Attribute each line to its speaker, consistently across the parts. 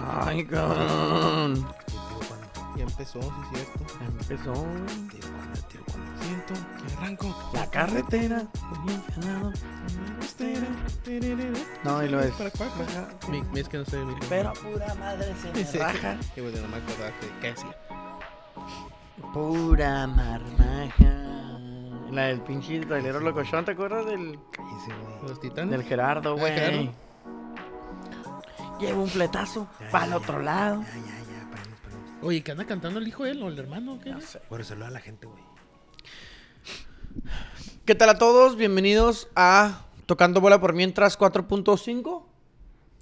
Speaker 1: Ay, cabrón.
Speaker 2: Ya empezó, sí es cierto.
Speaker 1: Empezó
Speaker 2: Tijuana, Tijuana. Siento que arranco.
Speaker 1: la carretera.
Speaker 2: No, y lo es.
Speaker 3: Mi, mi- es que no sé. Mi,
Speaker 1: Pero pura madre se me
Speaker 2: Sí.
Speaker 1: raja.
Speaker 2: Y bueno, no me acordaba que qué hacía.
Speaker 1: Pura marmaja. La del pinche trailero locochón, ¿te acuerdas del,
Speaker 2: Cállense, güey.
Speaker 3: los titanes.
Speaker 1: del Gerardo,
Speaker 3: Ah, Gerardo.
Speaker 1: güey? Lleva un fletazo para el otro lado.
Speaker 2: Ya, ya, ya, paremos, paremos.
Speaker 3: Oye, ¿que anda cantando el hijo de él o el hermano? o ¿Qué?
Speaker 1: No sé.
Speaker 2: Bueno, saluda a la gente, güey.
Speaker 1: ¿Qué tal a todos? Bienvenidos a Tocando Bola por Mientras 4.5.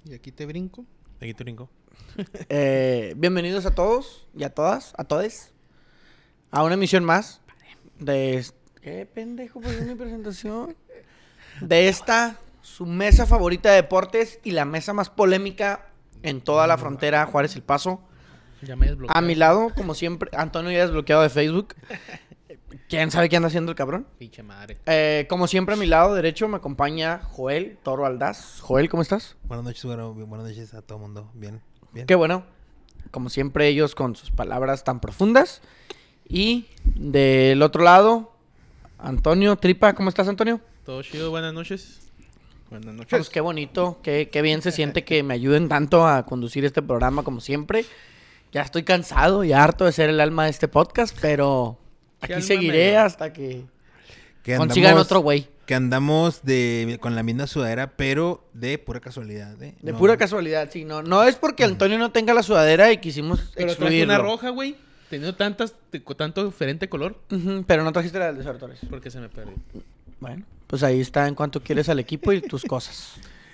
Speaker 3: Y aquí te brinco.
Speaker 2: Aquí te brinco.
Speaker 1: Eh, bienvenidos a todos y a todas, a todes, a una emisión más de... es- ¿Qué pendejo por mi presentación? De esta, su mesa favorita de deportes y la mesa más polémica en toda la frontera Juárez El Paso.
Speaker 3: Ya me desbloqueé.
Speaker 1: A Ah, mi lado, como siempre, Antonio ya desbloqueado de Facebook. ¿Quién sabe qué anda haciendo el cabrón?
Speaker 3: Pinche madre.
Speaker 1: Eh, como siempre, a mi lado derecho me acompaña Joel Toro Aldaz. Joel, ¿cómo estás?
Speaker 2: Buenas noches, bueno, buenas noches a todo el mundo. Bien, bien.
Speaker 1: Qué bueno. Como siempre, ellos con sus palabras tan profundas. Y del otro lado, Antonio Tripa. ¿Cómo estás, Antonio?
Speaker 3: Todo chido, buenas noches. Buenas
Speaker 1: No, Pues qué bonito, qué, qué bien se siente que me ayuden tanto a conducir este programa como siempre. Ya estoy cansado y harto de ser el alma de este podcast, pero
Speaker 3: Qué
Speaker 1: aquí
Speaker 3: alma
Speaker 1: seguiré
Speaker 3: mera.
Speaker 1: hasta que
Speaker 2: Que
Speaker 1: consigan
Speaker 2: andamos-
Speaker 1: otro güey.
Speaker 2: Que andamos de, con la misma sudadera, pero de pura casualidad, ¿eh?
Speaker 1: De
Speaker 2: No,
Speaker 1: pura
Speaker 2: no.
Speaker 1: casualidad, sí, no. No es porque Antonio no tenga la sudadera y quisimos
Speaker 3: Pero traje
Speaker 1: excluirlo.
Speaker 3: una roja, güey. Teniendo tantas, te- con tanto diferente color.
Speaker 1: Ujú, pero no trajiste la del Desarrolladores.
Speaker 3: Porque se me perdió.
Speaker 1: Bueno, pues ahí está en cuanto quieres al equipo y tus cosas.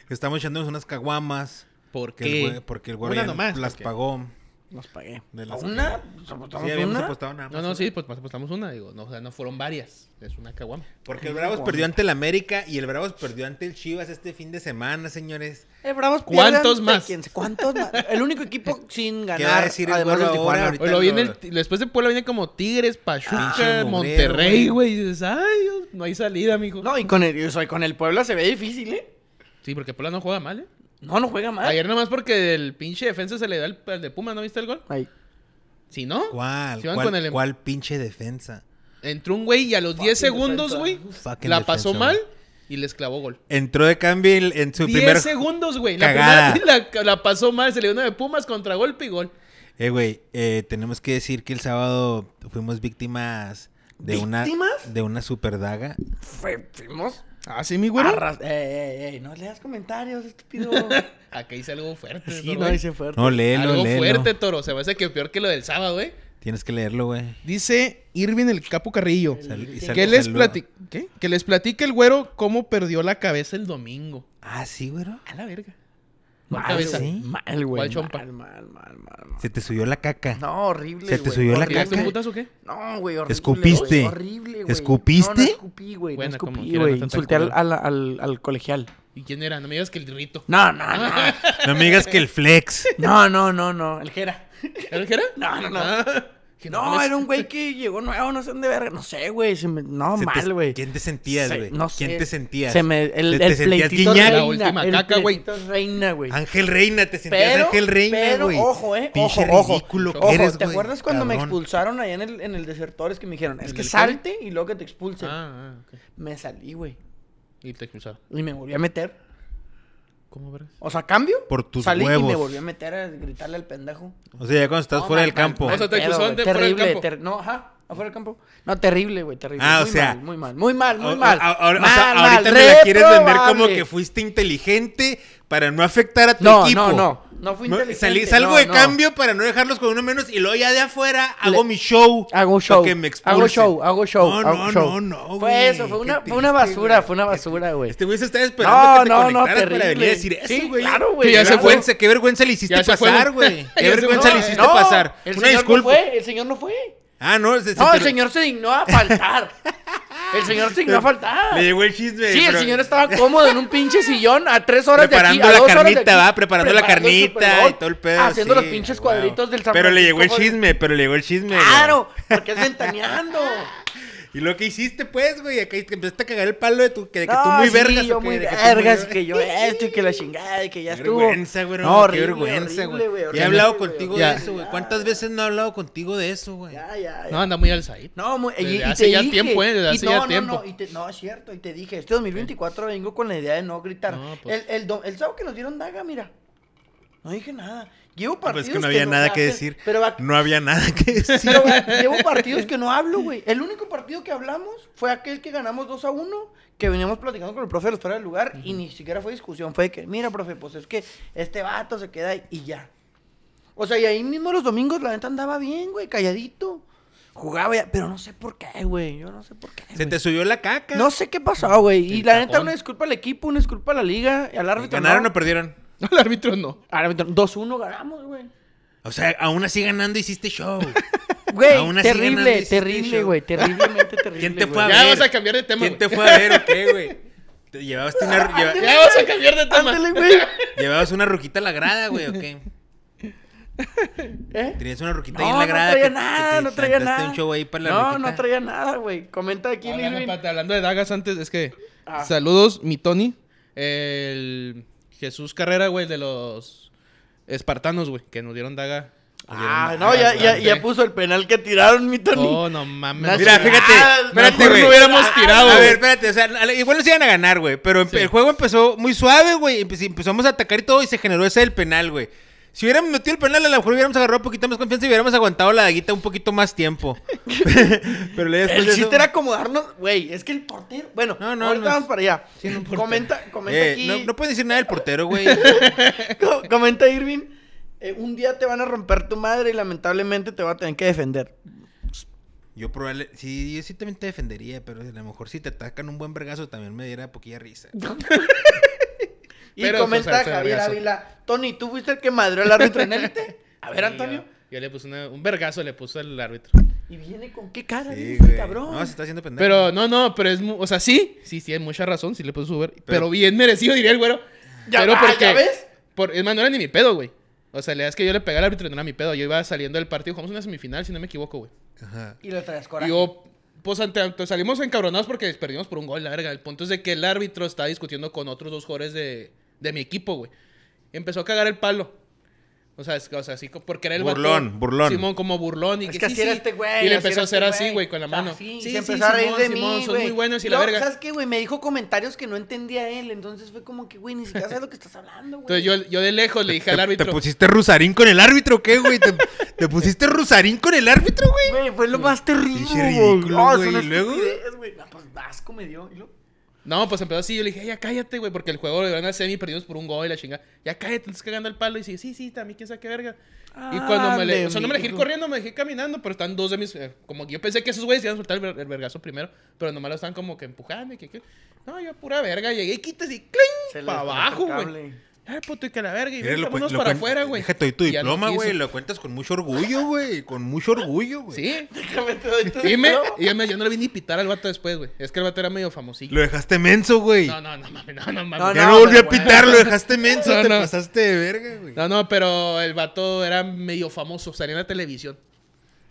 Speaker 2: Estamos echándonos unas caguamas.
Speaker 3: ¿Por
Speaker 2: que el
Speaker 3: qué?
Speaker 2: güey- porque el güey
Speaker 3: Una
Speaker 2: ya
Speaker 3: nomás,
Speaker 2: las
Speaker 3: ¿o qué?
Speaker 2: pagó.
Speaker 1: Nos pagué.
Speaker 2: De las
Speaker 1: ¿Una?
Speaker 2: que-
Speaker 1: ¿Nos apostamos
Speaker 2: Sí, habíamos
Speaker 1: una?
Speaker 2: apostado nada
Speaker 3: No,
Speaker 2: más,
Speaker 3: no,
Speaker 2: ¿eh?
Speaker 3: sí, pues apostamos una. Digo, no, o sea, no fueron varias. Es una caguama.
Speaker 2: Porque el Bravos perdió ante el América y el Bravos perdió ante el Chivas este fin de semana, señores.
Speaker 1: Eh, Bravos
Speaker 3: ¿Cuántos
Speaker 1: pierden,
Speaker 3: más?
Speaker 1: te quien- ¿Cuántos más? El único equipo sin ganar.
Speaker 2: ¿Qué va a decir el
Speaker 1: además
Speaker 2: gordo
Speaker 1: del Tijuana.
Speaker 2: ahora?
Speaker 1: ahorita.
Speaker 2: Ahorita
Speaker 3: Oye, lo viene
Speaker 2: no-
Speaker 3: el- después de Puebla viene como Tigres, Pachuca,
Speaker 2: Pinche mugrero,
Speaker 3: Monterrey, güey. Y dices, ay, Dios, no hay salida, mijo.
Speaker 1: No, y con el, o sea, con el Puebla se ve difícil, ¿eh?
Speaker 3: Sí, porque Puebla no juega mal, ¿eh?
Speaker 1: No, no juega mal.
Speaker 3: Ayer nomás porque el pinche defensa se le da al, al de Puma, ¿no viste el gol?
Speaker 1: Ay,
Speaker 3: Si no,
Speaker 2: ¿Cuál?
Speaker 3: Si van
Speaker 2: ¿Cuál,
Speaker 3: con el- em-
Speaker 2: cuál pinche defensa?
Speaker 3: entró un güey y a los 10
Speaker 1: Fucking
Speaker 3: segundos,
Speaker 1: defensa.
Speaker 3: güey,
Speaker 2: Fucking
Speaker 3: la pasó
Speaker 2: defensa,
Speaker 3: mal
Speaker 2: güey.
Speaker 3: y les clavó gol.
Speaker 2: Entró de cambio el- en su
Speaker 3: 10
Speaker 2: primer.
Speaker 3: segundos, güey. La,
Speaker 2: Cagada.
Speaker 3: primera la, la pasó mal, se le dio una de Pumas contra golpe y gol.
Speaker 2: Eh, güey, eh, tenemos que decir que el sábado fuimos víctimas de
Speaker 1: ¿Víctimas?
Speaker 2: una de una super daga.
Speaker 1: fue- fuimos.
Speaker 3: Ah, sí, mi
Speaker 1: arras- Ey, ey, ey, no leas comentarios, estúpido.
Speaker 3: Acá hice algo fuerte.
Speaker 1: sí,
Speaker 3: toro,
Speaker 1: no
Speaker 3: güey.
Speaker 1: dice fuerte.
Speaker 2: No, léelo,
Speaker 3: Algo
Speaker 2: léelo.
Speaker 3: fuerte, toro. Se me hace que peor que lo del sábado, ¿eh? güey.
Speaker 2: Tienes que leerlo, güey.
Speaker 3: Dice Irving el Capo Carrillo.
Speaker 2: Sal- y sal-
Speaker 3: Que les,
Speaker 2: saluda.
Speaker 3: platique, ¿qué? que les platique el güero cómo perdió la cabeza el domingo.
Speaker 2: Ah, sí, güey.
Speaker 3: A la verga.
Speaker 1: mal,
Speaker 3: cabeza.
Speaker 1: güey, mal,
Speaker 3: ¿Cuál
Speaker 1: güey.
Speaker 3: chompa?
Speaker 1: Mal, mal, mal, mal, mal.
Speaker 2: Se te subió la caca.
Speaker 1: No, horrible,
Speaker 2: Se te
Speaker 1: güey,
Speaker 2: subió la
Speaker 1: horrible.
Speaker 3: ¿Tiraste un
Speaker 2: caca.
Speaker 3: putazo o qué?
Speaker 1: No, güey, horrible.
Speaker 2: ¿Escupiste?
Speaker 1: güey, horrible, güey.
Speaker 2: ¿Escupiste?
Speaker 1: No, no escupí, güey.
Speaker 3: Bueno,
Speaker 1: no
Speaker 3: como
Speaker 1: escupí,
Speaker 3: quiera, no
Speaker 1: güey.
Speaker 3: está tan
Speaker 1: Insulté al,
Speaker 3: culero.
Speaker 1: al, al, al colegial.
Speaker 3: ¿Y quién era? No me digas que el rito.
Speaker 1: No, no, no.
Speaker 2: No me digas que el flex.
Speaker 1: No, no, no, no. El Jera.
Speaker 3: ¿Era el que era?
Speaker 1: No, no, no.
Speaker 3: Ah, que
Speaker 1: No,
Speaker 3: mames.
Speaker 1: era un güey que llegó nuevo, no sé dónde verga. No sé, güey. se me- No,
Speaker 2: Se te-
Speaker 1: mal, güey.
Speaker 2: ¿Quién te sentías,
Speaker 1: Se-
Speaker 2: güey?
Speaker 1: no sé.
Speaker 2: ¿Quién te sentías?
Speaker 1: Se me... El,
Speaker 2: ¿Te,
Speaker 1: el
Speaker 2: te sentías
Speaker 1: pleitito
Speaker 2: Guiñac? Ah,
Speaker 3: La
Speaker 1: reina.
Speaker 3: última
Speaker 1: el
Speaker 3: caca, güey.
Speaker 1: pleitito reina, güey.
Speaker 2: Ángel Reina, te sentías
Speaker 1: Pero,
Speaker 2: Ángel Reina,
Speaker 1: pero,
Speaker 2: güey.
Speaker 1: ojo, eh.
Speaker 2: Pinche
Speaker 1: ojo, ojo.
Speaker 2: ridículo que
Speaker 1: Ojo,
Speaker 2: eres,
Speaker 1: ¿te
Speaker 2: güey,
Speaker 1: acuerdas cuando me
Speaker 2: cabrón.
Speaker 1: expulsaron allá en el, en el desertores que me dijeron, es
Speaker 3: ¿El
Speaker 1: que
Speaker 3: del
Speaker 1: salte y luego que te expulsen?
Speaker 3: Ah, ah, ok.
Speaker 1: Me salí, güey.
Speaker 3: Y te expulsaron.
Speaker 1: Y me volví a meter.
Speaker 3: ¿Cómo verás?
Speaker 1: O sea, cambio.
Speaker 2: Por tus
Speaker 1: salí y me
Speaker 2: huevos.
Speaker 1: volví a meter a gritarle al pendejo.
Speaker 2: O sea, ya cuando estás
Speaker 1: No,
Speaker 2: fuera
Speaker 1: mal,
Speaker 2: del campo.
Speaker 1: mal,
Speaker 3: O sea, te
Speaker 1: pedo,
Speaker 3: acusaron
Speaker 1: güey.
Speaker 3: de fuera del
Speaker 1: terrible,
Speaker 3: campo.
Speaker 1: ter- No, ajá, afuera del campo. No, terrible, güey, terrible.
Speaker 2: Ah, o
Speaker 1: muy
Speaker 2: sea.
Speaker 1: Mal, muy mal, muy mal, muy
Speaker 2: O-
Speaker 1: mal.
Speaker 2: a- ahora- o
Speaker 1: Mal,
Speaker 2: sea,
Speaker 1: mal,
Speaker 2: ahorita me la quieres vender como
Speaker 1: reprobable.
Speaker 2: que fuiste inteligente para no afectar a tu
Speaker 1: No,
Speaker 2: equipo.
Speaker 1: no, no. No fui
Speaker 2: No,
Speaker 1: inteligente.
Speaker 2: salí- salgo
Speaker 1: no,
Speaker 2: de
Speaker 1: no.
Speaker 2: cambio para no dejarlos con uno menos y luego ya de afuera hago
Speaker 1: Le-
Speaker 2: mi show.
Speaker 1: Hago
Speaker 2: para
Speaker 1: show.
Speaker 2: que
Speaker 1: hago
Speaker 2: me expulsen.
Speaker 1: show, hago show.
Speaker 2: No,
Speaker 1: hago
Speaker 2: no,
Speaker 1: show.
Speaker 2: no, no, güey.
Speaker 1: Fue eso, fue
Speaker 2: Qué
Speaker 1: una, fue una
Speaker 2: triste,
Speaker 1: basura,
Speaker 2: güey.
Speaker 1: fue una
Speaker 2: Qué
Speaker 1: basura, güey.
Speaker 2: Este güey se está
Speaker 1: No,
Speaker 2: esperando
Speaker 1: no,
Speaker 2: que te
Speaker 1: no,
Speaker 2: conectaras para
Speaker 1: terrible.
Speaker 2: venir a decir eso,
Speaker 1: Sí,
Speaker 2: güey.
Speaker 1: claro, güey,
Speaker 2: Qué
Speaker 3: ya se
Speaker 2: vergüenza-
Speaker 3: fueron.
Speaker 2: Qué vergüenza le hiciste
Speaker 3: Ya se
Speaker 2: pasar,
Speaker 3: fueron.
Speaker 2: güey.
Speaker 3: Ya
Speaker 2: Qué
Speaker 3: se
Speaker 2: vergüenza
Speaker 3: fueron.
Speaker 2: le hiciste pasar.
Speaker 1: El
Speaker 2: Una
Speaker 1: señor
Speaker 2: disculpa.
Speaker 1: no fue, el señor no fue.
Speaker 2: Ah, no. se- se
Speaker 1: No,
Speaker 2: te-
Speaker 1: el señor se dignó a faltar. El señor se dignó a faltar.
Speaker 2: Le llegó el chisme.
Speaker 1: Sí, el
Speaker 2: pero-
Speaker 1: señor estaba cómodo en un pinche sillón a tres horas
Speaker 2: Preparando
Speaker 1: de aquí. a
Speaker 2: la
Speaker 1: dos horas de
Speaker 2: carnita,
Speaker 1: aquí,
Speaker 2: va, preparando la
Speaker 1: preparando el Super
Speaker 2: carnita
Speaker 1: Bowl,
Speaker 2: y todo el pedo.
Speaker 1: Haciendo
Speaker 2: sí,
Speaker 1: los pinches
Speaker 2: a
Speaker 1: cuadritos
Speaker 2: huevo.
Speaker 1: del San
Speaker 2: Pero le llegó el
Speaker 1: Francisco,
Speaker 2: chisme, pero le llegó el chisme.
Speaker 1: güey.
Speaker 2: güey.
Speaker 1: Claro, porque es ventaneando.
Speaker 2: ¿Y lo que hiciste, pues, güey? Que que empezaste a cagar el palo de, tu, que, de que
Speaker 1: No,
Speaker 2: tú muy
Speaker 1: sí,
Speaker 2: vergas.
Speaker 1: yo
Speaker 2: ¿o qué?
Speaker 1: muy
Speaker 2: De que tú
Speaker 1: vergas, y
Speaker 2: muy-
Speaker 1: que yo esto y que la chingada y que ya
Speaker 2: Qué
Speaker 1: estuvo.
Speaker 2: vergüenza, güey.
Speaker 1: No,
Speaker 2: No,
Speaker 1: horrible,
Speaker 2: qué vergüenza,
Speaker 1: horrible, güey,
Speaker 2: güey. Ya he
Speaker 1: horrible,
Speaker 2: hablado
Speaker 1: güey,
Speaker 2: contigo
Speaker 1: ya.
Speaker 2: de eso, güey. ¿Cuántas veces no he hablado contigo de eso, güey?
Speaker 1: Ya, ya, ya.
Speaker 3: No, anda muy alzadito.
Speaker 1: No, mu-
Speaker 3: Desde
Speaker 1: y, y
Speaker 3: hace
Speaker 1: te
Speaker 3: ya
Speaker 1: dije,
Speaker 3: tiempo, ¿eh? Desde
Speaker 1: y
Speaker 3: hace
Speaker 1: no,
Speaker 3: ya
Speaker 1: no,
Speaker 3: tiempo.
Speaker 1: No, y te- no, es cierto, y te dije, este 2024 vengo con la idea de no gritar.
Speaker 3: No, pues.
Speaker 1: el, el, dom- el sábado que nos dieron daga, mira, no dije nada. Llevo partidos
Speaker 2: Pues que no había nada que
Speaker 1: hacen-
Speaker 2: decir.
Speaker 1: Pero, va-
Speaker 2: No había nada que decir.
Speaker 1: pero va- llevo partidos que no hablo, güey. El único partido que hablamos fue aquel que ganamos 2 a 1, que veníamos platicando con el profe de los fuera del lugar, y ni siquiera fue discusión. Fue de que, mira, profe, pues es que este vato se queda ahí", y ya. O sea, y ahí mismo los domingos la neta andaba bien, güey, calladito. Jugaba ya, pero no sé por qué, güey. Yo no sé por qué.
Speaker 2: Se
Speaker 1: güey.
Speaker 2: te subió la caca.
Speaker 1: No sé qué pasó, güey. Y
Speaker 3: El
Speaker 1: la neta,
Speaker 3: cajón.
Speaker 1: una disculpa al equipo, una disculpa a la liga, y al árbitro.
Speaker 2: ¿Ganaron
Speaker 1: no.
Speaker 2: o perdieron?
Speaker 3: No, el árbitro no.
Speaker 1: Al árbitro, 2-1 ganamos, güey.
Speaker 2: O sea, aún así ganando hiciste show. Aún
Speaker 1: Güey,
Speaker 2: así ganando
Speaker 1: terrible,
Speaker 2: hiciste
Speaker 1: terrible,
Speaker 2: show.
Speaker 1: güey. Terriblemente terrible.
Speaker 2: ¿Quién te fue
Speaker 1: güey.
Speaker 2: a ver?
Speaker 3: Ya vas a cambiar de tema,
Speaker 2: ¿Quién te
Speaker 3: güey.
Speaker 2: fue a ver o qué, güey? Te Llevabas una, lleva-
Speaker 3: Ya vas a cambiar de tema.
Speaker 1: Ándale, güey.
Speaker 2: llevabas una ruquita a la grada, güey, ¿o qué?
Speaker 1: ¿Eh?
Speaker 2: Tenías una ruquita
Speaker 1: No,
Speaker 2: ahí en
Speaker 1: no
Speaker 2: la grada.
Speaker 1: traía
Speaker 2: que- que
Speaker 1: nada,
Speaker 2: te
Speaker 1: no traía
Speaker 2: aventaste
Speaker 1: nada.
Speaker 2: un show ahí para la
Speaker 1: no,
Speaker 2: ruquita.
Speaker 1: no traía nada, güey. Comenta aquí,
Speaker 3: Ahora,
Speaker 1: Lilwin.
Speaker 3: espérate, hablando de dagas antes, es que.
Speaker 1: Ah.
Speaker 3: Saludos, mi Tony. El Jesús Carrera, güey, de los espartanos, güey, que nos dieron daga. nos dieron
Speaker 1: Ah,
Speaker 3: daga
Speaker 1: no, ya, ya,
Speaker 3: bastante.
Speaker 1: ya puso el penal que tiraron, mi Tony.
Speaker 3: Oh, no mames.
Speaker 1: Nacho.
Speaker 2: Mira, fíjate,
Speaker 1: Ah,
Speaker 2: espérate,
Speaker 3: mejor
Speaker 2: güey. Ah,
Speaker 3: no hubiéramos tirado,
Speaker 2: A
Speaker 3: güey.
Speaker 2: ver, espérate, o sea, a la- igual nos iban a ganar, güey, pero empe- el juego empezó muy suave, güey, empe- empezamos a atacar y todo y se generó ese del penal, güey. Si hubiéramos metido el penal, a lo mejor hubiéramos agarrado un poquito más confianza y hubiéramos aguantado la daguita un poquito más tiempo. pero le
Speaker 1: El chiste
Speaker 2: eh,
Speaker 1: era acomodarnos, güey. Es que el portero. Bueno,
Speaker 2: No, no,
Speaker 1: ahorita
Speaker 2: no. Eh,
Speaker 1: vamos para allá. comenta comenta aquí.
Speaker 2: no, no puedes decir nada del portero, güey.
Speaker 1: Co- Comenta Irving, eh, un día te van a romper tu madre y lamentablemente te va a tener que defender.
Speaker 2: Yo probable, sí, yo sí también te defendería, pero a lo mejor si te atacan un buen vergazo también me diera poquilla risa.
Speaker 1: Y
Speaker 3: Pero,
Speaker 1: comenta
Speaker 3: pues, al
Speaker 1: Javier
Speaker 3: vergazo.
Speaker 1: Ávila, Tony, ¿tú fuiste el que madrió al árbitro en élite? A ver,
Speaker 3: Sí,
Speaker 1: Antonio.
Speaker 3: Yo, yo le puse una- un vergazo, le puso al árbitro.
Speaker 1: ¿Y viene con qué cara? viene
Speaker 2: Sí,
Speaker 1: este
Speaker 2: güey.
Speaker 1: cabrón.
Speaker 2: No, se está haciendo pendejo.
Speaker 3: Pero no, no, pero es. mu- O sea, sí, sí, sí, hay mucha razón, sí le puso su ver. Pero, bien merecido, diría el güero.
Speaker 1: Ya-
Speaker 3: pero
Speaker 1: ah,
Speaker 3: porque.
Speaker 1: ¿ya ves?
Speaker 3: Por, es más, no era ni mi pedo, güey. O sea, la verdad es que yo le pegué al árbitro y no era mi pedo. Yo iba saliendo del partido, jugamos una semifinal, si no me equivoco, güey.
Speaker 2: Ajá.
Speaker 1: Y lo traes
Speaker 3: Y
Speaker 1: coraje.
Speaker 3: yo, pues ante, ante- salimos encabronados porque perdimos por un gol, la verga. El punto es de que el árbitro estaba discutiendo con otros dos jugadores de, de mi equipo, güey. Empezó a cagar el palo. O sea, es que- o sea, así co- porque era el vato-
Speaker 2: Burlón, burlón.
Speaker 3: Simón como burlón y
Speaker 1: Es
Speaker 3: que
Speaker 1: que
Speaker 3: sí,
Speaker 1: así era
Speaker 3: sí.
Speaker 1: este güey.
Speaker 3: Y le
Speaker 1: así
Speaker 3: empezó
Speaker 1: era
Speaker 3: a hacer
Speaker 1: este
Speaker 3: así,
Speaker 1: güey.
Speaker 3: güey, con la mano.
Speaker 1: Ah, sí,
Speaker 3: Sí,
Speaker 1: se empezó
Speaker 3: sí,
Speaker 1: a reír
Speaker 3: Simón,
Speaker 1: de
Speaker 3: Simón,
Speaker 1: mí,
Speaker 3: son
Speaker 1: güey.
Speaker 3: muy buenos y la
Speaker 1: luego,
Speaker 3: verga.
Speaker 1: ¿Sabes qué, güey? Me dijo comentarios que no entendía él. Entonces fue como que, güey, ni siquiera sabes lo que estás hablando, güey.
Speaker 3: Entonces yo, yo de lejos le dije al
Speaker 2: ¿Te-
Speaker 3: árbitro.
Speaker 2: ¿Te pusiste rusarín con el árbitro o qué, güey? ¿Te, te pusiste rusarín con el árbitro, güey?
Speaker 1: Güey, fue lo más terrible,
Speaker 2: Pinche
Speaker 1: güey.
Speaker 2: ridículo,
Speaker 1: No, es
Speaker 2: güey.
Speaker 1: una
Speaker 2: ¿Y luego?
Speaker 1: estupidez, güey. No, pues Vasco me dio. ¿Y luego?
Speaker 3: No, pues empezó así. Yo le dije, ya cállate, güey, porque el juego de la semi perdimos por un gol y la chingada. Ya cállate, estás cagando el palo. Y dice, sí, sí, también quién sabe qué verga. y cuando me le.
Speaker 1: Ande,
Speaker 3: O sea, no me dejé ir
Speaker 1: mijo.
Speaker 3: corriendo, me dejé caminando, pero están dos de mis. eh, como que yo pensé que esos güeyes iban a soltar el, ver- el vergazo primero, pero nomás lo están como que empujando y que. que- No, yo pura verga, llegué, quitas y
Speaker 1: Se
Speaker 3: ¡cling!
Speaker 1: le
Speaker 3: Para
Speaker 1: desconectó
Speaker 3: abajo,
Speaker 1: el
Speaker 3: güey.
Speaker 1: cable.
Speaker 3: Ay, puto, y que la verga. Y
Speaker 2: Mira,
Speaker 3: ven,
Speaker 2: lo cuen-
Speaker 3: vámonos
Speaker 2: lo
Speaker 3: para
Speaker 2: cuen-
Speaker 3: afuera, güey.
Speaker 2: Deja tu- tu
Speaker 3: Y ya no
Speaker 2: diploma,
Speaker 3: quiso.
Speaker 2: güey. Lo cuentas con mucho orgullo, güey. Con mucho orgullo, güey.
Speaker 3: Sí.
Speaker 1: Déjame te doy tu
Speaker 3: Dime,
Speaker 1: diploma.
Speaker 3: y yo, me- yo no le vi ni pitar al vato después, güey. Es que el vato era medio famosillo.
Speaker 2: Lo dejaste menso, güey.
Speaker 3: No, no, no mames, no, no mames.
Speaker 1: No,
Speaker 2: ya no, volvió a
Speaker 1: pero bueno.
Speaker 2: pitar, lo dejaste menso.
Speaker 3: No,
Speaker 2: te
Speaker 3: no.
Speaker 2: pasaste de verga, güey.
Speaker 3: No, no, pero el vato era medio famoso, salía en la televisión.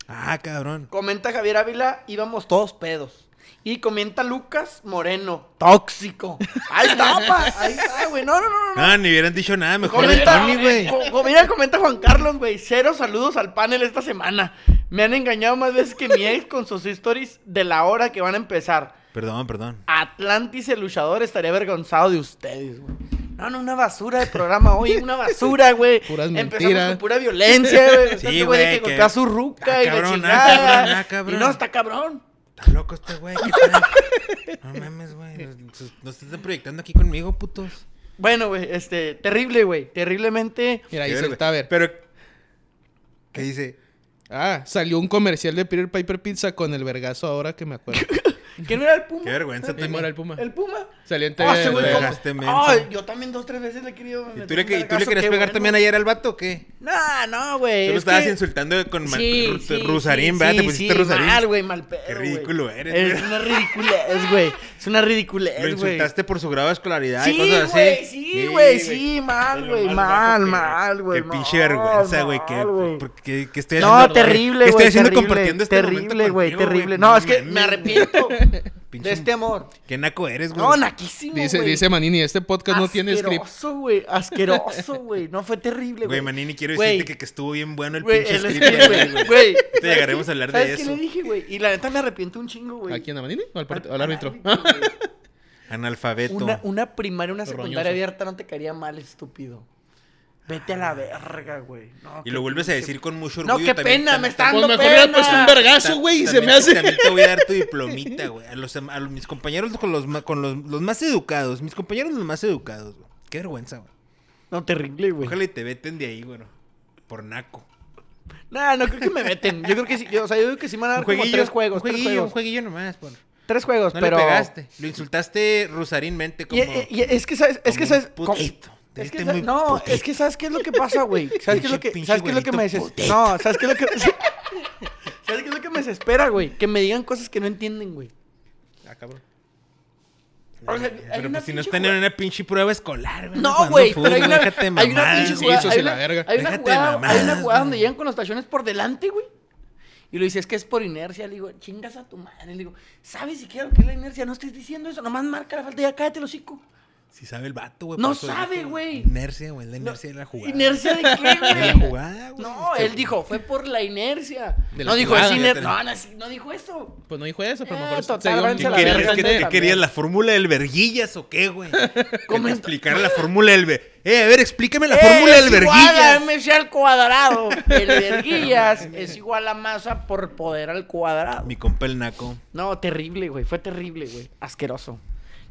Speaker 2: Ah, cabrón.
Speaker 1: Comenta Javier Ávila, íbamos todos pedos. Y comenta Lucas Moreno, tóxico. Ahí está, pa. Ahí está, güey. No, no, no, no.
Speaker 2: No, ni hubieran dicho nada
Speaker 1: no.
Speaker 2: mejor de
Speaker 1: Comenta, eh,
Speaker 2: Tony, güey.
Speaker 1: co- co- mira, comenta Juan Carlos, güey. Cero saludos al panel esta semana. Me han engañado más veces que mi ex con sus stories de la hora que van a empezar.
Speaker 2: Perdón, perdón.
Speaker 1: Atlantis el luchador estaría avergonzado de ustedes, güey. No, no, una basura de programa hoy, una basura, güey.
Speaker 3: Puras
Speaker 1: Empezamos
Speaker 3: mentiras.
Speaker 1: con pura violencia, güey.
Speaker 2: Sí,
Speaker 1: Este güey de
Speaker 2: güey,
Speaker 1: que
Speaker 2: que-
Speaker 1: golpea a su ruca
Speaker 2: Ah,
Speaker 1: y la
Speaker 2: cabrón, ah,
Speaker 1: chingada.
Speaker 2: cabrón, ah, cabrón.
Speaker 1: Y no, está cabrón.
Speaker 2: Está loco este güey. ¿qué tal? No mames, güey. Nos, nos están proyectando aquí conmigo, putos.
Speaker 1: Bueno, güey, este, terrible, güey. Terriblemente.
Speaker 3: Mira, ahí
Speaker 2: Qué
Speaker 3: se
Speaker 2: verga.
Speaker 3: está a ver.
Speaker 2: Pero, ¿qué dice?
Speaker 3: Ah, salió un comercial de Peter Piper Pizza con el vergazo ahora que me acuerdo.
Speaker 1: ¿Quién era el Puma?
Speaker 2: Qué vergüenza
Speaker 3: Y
Speaker 2: también.
Speaker 3: muere el Puma.
Speaker 1: ¿El Puma?
Speaker 3: Salió en
Speaker 1: Ah,
Speaker 3: TV.
Speaker 1: ese güey,
Speaker 2: te
Speaker 1: ¿cómo?
Speaker 2: dejaste menso.
Speaker 1: Ay, yo también dos, tres veces le he querido
Speaker 2: ¿Y
Speaker 1: meter
Speaker 2: tú le,
Speaker 1: un
Speaker 2: que- tú le
Speaker 1: vergazo,
Speaker 2: querías
Speaker 1: qué
Speaker 2: pegar
Speaker 1: bueno.
Speaker 2: también ayer al vato o qué?
Speaker 1: No, no, güey.
Speaker 2: Tú lo
Speaker 1: es
Speaker 2: estabas
Speaker 1: que-
Speaker 2: insultando con mal-
Speaker 1: Sí,
Speaker 2: ru-
Speaker 1: sí,
Speaker 2: Rusarín,
Speaker 1: sí,
Speaker 2: ¿verdad? Te
Speaker 1: sí,
Speaker 2: pusiste
Speaker 1: sí,
Speaker 2: Rusarín.
Speaker 1: Mal, güey, mal pedo.
Speaker 2: Qué
Speaker 1: güey.
Speaker 2: ridículo eres,
Speaker 1: Es
Speaker 2: güey.
Speaker 1: una ridiculez, güey. Es una ridiculez,
Speaker 2: Lo
Speaker 1: güey.
Speaker 2: insultaste por su grado de escolaridad y
Speaker 1: Sí,
Speaker 2: cosas así.
Speaker 1: güey, sí, güey, sí, mal,
Speaker 2: Pero
Speaker 1: güey, mal,
Speaker 2: bajo que-
Speaker 1: mal, güey.
Speaker 2: Qué pinche
Speaker 1: mal,
Speaker 2: vergüenza, güey.
Speaker 1: mal,
Speaker 2: qué-
Speaker 1: güey.
Speaker 2: por- qué- qué estoy
Speaker 1: No,
Speaker 2: haciendo-
Speaker 1: terrible,
Speaker 2: qué
Speaker 1: güey.
Speaker 2: estoy haciendo
Speaker 1: terrible,
Speaker 2: compartiendo este
Speaker 1: Terrible,
Speaker 2: momento
Speaker 1: güey,
Speaker 2: contigo,
Speaker 1: terrible. No, es que
Speaker 2: mames,
Speaker 1: me arrepiento
Speaker 2: Pinche-
Speaker 1: de este amor.
Speaker 2: Qué naco eres, güey.
Speaker 1: No, naquísimo, güey.
Speaker 3: Dice, dice Manini, este podcast no tiene script.
Speaker 1: Asqueroso, güey. Asqueroso, güey. No fue terrible, güey.
Speaker 2: Güey, Manini, quiero
Speaker 1: Güey.
Speaker 2: decirte que, que estuvo bien bueno el
Speaker 1: Güey,
Speaker 2: pinche
Speaker 1: el
Speaker 2: script.
Speaker 1: script,
Speaker 2: güey.
Speaker 1: güey. güey.
Speaker 2: Ahorita llegaremos a hablar de
Speaker 1: ¿Sabes
Speaker 2: eso.
Speaker 1: qué le dije, güey? Y la neta me arrepiento un chingo, güey. Ah,
Speaker 3: ¿A quién? ¿A Manini? ¿O al, part-
Speaker 1: Al-
Speaker 3: al
Speaker 1: al
Speaker 3: árbitro?
Speaker 1: güey.
Speaker 2: Analfabeto.
Speaker 1: Una, una primaria, una secundaria
Speaker 3: Roñoso.
Speaker 1: abierta no te caería mal, estúpido. Vete a la verga, güey. No,
Speaker 2: Y
Speaker 1: qué
Speaker 2: lo vuelves a
Speaker 1: pinche-
Speaker 2: decir con mucho
Speaker 1: No,
Speaker 2: orgullo.
Speaker 1: qué
Speaker 2: también-
Speaker 1: pena, me
Speaker 2: también-
Speaker 1: está
Speaker 3: Pues
Speaker 1: dando
Speaker 3: mejor le
Speaker 1: pena.
Speaker 3: he puesto un vergazo, güey, y se
Speaker 2: También-
Speaker 3: me hace.
Speaker 2: También te voy a dar tu diplomita, güey. A los, a los- mis compañeros con, los, ma- con los, los más educados. Mis compañeros los más educados, güey. Qué vergüenza, güey.
Speaker 1: No, terrible, güey.
Speaker 2: Ojalá y te veten de ahí, güey. Por naco.
Speaker 1: No, no creo que me meten. Yo creo que sí. Yo, o sea, yo digo que sí me van a dar Ah, como tres juegos.
Speaker 2: un jueguillo,
Speaker 1: tres
Speaker 2: un
Speaker 1: juegos.
Speaker 2: jueguillo nomás, por. No
Speaker 1: Tres juegos,
Speaker 2: le
Speaker 1: pero.
Speaker 2: pegaste. Lo insultaste rusarinmente
Speaker 1: Y, e,
Speaker 2: como.
Speaker 1: y- y es que sabes, es
Speaker 2: como
Speaker 1: que
Speaker 2: un
Speaker 1: sabes.
Speaker 2: putito.
Speaker 1: ¿cómo?
Speaker 2: Te
Speaker 1: Es que
Speaker 2: viste
Speaker 1: sabes-
Speaker 2: muy
Speaker 1: no,
Speaker 2: putito.
Speaker 1: es que sabes qué es lo que pasa, güey. ¿Sabes qué es lo que,
Speaker 2: Pinche
Speaker 1: sabes qué es lo que me
Speaker 2: güerito
Speaker 1: desespera?
Speaker 2: putito.
Speaker 1: No, ¿sabes qué es lo que ¿Sabes qué es lo que me desespera, güey? Que me digan cosas que no entienden, güey.
Speaker 3: Ah, cabrón.
Speaker 1: O sea, hay
Speaker 2: Pero
Speaker 1: una
Speaker 2: pues si
Speaker 1: pinche
Speaker 2: no están en una pinche prueba escolar, güey.
Speaker 1: No,
Speaker 2: jugando
Speaker 1: güey,
Speaker 2: fútbol,
Speaker 1: pero hay una,
Speaker 2: déjate de
Speaker 1: hay una
Speaker 2: mamadas,
Speaker 1: pinche
Speaker 3: sí,
Speaker 1: jugada.
Speaker 3: eso sí
Speaker 1: hay
Speaker 3: la
Speaker 1: una-
Speaker 3: verga.
Speaker 1: hay una
Speaker 2: Déjate de
Speaker 1: jugada, hay una
Speaker 2: mamadas,
Speaker 1: jugada donde
Speaker 2: güey.
Speaker 1: llegan con los tachones por delante, güey. Y lo dice, es que es por inercia. Le digo, chingas a tu madre. Le digo, ¿sabes siquiera lo que es la inercia? No estés diciendo eso. Nomás marca la falta y ya cállate el hocico.
Speaker 2: Si sabe el vato, güey.
Speaker 1: No
Speaker 2: por eso
Speaker 1: sabe,
Speaker 2: dijo,
Speaker 1: güey.
Speaker 2: Inercia, güey. La
Speaker 1: No,
Speaker 2: inercia de la jugada.
Speaker 1: ¿Inercia de qué, güey?
Speaker 2: De la jugada, güey.
Speaker 1: No,
Speaker 2: Este-
Speaker 1: él dijo, fue por la inercia.
Speaker 3: De la
Speaker 1: no dijo,
Speaker 3: jugada,
Speaker 1: es
Speaker 2: ya
Speaker 1: iner-
Speaker 2: te-
Speaker 1: No, no, sí, no dijo eso.
Speaker 3: Pues no dijo eso, pero a lo
Speaker 1: Eh,
Speaker 3: mejor
Speaker 1: total,
Speaker 3: se dio un-
Speaker 1: váyanse a la
Speaker 2: ¿Qué
Speaker 1: verga
Speaker 2: querías? ¿Qué-
Speaker 1: ustedes
Speaker 2: qué
Speaker 1: también.
Speaker 2: querías? ¿La fórmula del verguillas o qué, güey? ¿Cómo
Speaker 1: Comenta-
Speaker 2: explicar la fórmula del ver... Eh, a ver, explícame la
Speaker 1: Eh,
Speaker 2: fórmula del
Speaker 1: es igual a
Speaker 2: verguillas.
Speaker 1: MC al cuadrado. El verguillas es igual a masa por poder al cuadrado.
Speaker 2: Ah, Mi compa el naco.
Speaker 1: No, terrible, güey. Fue terrible, güey. Asqueroso.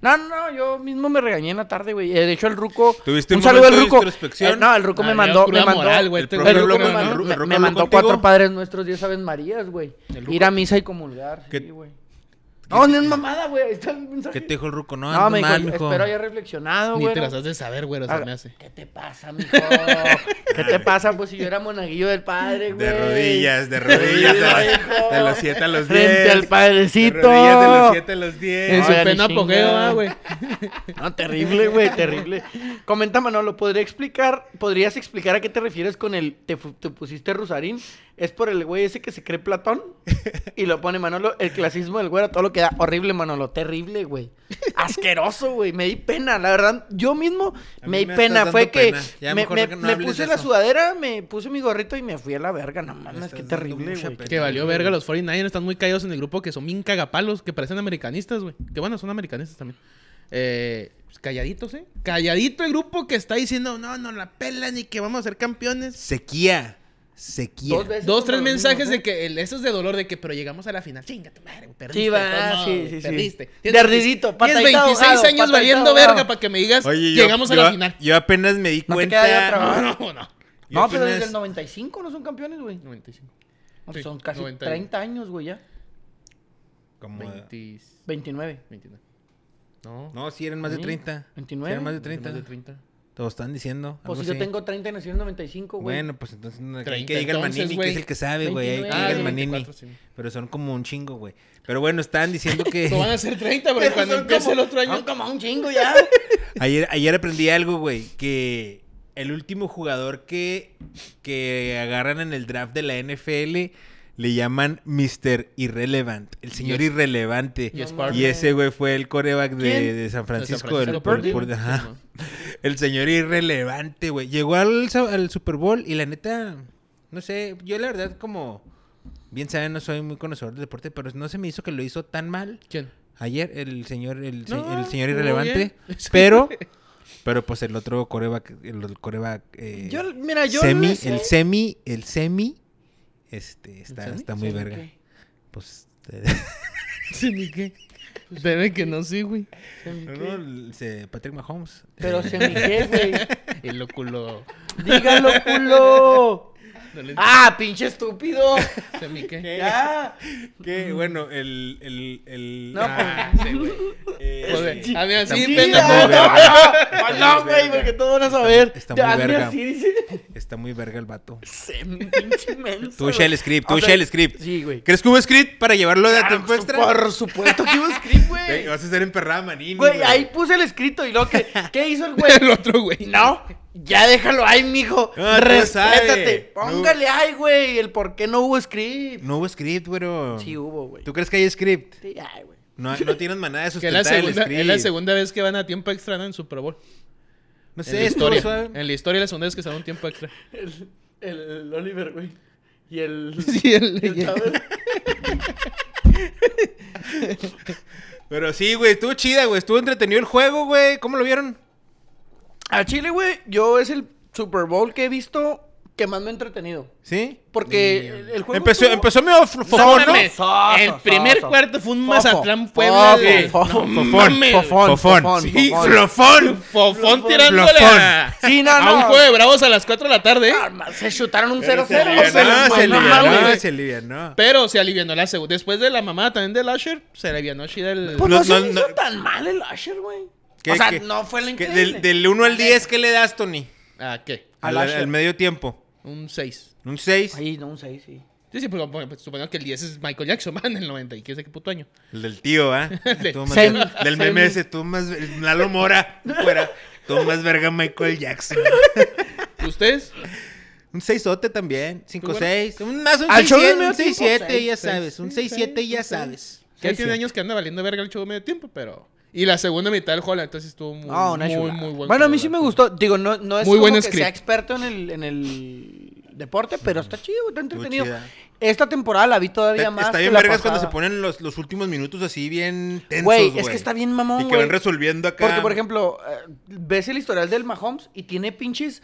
Speaker 1: No, no, no, yo mismo me regañé en la tarde, güey. Eh, De hecho, el ruco.
Speaker 2: ¿Tuviste
Speaker 1: un
Speaker 2: un
Speaker 1: saludo al
Speaker 2: momento de
Speaker 1: ruco.
Speaker 2: introspección?
Speaker 1: Eh, no, el ruco
Speaker 3: Ah,
Speaker 1: me
Speaker 3: ya
Speaker 1: mandó.
Speaker 3: cruda
Speaker 1: Me mandó
Speaker 3: moral, güey, este
Speaker 1: el
Speaker 3: güey
Speaker 1: ruco
Speaker 2: habló
Speaker 1: me
Speaker 2: con-
Speaker 1: mandó,
Speaker 2: el
Speaker 1: me-
Speaker 2: ruco
Speaker 1: me
Speaker 2: habló
Speaker 1: mandó
Speaker 2: contigo.
Speaker 1: cuatro padres nuestros, diez aves marías, güey.
Speaker 3: El ruco-
Speaker 1: Ir a misa y comulgar.
Speaker 2: ¿Qué-
Speaker 1: Sí, güey.
Speaker 2: qué
Speaker 1: No,
Speaker 2: te-
Speaker 1: ni es mamada, güey. Ahí está el mensaje.
Speaker 2: ¿Qué te dijo el ruco? No,
Speaker 1: No,
Speaker 2: no,
Speaker 1: me
Speaker 2: mal,
Speaker 1: dijo,
Speaker 2: mijo.
Speaker 1: espero haya reflexionado,
Speaker 3: Ni
Speaker 1: güey.
Speaker 3: te las has de saber, güey, se
Speaker 1: Ah,
Speaker 3: me hace.
Speaker 1: ¿Qué te pasa, mijo? ¿Qué te pasa? Pues si yo era monaguillo del padre, güey.
Speaker 2: De rodillas, de rodillas. de, las-
Speaker 1: Hijo.
Speaker 2: de los 7 a los 10.
Speaker 1: Frente al
Speaker 2: De
Speaker 1: padrecito.
Speaker 2: rodillas de los 7 a los 10.
Speaker 3: En su
Speaker 1: Oigan,
Speaker 3: pena
Speaker 1: y
Speaker 3: apogeo,
Speaker 1: chinga.
Speaker 3: ah, güey.
Speaker 1: No, terrible, güey, terrible. Comenta, Manolo, ¿podría explicar, ¿podrías explicar a qué te refieres con el te, fu- te pusiste Rusarín? ¿Es por el güey ese que se cree Platón? Y lo pone Manolo, el clasismo del güero, todo lo que da. Horrible, Manolo, terrible, güey. Asqueroso, güey. Me di pena, la verdad. Yo mismo
Speaker 2: A
Speaker 1: me
Speaker 2: mí
Speaker 1: di
Speaker 2: me
Speaker 1: pena.
Speaker 2: estás
Speaker 1: Fue
Speaker 2: dando
Speaker 1: que
Speaker 2: pena. Ya
Speaker 1: me,
Speaker 2: mejor
Speaker 1: me-
Speaker 2: que no
Speaker 1: me
Speaker 2: hables
Speaker 1: puse
Speaker 2: de
Speaker 1: la
Speaker 2: eso.
Speaker 1: sudadera, me puse mi gorrito y me fui a la verga. No mames,
Speaker 2: estás
Speaker 1: qué
Speaker 2: dando
Speaker 1: terrible,
Speaker 2: mucha
Speaker 1: güey.
Speaker 2: pena.
Speaker 3: Que valió
Speaker 2: güey.
Speaker 3: verga los 49ers, están muy caídos en el grupo que son bien cagapalos, que parecen americanistas, güey. Que bueno, son americanistas también. Eh, pues, calladitos, ¿eh? Calladito el grupo que está diciendo, no, no la pelan y que vamos a ser campeones.
Speaker 2: Sequía. Sequía.
Speaker 1: Dos veces
Speaker 3: Dos,
Speaker 1: contra
Speaker 3: tres
Speaker 1: los mismos,
Speaker 3: mensajes
Speaker 1: ¿eh?
Speaker 3: de que el- esos de dolor de que, pero llegamos a la final. Chinga tu madre, güey, perdiste.
Speaker 1: Sí,
Speaker 3: de
Speaker 1: va,
Speaker 3: todos modos,
Speaker 1: sí,
Speaker 3: güey,
Speaker 1: sí, sí.
Speaker 3: Perdiste.
Speaker 1: De ardidito, patadita
Speaker 3: 26
Speaker 1: ahogado,
Speaker 3: años
Speaker 1: patadita
Speaker 3: valiendo
Speaker 1: ahogado.
Speaker 3: verga para que me digas,
Speaker 2: Oye, yo-
Speaker 3: llegamos a
Speaker 2: yo-
Speaker 3: la final.
Speaker 2: Yo apenas me di
Speaker 1: No te
Speaker 2: cuenta.
Speaker 1: queda de otra, ¿verdad?
Speaker 3: No, no, no.
Speaker 1: No,
Speaker 2: yo
Speaker 1: pero
Speaker 2: apenas-
Speaker 1: desde el 95 no son campeones, güey.
Speaker 3: 95.
Speaker 1: No,
Speaker 3: Sí,
Speaker 1: son casi
Speaker 3: 91.
Speaker 1: 30 años, güey, ya.
Speaker 2: como-
Speaker 3: 20,
Speaker 1: 29.
Speaker 3: 29. No,
Speaker 2: No, sí eran más de
Speaker 1: Sí,
Speaker 2: 30.
Speaker 1: 29.
Speaker 2: Sí eran más de 30.
Speaker 3: más de 30.
Speaker 2: Te lo están diciendo.
Speaker 1: Pues
Speaker 2: algo
Speaker 1: si yo
Speaker 2: así.
Speaker 1: tengo 30 y nací en 95, güey.
Speaker 2: Bueno, pues entonces no, hay
Speaker 3: 30,
Speaker 2: que diga el
Speaker 3: entonces,
Speaker 2: Manini,
Speaker 3: güey.
Speaker 2: que es el que sabe, güey. Hay que
Speaker 1: 29.
Speaker 2: diga el
Speaker 1: Ah,
Speaker 2: Manini.
Speaker 3: 24, sí.
Speaker 2: Pero son como un chingo, güey. Pero bueno, estaban diciendo que.
Speaker 3: No van a ser 30, pero
Speaker 1: Eh, Pero
Speaker 3: cuando
Speaker 1: son
Speaker 3: empiece
Speaker 1: como-
Speaker 3: el otro año.
Speaker 1: Son como un chingo ya.
Speaker 2: Ayer, ayer aprendí algo, güey, que el último jugador que, que agarran en el draft de la NFL le llaman Mr. Irrelevant, el señor
Speaker 3: Yes.
Speaker 2: irrelevante.
Speaker 3: Yes,
Speaker 1: No
Speaker 3: partner.
Speaker 2: Y ese güey fue el coreback de,
Speaker 1: ¿Quién?
Speaker 2: de San
Speaker 3: De San
Speaker 2: Francisco, del
Speaker 3: Francisco,
Speaker 2: por-
Speaker 3: Purdy.
Speaker 2: por- ajá. el señor irrelevante, güey. Llegó al, sa- al Super Bowl y la neta, no sé, yo la verdad como, bien saben, no soy muy conocedor del deporte, pero no se me hizo que lo hizo tan mal.
Speaker 3: ¿Quién?
Speaker 2: Ayer el señor, el, se-
Speaker 3: No,
Speaker 2: el señor
Speaker 3: muy
Speaker 2: irrelevante,
Speaker 3: bien.
Speaker 2: pero, pero pues el otro coreback, el, el coreback, eh,
Speaker 1: Yo, mira, yo.
Speaker 2: semi,
Speaker 1: no sé.
Speaker 2: el semi, el semi, este, está,
Speaker 3: semi?
Speaker 2: está muy
Speaker 1: ¿Semi
Speaker 2: verga.
Speaker 1: qué?
Speaker 2: Pues, eh,
Speaker 3: Sí, ni qué. Debe que no, sí, güey.
Speaker 1: Semi
Speaker 2: no,
Speaker 1: qué.
Speaker 2: no, el- se- Patrick Mahomes.
Speaker 1: Pero
Speaker 2: Eh,
Speaker 1: semi qué, güey.
Speaker 3: El óculo.
Speaker 1: Dígalo, culo.
Speaker 3: No le-
Speaker 1: ¡Ah, pinche estúpido!
Speaker 3: se me que-
Speaker 1: ¡Ya!
Speaker 2: Que bueno, el. el, el
Speaker 1: No, pues.
Speaker 2: ah,
Speaker 3: Sí, güey.
Speaker 2: eh,
Speaker 3: Joder,
Speaker 2: sí.
Speaker 3: a mí así,
Speaker 2: Sí,
Speaker 3: pendejo.
Speaker 2: muy verga.
Speaker 1: Ah, No, güey, porque todos van a saber.
Speaker 2: Está
Speaker 1: Ya,
Speaker 2: muy
Speaker 1: hazme
Speaker 2: verga.
Speaker 1: así, dice.
Speaker 2: Está muy verga el vato.
Speaker 1: Se- pinche menso,
Speaker 2: Tú
Speaker 1: güey.
Speaker 2: echa el script, tú
Speaker 1: O
Speaker 2: echa
Speaker 1: sea,
Speaker 2: el script.
Speaker 1: Sí, güey.
Speaker 2: ¿Crees que hubo script para llevarlo de a tiempo
Speaker 1: Por su-
Speaker 2: extra?
Speaker 1: Por supuesto que hubo script,
Speaker 2: Güey,
Speaker 1: güey.
Speaker 2: Vas a ser emperrada, manini.
Speaker 1: Güey, ahí puse el escrito y lo que. ¿Qué hizo el güey?
Speaker 3: El otro, güey.
Speaker 1: No, ya déjalo ahí, mijo.
Speaker 2: Ah, No, tú sabes.
Speaker 1: Respétate.
Speaker 2: No.
Speaker 1: Póngale ahí, güey. El por qué no hubo script.
Speaker 2: No hubo script, güero.
Speaker 1: Sí hubo, güey.
Speaker 2: ¿Tú crees que hay script?
Speaker 1: Sí, ay, güey.
Speaker 2: No, no tienes manera de
Speaker 3: Que es la,
Speaker 2: sustentar
Speaker 3: segunda,
Speaker 2: el script.
Speaker 3: es la segunda vez que van a tiempo extra ¿no? en Super Bowl.
Speaker 2: No
Speaker 3: en
Speaker 2: sé,
Speaker 3: la
Speaker 2: estuvo
Speaker 3: historia.
Speaker 2: suave.
Speaker 3: En la historia, la segunda vez que se da un tiempo extra.
Speaker 1: El, el, el Oliver, güey. Y el.
Speaker 3: Sí, el-
Speaker 1: el Chávez.
Speaker 2: Pero sí, güey, estuvo chida, güey. Estuvo entretenido el juego, güey. ¿Cómo lo vieron?
Speaker 1: A Chile, güey, yo es el Super Bowl que he visto que más me ha entretenido.
Speaker 2: ¿Sí?
Speaker 1: Porque el- el juego.
Speaker 2: Empezó,
Speaker 1: estuvo-
Speaker 2: empezó medio fo- fofón, ¿no?
Speaker 3: Mames,
Speaker 1: Soso,
Speaker 3: el
Speaker 1: soso.
Speaker 3: primer cuarto fue un
Speaker 1: Fofo,
Speaker 3: Mazatlán Puebla.
Speaker 1: fofo,
Speaker 3: güey.
Speaker 1: fofo,
Speaker 3: No
Speaker 2: fofón,
Speaker 3: mames, güey.
Speaker 1: fofón.
Speaker 2: Fofón. Sí, flofón.
Speaker 3: Fofón tirándole a,
Speaker 1: Sí, no,
Speaker 3: a un
Speaker 1: no.
Speaker 3: juego de bravos a las 4 de la tarde. ¿eh?
Speaker 1: Ah, ma- Se chutaron un 0-0.
Speaker 2: Se alivianó,
Speaker 1: güey,
Speaker 2: se
Speaker 1: no
Speaker 2: alivianó,
Speaker 1: mames.
Speaker 2: se alivianó.
Speaker 3: Pero se alivianó la segunda. Después de la mamá también del Asher, se alivianó chida el...
Speaker 1: Pues no,
Speaker 2: No,
Speaker 1: se
Speaker 2: no,
Speaker 1: me hizo
Speaker 2: no.
Speaker 1: tan mal el Asher, güey.
Speaker 2: ¿Qué-
Speaker 1: o sea,
Speaker 2: qué-
Speaker 1: no fue la
Speaker 2: ¿Qué-
Speaker 1: increíble.
Speaker 2: del, del 1 al 10, ¿qué le das, Tony?
Speaker 3: Ah, ¿qué?
Speaker 1: Al
Speaker 2: Al, al
Speaker 1: Asher.
Speaker 2: medio tiempo.
Speaker 3: Un 6.
Speaker 2: ¿Un 6?
Speaker 1: Ahí, no, un 6, sí.
Speaker 3: Sí, sí, pues, bueno, pues, suponiendo que el 10 es Michael Jackson, man, el 90 y quién sabe qué puto año.
Speaker 2: El del tío, ¿ah? Tú más-
Speaker 1: Sem-
Speaker 2: Del meme ese, tú más... Lalo Mora, fuera. Tú más verga Michael Jackson.
Speaker 3: ¿Y ¿Ustedes?
Speaker 2: Un 6-ote también.
Speaker 3: ¿Tú, güero?
Speaker 2: 5-6. Un más, un
Speaker 1: Al show del
Speaker 2: 6-7.
Speaker 1: medio
Speaker 2: Un
Speaker 1: tiempo,
Speaker 2: 6-7,
Speaker 1: seis,
Speaker 2: ya
Speaker 3: seis,
Speaker 2: sabes. Un
Speaker 3: sí, seis,
Speaker 2: 6-7, ya
Speaker 3: un seis.
Speaker 2: sabes.
Speaker 3: Ya
Speaker 1: Sí,
Speaker 3: tiene
Speaker 1: sí.
Speaker 3: años que anda valiendo verga el show medio tiempo, pero... Y la segunda mitad del Holland, entonces estuvo muy,
Speaker 1: No, Ah, una
Speaker 3: muy, muy
Speaker 1: chulada.
Speaker 3: buen
Speaker 1: Bueno, a
Speaker 3: juego,
Speaker 1: mí sí
Speaker 3: la
Speaker 1: me
Speaker 3: verdad.
Speaker 1: gustó. Digo, no, no es
Speaker 3: Muy
Speaker 1: como
Speaker 3: buen
Speaker 1: que
Speaker 3: script.
Speaker 1: sea experto en el, en el deporte, pero está chido, está entretenido.
Speaker 2: chida.
Speaker 1: Esta temporada la vi todavía
Speaker 2: Está,
Speaker 1: más.
Speaker 2: está
Speaker 1: que
Speaker 2: bien
Speaker 1: la
Speaker 2: vergas cuando se
Speaker 1: pasada.
Speaker 2: ponen los, los últimos minutos así bien tensos,
Speaker 1: Güey,
Speaker 2: güey.
Speaker 1: es que está bien mamón,
Speaker 2: Y que van
Speaker 1: güey.
Speaker 2: resolviendo acá.
Speaker 1: Porque, por ejemplo, eh, ves el historial del Mahomes y tiene pinches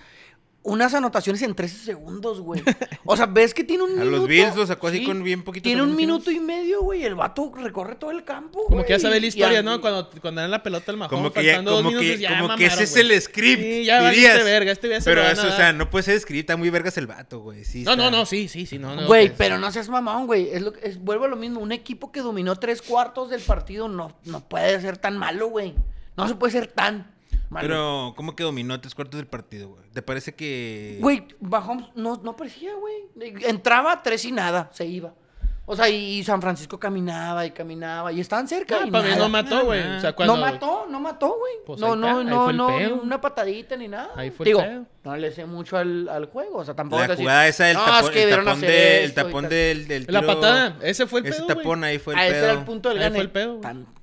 Speaker 1: unas anotaciones en 13 segundos, güey. O sea, ves que tiene un
Speaker 2: A
Speaker 1: minuto.
Speaker 2: los Bills los sacó así con bien poquito
Speaker 1: Tiene un
Speaker 2: también,
Speaker 1: minuto y medio, güey. El vato recorre todo el campo,
Speaker 3: Como
Speaker 1: güey.
Speaker 3: que ya sabe la
Speaker 1: Y
Speaker 3: historia,
Speaker 1: al-
Speaker 3: ¿no? Cuando, cuando dan la pelota al Mahomes,
Speaker 2: Como que ya,
Speaker 3: faltando dos
Speaker 2: como
Speaker 3: minutos,
Speaker 2: que,
Speaker 3: ya
Speaker 2: como que
Speaker 3: mamaron,
Speaker 2: ese es
Speaker 3: güey.
Speaker 2: el script,
Speaker 3: Sí, ya valiste
Speaker 2: dirías.
Speaker 3: verga, este ya se
Speaker 2: Pero
Speaker 3: lo van
Speaker 2: eso,
Speaker 3: a
Speaker 2: o
Speaker 3: dar.
Speaker 2: sea, no puede ser script, está muy vergas el vato, güey. Sí,
Speaker 3: No,
Speaker 2: está-
Speaker 3: no, no, sí, sí, sí, no, no.
Speaker 1: Güey,
Speaker 3: pues,
Speaker 1: pero no seas mamón, güey. Es lo que- es- vuelvo a lo mismo. Un equipo que dominó tres cuartos del partido no, no puede ser tan malo, güey. No se puede ser tan malo.
Speaker 2: Pero, ¿cómo que dominó tres cuartos del partido, güey? ¿Te parece que...?
Speaker 1: Güey, Mahomes no, no parecía, güey. Entraba tres y nada, se iba. O sea, y, y San Francisco caminaba y caminaba y estaban cerca.
Speaker 3: Ah,
Speaker 1: y
Speaker 3: para mí
Speaker 1: nada.
Speaker 3: no mató, güey.
Speaker 2: Nah.
Speaker 3: O sea, cuando...
Speaker 1: No mató, no mató, güey.
Speaker 3: Pues
Speaker 1: no,
Speaker 3: ahí
Speaker 1: no,
Speaker 3: está, ahí
Speaker 1: no,
Speaker 3: fue el
Speaker 1: no, ni
Speaker 3: pedo.
Speaker 1: una patadita ni nada.
Speaker 3: Ahí fue el
Speaker 1: Digo,
Speaker 3: pedo.
Speaker 1: no le sé mucho al, al juego. O sea, tampoco
Speaker 2: La
Speaker 1: es decir,
Speaker 2: jugada esa, el
Speaker 1: "No, es
Speaker 2: tapón,
Speaker 1: que
Speaker 2: el
Speaker 1: vieron
Speaker 2: tapón,
Speaker 1: hacer
Speaker 2: de- el
Speaker 1: esto y
Speaker 2: tapón
Speaker 1: tal".
Speaker 2: del, del
Speaker 3: La
Speaker 2: tiro,
Speaker 3: patada, ese fue el
Speaker 2: Ese
Speaker 3: pedo, güey.
Speaker 2: tapón ahí fue el
Speaker 1: Ah,
Speaker 2: pedo.
Speaker 1: ese era el punto del
Speaker 3: Ahí fue
Speaker 1: gane.
Speaker 3: el pedo, güey.
Speaker 1: Tan-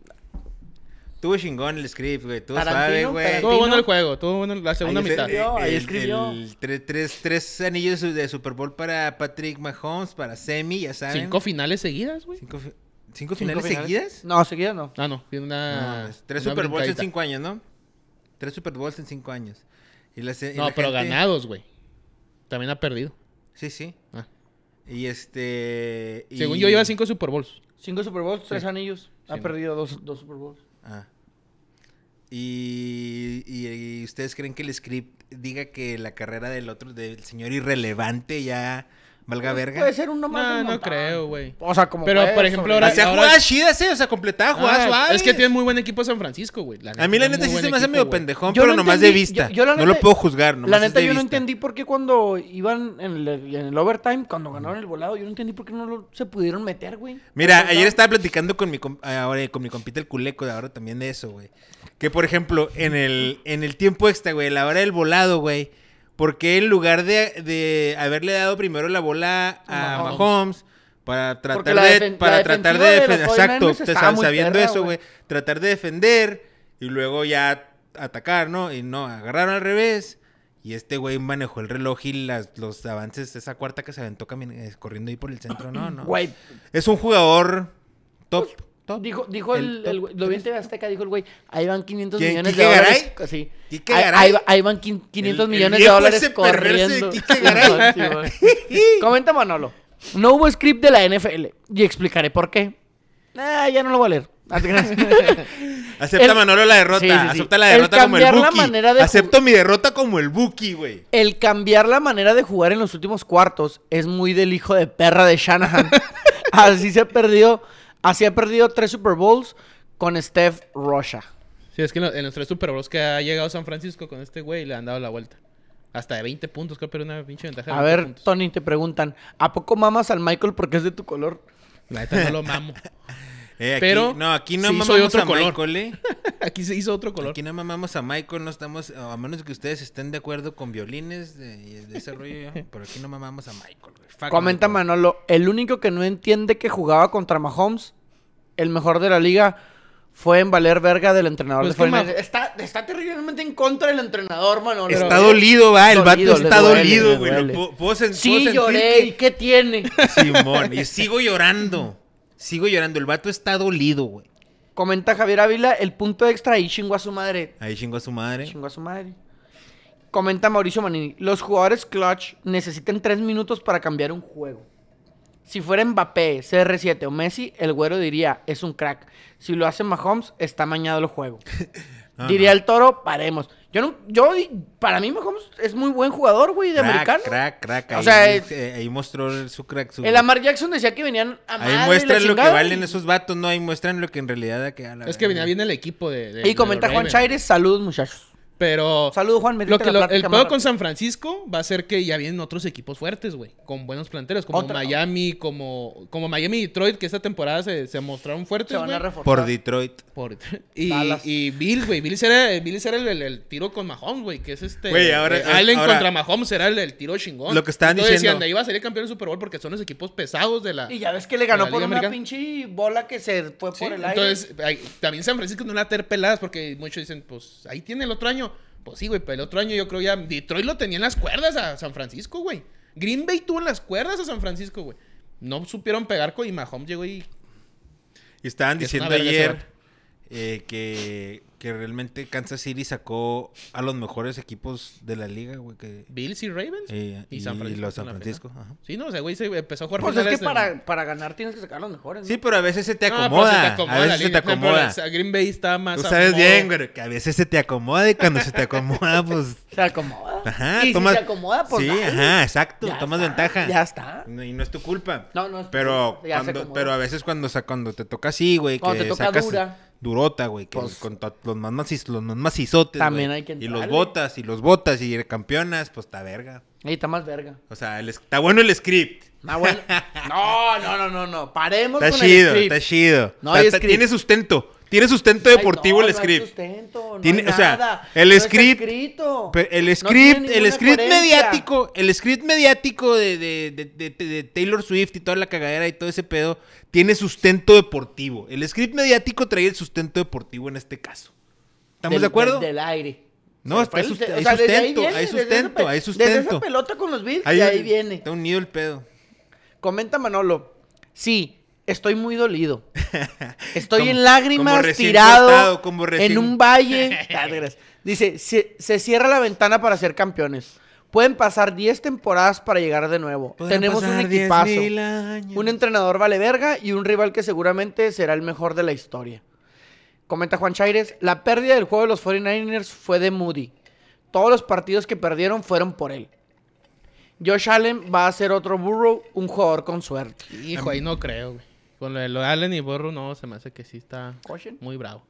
Speaker 2: Tuvo chingón el script, güey. Tuvo
Speaker 1: Tarantino,
Speaker 2: suave, güey.
Speaker 1: Tarantino.
Speaker 3: Estuvo bueno el juego, estuvo bueno la segunda
Speaker 2: Ahí se-
Speaker 3: mitad.
Speaker 1: escribió, ahí
Speaker 2: el-
Speaker 1: escribió.
Speaker 2: el tre- tres, tres anillos de Super Bowl para Patrick Mahomes, para Semi, ya saben.
Speaker 3: Cinco finales seguidas, güey.
Speaker 2: Cinco, fi- cinco finales seguidas.
Speaker 1: No, seguidas no.
Speaker 3: Ah, no, tiene una...
Speaker 2: No, es tres
Speaker 3: una
Speaker 2: Super Bowls en
Speaker 3: brincadita.
Speaker 2: cinco años, ¿no? Tres Super Bowls en cinco años. Y la se- y
Speaker 3: No,
Speaker 2: la
Speaker 3: pero
Speaker 2: gente-
Speaker 3: ganados, güey. También ha perdido.
Speaker 2: Sí, sí.
Speaker 3: Ah.
Speaker 2: Y este. y-
Speaker 3: Según yo, lleva cinco Super Bowls.
Speaker 1: Cinco Super Bowls, tres anillos. ha
Speaker 3: Sí.
Speaker 1: perdido dos, dos Super Bowls.
Speaker 2: Ah. Y, y- y ustedes creen que el script diga que la carrera del otro, del señor irrelevante, ya valga verga.
Speaker 1: Pues, Puede ser uno más.
Speaker 3: No,
Speaker 1: del
Speaker 3: no
Speaker 1: montón.
Speaker 3: creo, güey.
Speaker 1: O sea, como.
Speaker 3: Pero,
Speaker 1: puede
Speaker 3: por ejemplo,
Speaker 1: sobrevivir.
Speaker 3: ahora-
Speaker 2: Hacía jugadas chidas, ¿eh? O sea, completaba jugadas
Speaker 3: Ah,
Speaker 2: suaves.
Speaker 3: Es que tiene muy buen equipo San Francisco, güey.
Speaker 2: A mí la
Speaker 3: tiene
Speaker 2: neta sí
Speaker 3: muy
Speaker 2: se
Speaker 3: buen
Speaker 2: me hace
Speaker 3: equipo,
Speaker 2: medio
Speaker 3: güey.
Speaker 2: pendejo,
Speaker 1: Yo
Speaker 2: pero
Speaker 1: no
Speaker 2: nomás de
Speaker 1: entendí,
Speaker 2: vista.
Speaker 1: yo- yo la
Speaker 2: no lo
Speaker 1: neta-
Speaker 2: puedo juzgar, nomás
Speaker 1: La
Speaker 2: es
Speaker 1: neta,
Speaker 2: de
Speaker 1: yo no
Speaker 2: vista.
Speaker 1: entendí por qué cuando iban en el, en el overtime, cuando ganaron el volado, yo no entendí por qué no lo- se pudieron meter, güey.
Speaker 2: Mira,
Speaker 1: Porque
Speaker 2: ayer estaba platicando con mi, com- ahora, con mi compita el culeco de ahora también de eso, güey. Que, por ejemplo, en el, en el tiempo extra, güey, la hora del volado, güey, porque en lugar de, de haberle dado primero la bola a
Speaker 1: Mahomes.
Speaker 2: Mahomes, para tratar
Speaker 1: la
Speaker 2: de,
Speaker 1: defen-
Speaker 2: para
Speaker 1: la
Speaker 2: tratar de,
Speaker 1: defensiva de
Speaker 2: defen-
Speaker 1: los 49ers
Speaker 2: exacto, te
Speaker 1: estaba
Speaker 2: sab-
Speaker 1: muy
Speaker 2: sabiendo
Speaker 1: perra,
Speaker 2: eso,
Speaker 1: güey.
Speaker 2: güey, tratar de defender y luego ya atacar, ¿no? Y no, agarraron al revés. Y este güey manejó el reloj y las, los avances, esa cuarta que se aventó camin- eh, corriendo ahí por el centro, no, no.
Speaker 1: Güey,
Speaker 2: Es un jugador top. top.
Speaker 1: Pues, dijo, dijo
Speaker 2: El
Speaker 1: el, el
Speaker 2: top
Speaker 1: güey- lo vi en TV Azteca, dijo el güey, ahí van 500
Speaker 2: ¿Quién?
Speaker 1: millones de
Speaker 2: ¿Quique
Speaker 1: dólares.
Speaker 2: Garay?
Speaker 1: Sí.
Speaker 2: ¿Quique
Speaker 1: Ahí-
Speaker 2: Garay?
Speaker 1: Ahí, va- ahí van 500
Speaker 2: El- el
Speaker 1: millones de
Speaker 2: viejo
Speaker 1: dólares
Speaker 2: ese perverso
Speaker 1: corriendo.
Speaker 2: de Quique Garay.
Speaker 1: Sí, güey. Comenta Manolo. No hubo script de la NFL y explicaré por qué. Ah, ya no lo voy a leer. Ah, te creas.
Speaker 2: Acepta
Speaker 1: El-
Speaker 2: Manolo la derrota.
Speaker 1: Sí, sí, sí.
Speaker 2: Acepta la
Speaker 1: El
Speaker 2: derrota como el
Speaker 1: cambiar la
Speaker 2: Buki.
Speaker 1: manera de ju-
Speaker 2: Acepto mi derrota como el Buki, güey.
Speaker 1: El cambiar la manera de jugar en los últimos cuartos es muy del hijo de perra de Shanahan. así se ha perdido, así ha perdido tres Super Bowls con Steph Rocha.
Speaker 3: Sí, es que en lo- en los tres Super Bowls que ha llegado San Francisco con este güey le han dado la vuelta. Hasta de 20 puntos, creo, pero una pinche ventaja. de
Speaker 1: A
Speaker 3: 20
Speaker 1: ver,
Speaker 3: puntos.
Speaker 1: Tony, te preguntan, ¿a poco mamas al Michael porque es de tu color?
Speaker 3: La neta no lo mamo.
Speaker 2: Eh, aquí-
Speaker 3: Pero
Speaker 2: No, aquí no
Speaker 3: sí
Speaker 2: mamamos
Speaker 3: soy otro
Speaker 2: a
Speaker 3: color.
Speaker 2: Michael, eh.
Speaker 3: Aquí se hizo otro color.
Speaker 2: Aquí no mamamos a Michael, no estamos... A menos que ustedes estén de acuerdo con violines de, y de ese rollo. ya, Pero aquí no mamamos a Michael, güey. Fuck
Speaker 1: Comenta
Speaker 2: Michael.
Speaker 1: Manolo, el único que no entiende que jugaba contra Mahomes, el mejor de la liga, fue en valer verga del entrenador
Speaker 3: Pues
Speaker 1: de
Speaker 3: que Mah-
Speaker 1: 49ers. Está, está terriblemente en contra del entrenador, Manolo. eh.
Speaker 2: Está dolido, va. El
Speaker 1: Dolido,
Speaker 2: vato
Speaker 1: le
Speaker 2: está
Speaker 1: duele, le
Speaker 2: dolido, güey.
Speaker 1: duele.
Speaker 2: Lo puedo- puedo sen- puedo
Speaker 1: Sí,
Speaker 2: sentir
Speaker 1: lloré,
Speaker 2: que-
Speaker 1: ¿y qué tiene?
Speaker 2: Simón, y sigo llorando. Sigo llorando. El vato está dolido, güey.
Speaker 1: Comenta Javier Ávila, el punto extra y chingó a su madre.
Speaker 2: Ahí chingó a su madre.
Speaker 1: Chingó a su madre. Comenta Mauricio Manini, los jugadores clutch necesitan tres minutos para cambiar un juego. Si fuera Mbappé, CR7 o Messi, el güero diría, es un crack. Si lo hace Mahomes, está mañado el juego.
Speaker 2: No,
Speaker 1: diría
Speaker 2: no.
Speaker 1: el toro, paremos. Yo no, yo, di- para mí Mahomes es muy buen jugador, güey, de
Speaker 2: crack,
Speaker 1: americano.
Speaker 2: Crack, crack.
Speaker 1: O
Speaker 2: Ahí,
Speaker 1: sea, es-
Speaker 2: eh, ahí mostró el- su crack. su-
Speaker 1: El Lamar Jackson decía que venían a madre y la
Speaker 2: ahí muestran lo que
Speaker 1: chingada,
Speaker 2: valen
Speaker 1: y-
Speaker 2: esos vatos, no. Ahí muestran lo que en realidad. a que a la
Speaker 3: Es que venía
Speaker 2: verga.
Speaker 3: bien el equipo de. de-
Speaker 1: Y comenta
Speaker 3: de los
Speaker 1: Juan
Speaker 3: Ravens.
Speaker 1: Chaires, saludos muchachos.
Speaker 3: Pero.
Speaker 1: Saludos Juan, métete
Speaker 3: Lo que
Speaker 1: la
Speaker 3: lo- el
Speaker 1: plática más
Speaker 3: pedo con
Speaker 1: rápido.
Speaker 3: San Francisco va a ser que ya vienen otros equipos fuertes, güey. Con buenos planteros, como
Speaker 1: Otra-
Speaker 3: Miami, como, como Miami y Detroit, que esta temporada se, se mostraron
Speaker 1: Se
Speaker 3: fuertes,
Speaker 1: van
Speaker 3: güey.
Speaker 1: a reforzar.
Speaker 2: Por Detroit.
Speaker 3: Por- y,
Speaker 1: Dallas.
Speaker 3: y Bill, güey. Bill será, Bill será el, el- el tiro con Mahomes, güey. Que es este.
Speaker 2: Güey, ahora-
Speaker 3: eh, Allen
Speaker 2: ahora-
Speaker 3: contra Mahomes será el, el tiro chingón.
Speaker 2: Lo que estaban
Speaker 3: Entonces
Speaker 2: diciendo.
Speaker 3: decían, de ahí va a salir campeón del Super Bowl porque son los equipos pesados de la.
Speaker 1: Y ya ves que le
Speaker 3: de
Speaker 1: ganó
Speaker 3: la
Speaker 1: por
Speaker 3: Liga
Speaker 1: una
Speaker 3: Americana.
Speaker 1: pinche bola que se fue
Speaker 3: Sí,
Speaker 1: por el aire.
Speaker 3: entonces, ay, también San Francisco no la va a tener peladas porque muchos dicen, pues ahí tiene el otro año. Pues sí, güey, pero el otro año yo creo ya Detroit lo tenía en las cuerdas a San Francisco, güey. Green Bay tuvo en las cuerdas a San Francisco, güey. No supieron pegar con y Mahomes llegó y
Speaker 2: Y estaban
Speaker 3: Es una
Speaker 2: diciendo
Speaker 3: verga ese
Speaker 2: ayer
Speaker 3: vato.
Speaker 2: eh, que, que realmente Kansas City sacó a los mejores equipos de la liga, güey. Que,
Speaker 3: Bills y Ravens.
Speaker 2: eh, y, los San
Speaker 3: en la
Speaker 2: Francisco. ajá.
Speaker 3: final. Sí, no, o sea, güey, se empezó a jugar
Speaker 1: pues es que
Speaker 3: finales de-
Speaker 1: para, para ganar tienes que sacar los mejores. ¿no?
Speaker 2: Sí, pero a veces se te
Speaker 3: No, pero
Speaker 2: acomoda.
Speaker 3: se te acomoda
Speaker 2: a
Speaker 3: la
Speaker 2: veces se te
Speaker 3: liga. No, pero
Speaker 2: acomoda.
Speaker 3: la- Green Bay está más
Speaker 2: Tú
Speaker 3: a
Speaker 2: sabes
Speaker 3: modo.
Speaker 2: bien, güey, que a veces se te acomoda y cuando se te acomoda, pues.
Speaker 1: Se acomoda.
Speaker 2: Ajá,
Speaker 1: y
Speaker 2: tomas-
Speaker 1: si se acomoda, pues.
Speaker 2: Sí,
Speaker 1: dale.
Speaker 2: ajá, exacto.
Speaker 1: Ya
Speaker 2: tomas
Speaker 1: está,
Speaker 2: ventaja.
Speaker 1: Ya está.
Speaker 2: No, Y no es tu culpa.
Speaker 1: No, no es tu
Speaker 2: pero
Speaker 1: culpa, ya se
Speaker 2: cuando-
Speaker 1: acomodó.
Speaker 2: Pero a veces cuando, sa- cuando te toca así, güey.
Speaker 1: Cuando
Speaker 2: que
Speaker 1: te toca
Speaker 2: sacas
Speaker 1: dura.
Speaker 2: Durota, güey. Que
Speaker 1: Pues-
Speaker 2: con to- los, más maciz- los más macizotes.
Speaker 1: También
Speaker 2: güey,
Speaker 1: hay que
Speaker 2: Y los
Speaker 1: entrarle.
Speaker 2: botas, y los botas, y eres campeonas, pues está verga.
Speaker 1: Ahí está más verga.
Speaker 2: O sea, el es- está bueno el script.
Speaker 1: Ah, bueno. No, no, no, no, no. Paremos
Speaker 2: Está
Speaker 1: Pues con el
Speaker 2: chido,
Speaker 1: script.
Speaker 2: está chido.
Speaker 1: No
Speaker 2: Ta-
Speaker 1: hay
Speaker 2: ta-
Speaker 1: script.
Speaker 2: Tiene sustento. Tiene sustento
Speaker 1: Ay,
Speaker 2: deportivo
Speaker 1: no,
Speaker 2: el
Speaker 1: no hay
Speaker 2: script.
Speaker 1: sustento, no
Speaker 2: Tiene-
Speaker 1: hay
Speaker 2: o sea,
Speaker 1: nada,
Speaker 2: el
Speaker 1: no está
Speaker 2: script-
Speaker 1: escrito,
Speaker 2: Pe-
Speaker 1: no
Speaker 2: el script,
Speaker 1: tiene
Speaker 2: el
Speaker 1: ninguna
Speaker 2: script
Speaker 1: coherencia.
Speaker 2: mediático, el script mediático de, de- de- de- de Taylor Swift y toda la cagadera y todo ese pedo tiene sustento deportivo. El script mediático trae el sustento deportivo en este caso. ¿Estamos
Speaker 1: Del-
Speaker 2: de acuerdo?
Speaker 1: Del, del aire.
Speaker 2: No,
Speaker 1: Se
Speaker 2: está
Speaker 1: fue el-
Speaker 2: sust-
Speaker 1: o
Speaker 2: hay
Speaker 1: sea, desde ahí
Speaker 2: sustento,
Speaker 1: viene,
Speaker 2: hay
Speaker 1: desde
Speaker 2: sustento,
Speaker 1: esa pe-
Speaker 2: hay
Speaker 1: Desde esa
Speaker 2: sustento.
Speaker 1: pelota con los Bills,
Speaker 2: Ahí-
Speaker 1: y ahí viene.
Speaker 2: Está unido el pedo.
Speaker 1: Comenta Manolo. Sí, estoy muy dolido. Estoy
Speaker 2: Como-
Speaker 1: en lágrimas,
Speaker 2: como recién
Speaker 1: tirado
Speaker 2: cortado, como recién-
Speaker 1: en un valle. Ah, de veras. Dice, se, se cierra la ventana para ser campeones. Pueden pasar 10 temporadas para llegar de nuevo. Tenemos un equipazo. Un entrenador vale verga y un rival que seguramente será el mejor de la historia. Comenta Juan Chaires, la pérdida del juego de los 49ers fue de Moody. Todos los partidos que perdieron fueron por él. Josh Allen va a ser otro Burrow, un jugador con suerte.
Speaker 3: Hijo, ahí no creo, güey. Con lo de lo de Allen y Borro, no, se me hace que sí está
Speaker 1: ¿Caution?
Speaker 3: muy bravo.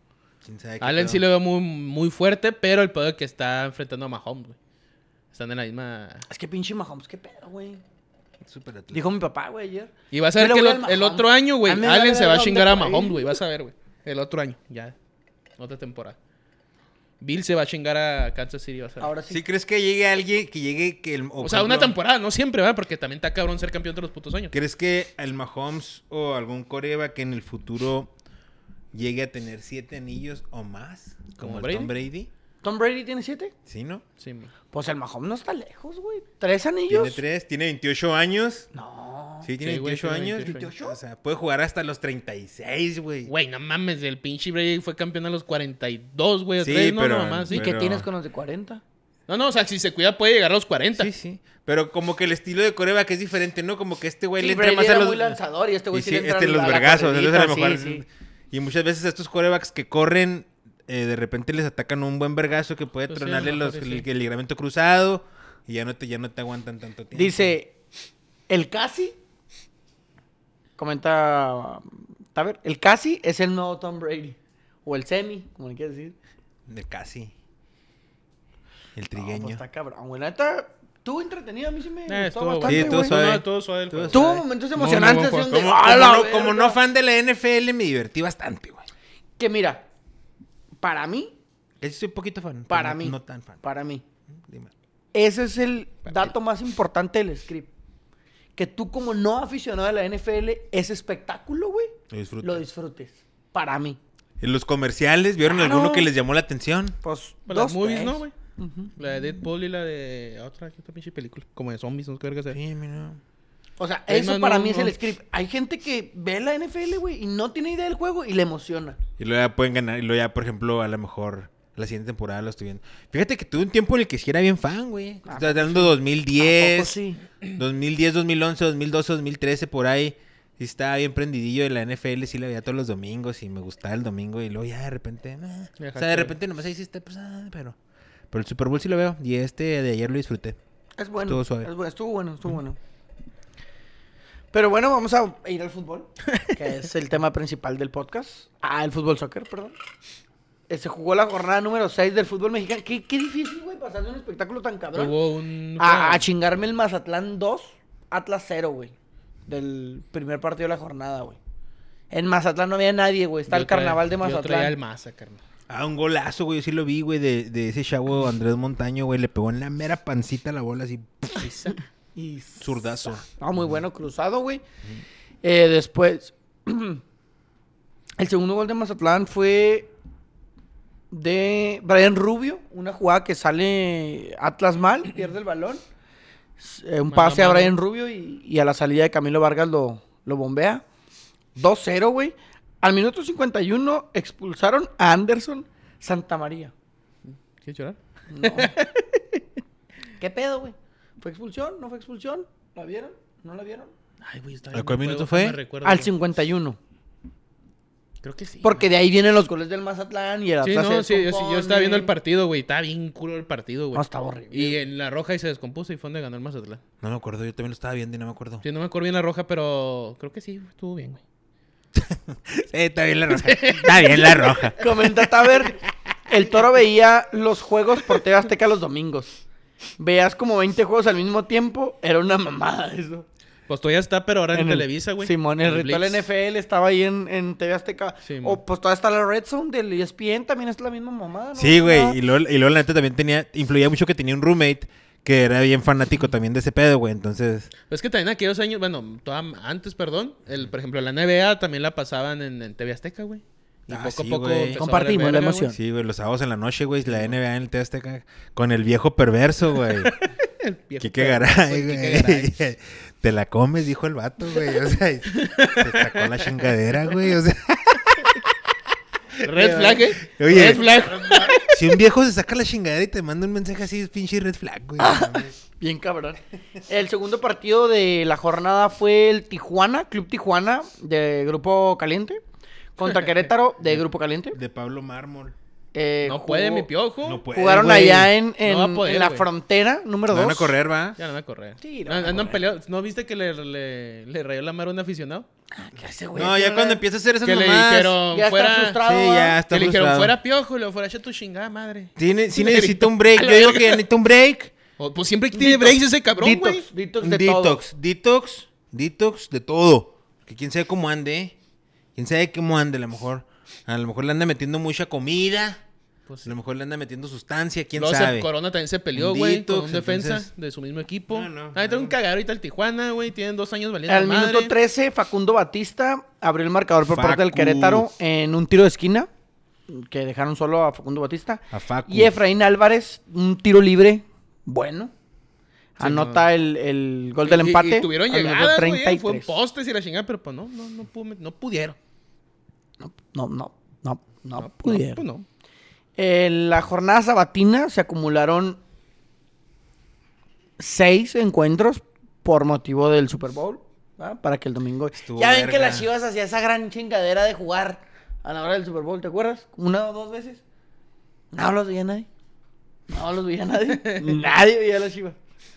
Speaker 3: Allen sí lo veo muy, muy fuerte, pero el pedo es que está enfrentando a Mahomes, güey. Están en la misma.
Speaker 1: Es que pinche Mahomes, qué pedo, güey. Dijo mi papá, güey, ayer.
Speaker 3: Y vas a ver
Speaker 1: Pero
Speaker 3: que el,
Speaker 1: voy al
Speaker 3: ot- el
Speaker 1: Mahomes.
Speaker 3: otro año, güey,
Speaker 1: A mí me vale
Speaker 3: Allen se va a
Speaker 1: dónde
Speaker 3: chingar a
Speaker 1: por ahí.
Speaker 3: Mahomes, güey. Vas a ver, güey. El otro año, ya. Otra temporada. Bill se va a chingar a Kansas City, vas a ver.
Speaker 1: Ahora
Speaker 2: ¿Si
Speaker 1: sí.
Speaker 2: crees que llegue alguien que llegue que el
Speaker 3: o sea, una temporada, no siempre, ¿verdad? Porque también está cabrón ser campeón todos los putos años.
Speaker 2: ¿Crees que el Mahomes o algún coreba que en el futuro llegue a tener siete anillos o más? Como
Speaker 3: ¿Como
Speaker 2: el Tom Brady.
Speaker 1: ¿Tom Brady tiene siete?
Speaker 2: ¿Sí, no?
Speaker 3: Sí, güey.
Speaker 1: Pues el Mahomes no está lejos, güey. ¿Tres anillos?
Speaker 2: Tiene tres, tiene 28 años.
Speaker 1: No.
Speaker 2: Sí, tiene
Speaker 3: Sí, güey,
Speaker 2: 28
Speaker 3: tiene
Speaker 2: años.
Speaker 3: 28.
Speaker 2: O sea, puede jugar hasta los 36, güey.
Speaker 3: Güey, no mames, el pinche Brady fue campeón a los 42, güey. o
Speaker 2: Sí,
Speaker 3: tres, no,
Speaker 2: pero-
Speaker 3: no, mamá, sí.
Speaker 1: ¿Y qué
Speaker 2: Pero-
Speaker 1: tienes con los de 40?
Speaker 3: No, no, o sea, si se cuida puede llegar a los 40.
Speaker 2: Sí, sí. Pero como que el estilo de coreba que es diferente, ¿no? Como que este güey
Speaker 1: Sí,
Speaker 2: le entra
Speaker 1: Brady
Speaker 2: más a
Speaker 1: era
Speaker 2: los...
Speaker 1: muy lanzador y este güey
Speaker 2: Y
Speaker 1: sí
Speaker 2: sí,
Speaker 1: le entra
Speaker 2: este,
Speaker 1: al-
Speaker 2: los
Speaker 1: a la
Speaker 2: vergazos. Entonces a lo
Speaker 1: corridita,
Speaker 2: mejor...
Speaker 1: sí, sí.
Speaker 2: Y muchas veces estos corebacks que corren, eh, de repente les atacan un buen vergazo que puede
Speaker 3: Pues sí, a lo
Speaker 2: tronarle
Speaker 3: mejor
Speaker 2: los-
Speaker 3: y sí.
Speaker 2: el, el ligamento cruzado y ya no te, ya no te aguantan tanto tiempo.
Speaker 1: Dice, el casi, comenta Taver, el casi es el nuevo Tom Brady. O el semi, como le quieras decir.
Speaker 2: De casi. El
Speaker 1: No,
Speaker 2: trigueño.
Speaker 1: pues está cabrón, güey. La neta, estuvo entretenido, a mí sí me
Speaker 3: Eh,
Speaker 1: gustó
Speaker 3: estuvo bueno.
Speaker 1: bastante,
Speaker 2: Sí, estuvo
Speaker 1: güey.
Speaker 2: suave.
Speaker 3: No, todo suave el
Speaker 2: Todo
Speaker 3: juego.
Speaker 2: suave.
Speaker 1: Tuvo momentos emocionantes.
Speaker 3: buen
Speaker 1: así
Speaker 3: juego.
Speaker 1: donde,
Speaker 2: Como,
Speaker 1: ¡a
Speaker 2: como
Speaker 1: la
Speaker 2: no, como no
Speaker 1: verga!
Speaker 2: fan de la NFL me divertí bastante, güey.
Speaker 1: Que mira, para mí,
Speaker 2: Yo sí soy poquito fan. pero
Speaker 1: Para
Speaker 2: no-
Speaker 1: mí.
Speaker 2: No tan fan.
Speaker 1: para mí,
Speaker 2: Dime.
Speaker 1: Ese es el dato más importante del script. Que tú, como no aficionado de la NFL, ese espectáculo, güey,
Speaker 2: Lo disfruto.
Speaker 1: lo disfrutes. Para mí.
Speaker 2: ¿En los comerciales vieron
Speaker 1: Claro.
Speaker 2: alguno que les llamó la atención?
Speaker 1: Pues,
Speaker 3: Pero Las
Speaker 1: dos,
Speaker 3: movies,
Speaker 1: tres.
Speaker 3: ¿no, güey? La de Deadpool y la de otra, que otra pinche película. Como de zombies, no sé qué verga sea.
Speaker 2: Sí, mira.
Speaker 1: O sea,
Speaker 3: Sí,
Speaker 1: eso
Speaker 3: no,
Speaker 1: para
Speaker 3: no,
Speaker 1: mí es
Speaker 3: no.
Speaker 1: el script. Hay gente que ve la NFL, güey, y no tiene idea del juego y le emociona.
Speaker 2: Y luego ya pueden ganar. Y luego ya, por ejemplo, a lo mejor la siguiente temporada lo estoy viendo. Fíjate que tuve un tiempo en el que sí era bien fan, güey.
Speaker 1: Ah,
Speaker 2: Estás hablando de
Speaker 1: ¿A
Speaker 2: 2010,
Speaker 1: poco sí?
Speaker 2: 2010, 2011, 2012, 2013, por ahí. Sí estaba bien prendidillo de la NFL, sí la veía todos los domingos y me gustaba el domingo. Y luego ya de repente, nah. o sea,
Speaker 3: Dejaste
Speaker 2: de
Speaker 3: de-
Speaker 2: repente nomás ahí sí está, pues, ah, pero... Pero el Super Bowl sí lo veo. Y este de ayer lo disfruté.
Speaker 1: Es bueno.
Speaker 2: Estuvo suave.
Speaker 1: es bueno, estuvo bueno, estuvo bueno. Pero bueno, vamos a ir al fútbol, que es el tema principal del podcast. Ah, el fútbol soccer, perdón. Eh, Se jugó la jornada número 6 del fútbol mexicano. Qué, qué difícil, güey, pasar de un espectáculo tan cabrón.
Speaker 3: Hubo un...
Speaker 1: A, a chingarme el Mazatlán 2, Atlas 0, güey. Del primer partido de la jornada, güey. En Mazatlán no había nadie, güey. Está
Speaker 3: Yo
Speaker 1: el carnaval de
Speaker 3: traía- Yo traía el
Speaker 1: Mazatlán.
Speaker 3: Maza, carnal.
Speaker 2: Ah, un golazo, güey. Yo sí lo vi, güey, de, de ese chavo Andrés Montaño, güey. Le pegó en la mera pancita la bola así,
Speaker 3: Esa.
Speaker 1: Y
Speaker 2: zurdazo.
Speaker 1: Ah, muy bueno, cruzado, güey. Eh, después, el segundo gol de Mazatlán fue de Brian Rubio, una jugada que sale Atlas mal, pierde el balón. S- eh, un
Speaker 3: Mano a
Speaker 1: pase a
Speaker 3: mano.
Speaker 1: Brian Rubio y, y a la salida de Camilo Vargas lo, lo bombea. 2-0, güey. Al minuto 51 expulsaron a Anderson Santamaría.
Speaker 3: ¿Quieres llorar?
Speaker 1: No. ¿Qué pedo, güey? ¿Fue expulsión? ¿No fue expulsión? ¿La vieron? ¿No la vieron?
Speaker 3: Ay, güey, está
Speaker 2: ¿A
Speaker 3: bien,
Speaker 2: cuál
Speaker 3: no
Speaker 2: minuto
Speaker 3: puedo-
Speaker 2: fue?
Speaker 3: no me recuerdo,
Speaker 1: Al
Speaker 3: güey.
Speaker 1: 51.
Speaker 3: Creo que sí.
Speaker 1: Porque de ahí vienen los goles del Mazatlán y el
Speaker 3: Sí,
Speaker 1: Atlas.
Speaker 3: no,
Speaker 1: se
Speaker 3: sí, yo, sí, yo estaba viendo
Speaker 1: descompone.
Speaker 3: el partido, güey. Estaba bien culo el partido, güey.
Speaker 1: No, estaba horrible.
Speaker 3: Y en la roja y se descompuso y fue donde ganó el Mazatlán.
Speaker 2: No me acuerdo, yo también lo estaba viendo y no me acuerdo.
Speaker 3: Sí, no me acuerdo bien la roja, pero creo que sí, estuvo bien, güey.
Speaker 2: Sí, está bien la roja. Está bien la roja.
Speaker 1: Comenta Taber. El toro veía los juegos por TV Azteca los domingos. Veas como 20 juegos al mismo tiempo. Era una mamada eso.
Speaker 3: Pues todavía está, pero ahora en,
Speaker 1: En el-
Speaker 3: Televisa, güey.
Speaker 1: Simón, el,
Speaker 3: En
Speaker 1: ritual
Speaker 3: Blitz.
Speaker 1: NFL estaba ahí en, en TV Azteca.
Speaker 3: Simón.
Speaker 1: o pues todavía está la Red Zone del E ESPN. También es la misma mamada, ¿no? Ah,
Speaker 2: Sí,
Speaker 1: Nada.
Speaker 2: güey. Y luego, y luego la neta también tenía, influía mucho que tenía un roommate que era bien fanático también de ese pedo, güey. Entonces,
Speaker 3: Es Pues que también aquellos años, bueno, toda- antes, perdón, el, por ejemplo, la NBA también la pasaban en, en TV Azteca, güey. Y
Speaker 2: Ah,
Speaker 3: poco
Speaker 2: sí,
Speaker 3: a poco
Speaker 2: güey.
Speaker 3: empezó a valer
Speaker 1: Compartimos la
Speaker 3: verga, güey.
Speaker 1: emoción.
Speaker 2: sí, güey, los sábados en la noche, güey, la NBA en el TV Azteca con el viejo perverso, güey.
Speaker 3: El viejo
Speaker 2: Kike
Speaker 3: perro,
Speaker 2: Garay,
Speaker 3: Kike
Speaker 2: güey.
Speaker 3: Garay.
Speaker 2: Te la comes, dijo el vato, güey. O sea, y se sacó la chingadera, güey. O sea,
Speaker 3: Red flag, eh.
Speaker 2: Oye.
Speaker 3: Red flag.
Speaker 2: si un viejo se saca la chingadera y te manda un mensaje así, es pinche red flag, güey.
Speaker 3: Ah.
Speaker 1: Bien cabrón. El segundo partido de la jornada fue el Tijuana, Club Tijuana, de Grupo Caliente, contra Querétaro, de Grupo Caliente.
Speaker 2: De Pablo Mármol.
Speaker 1: Eh,
Speaker 3: No
Speaker 1: jugó-
Speaker 3: puede mi piojo.
Speaker 2: No puede.
Speaker 1: Jugaron
Speaker 2: güey.
Speaker 1: allá en, en-
Speaker 3: No va a poder,
Speaker 1: en la
Speaker 3: güey.
Speaker 1: frontera número
Speaker 2: No
Speaker 1: 2.
Speaker 2: van a correr, va.
Speaker 3: Ya no va a correr.
Speaker 1: Sí, no
Speaker 3: No,
Speaker 1: van a
Speaker 3: andan
Speaker 1: correr.
Speaker 3: peleados. ¿No viste que le, le, le rayó la mano a un aficionado?
Speaker 2: No, ya cuando empieza a hacer esas
Speaker 3: que le
Speaker 2: mamadas,
Speaker 3: dijeron
Speaker 1: Ya está
Speaker 3: fuera.
Speaker 1: frustrado.
Speaker 2: Sí, ya Ah, está
Speaker 3: que le dijeron
Speaker 2: frustrado.
Speaker 3: fuera piojo y luego fuera echa tu chingada madre.
Speaker 2: Tiene, sí
Speaker 3: Le
Speaker 2: necesita
Speaker 3: gritó.
Speaker 2: un break. Yo digo que necesita un break.
Speaker 3: O, pues siempre tiene breaks ese cabrón, güey.
Speaker 1: Detox, detox
Speaker 2: Un
Speaker 1: de todo.
Speaker 2: detox, detox, detox de todo. Que quién sabe cómo ande, ¿eh? Quién sabe cómo ande, a lo mejor. A lo mejor le anda metiendo mucha comida.
Speaker 3: Pues,
Speaker 2: A lo mejor le anda metiendo sustancia, quién
Speaker 3: Luego se-
Speaker 2: sabe.
Speaker 3: Corona también se peleó, güey, con
Speaker 2: Detox,
Speaker 3: un defensa
Speaker 2: entonces.
Speaker 3: de su mismo equipo.
Speaker 2: No, no,
Speaker 3: Ahí trae un
Speaker 2: no.
Speaker 3: cagador ahorita el Tijuana, güey. Tienen dos años valiendo
Speaker 1: Al
Speaker 3: madre.
Speaker 1: minuto 13, Facundo Batista abrió el marcador por parte del
Speaker 2: Facu.
Speaker 1: Querétaro en un tiro de esquina, que dejaron solo a Facundo Batista.
Speaker 2: A Facu.
Speaker 1: Y Efraín Álvarez, un tiro libre, bueno. Anota el, el gol del
Speaker 3: Y- y-
Speaker 1: empate.
Speaker 3: Y, tuvieron
Speaker 1: al minuto
Speaker 3: llegadas, güey. eh,
Speaker 1: 33.
Speaker 3: Fue en postes y la chingada, pero pues no, no, no, pudo met- no pudieron.
Speaker 1: No, no, no, no, no
Speaker 3: No,
Speaker 1: pudieron.
Speaker 3: pues no.
Speaker 1: En la jornada sabatina se acumularon seis encuentros por motivo del Super Bowl. ¿verdad? Para que el domingo.
Speaker 2: Estuvo
Speaker 1: ya ven que
Speaker 2: verga.
Speaker 1: las chivas hacía esa gran chingadera de jugar a la hora del Super Bowl, ¿te acuerdas? Una o dos veces. No los veía nadie. No los veía nadie. nadie veía a las chivas.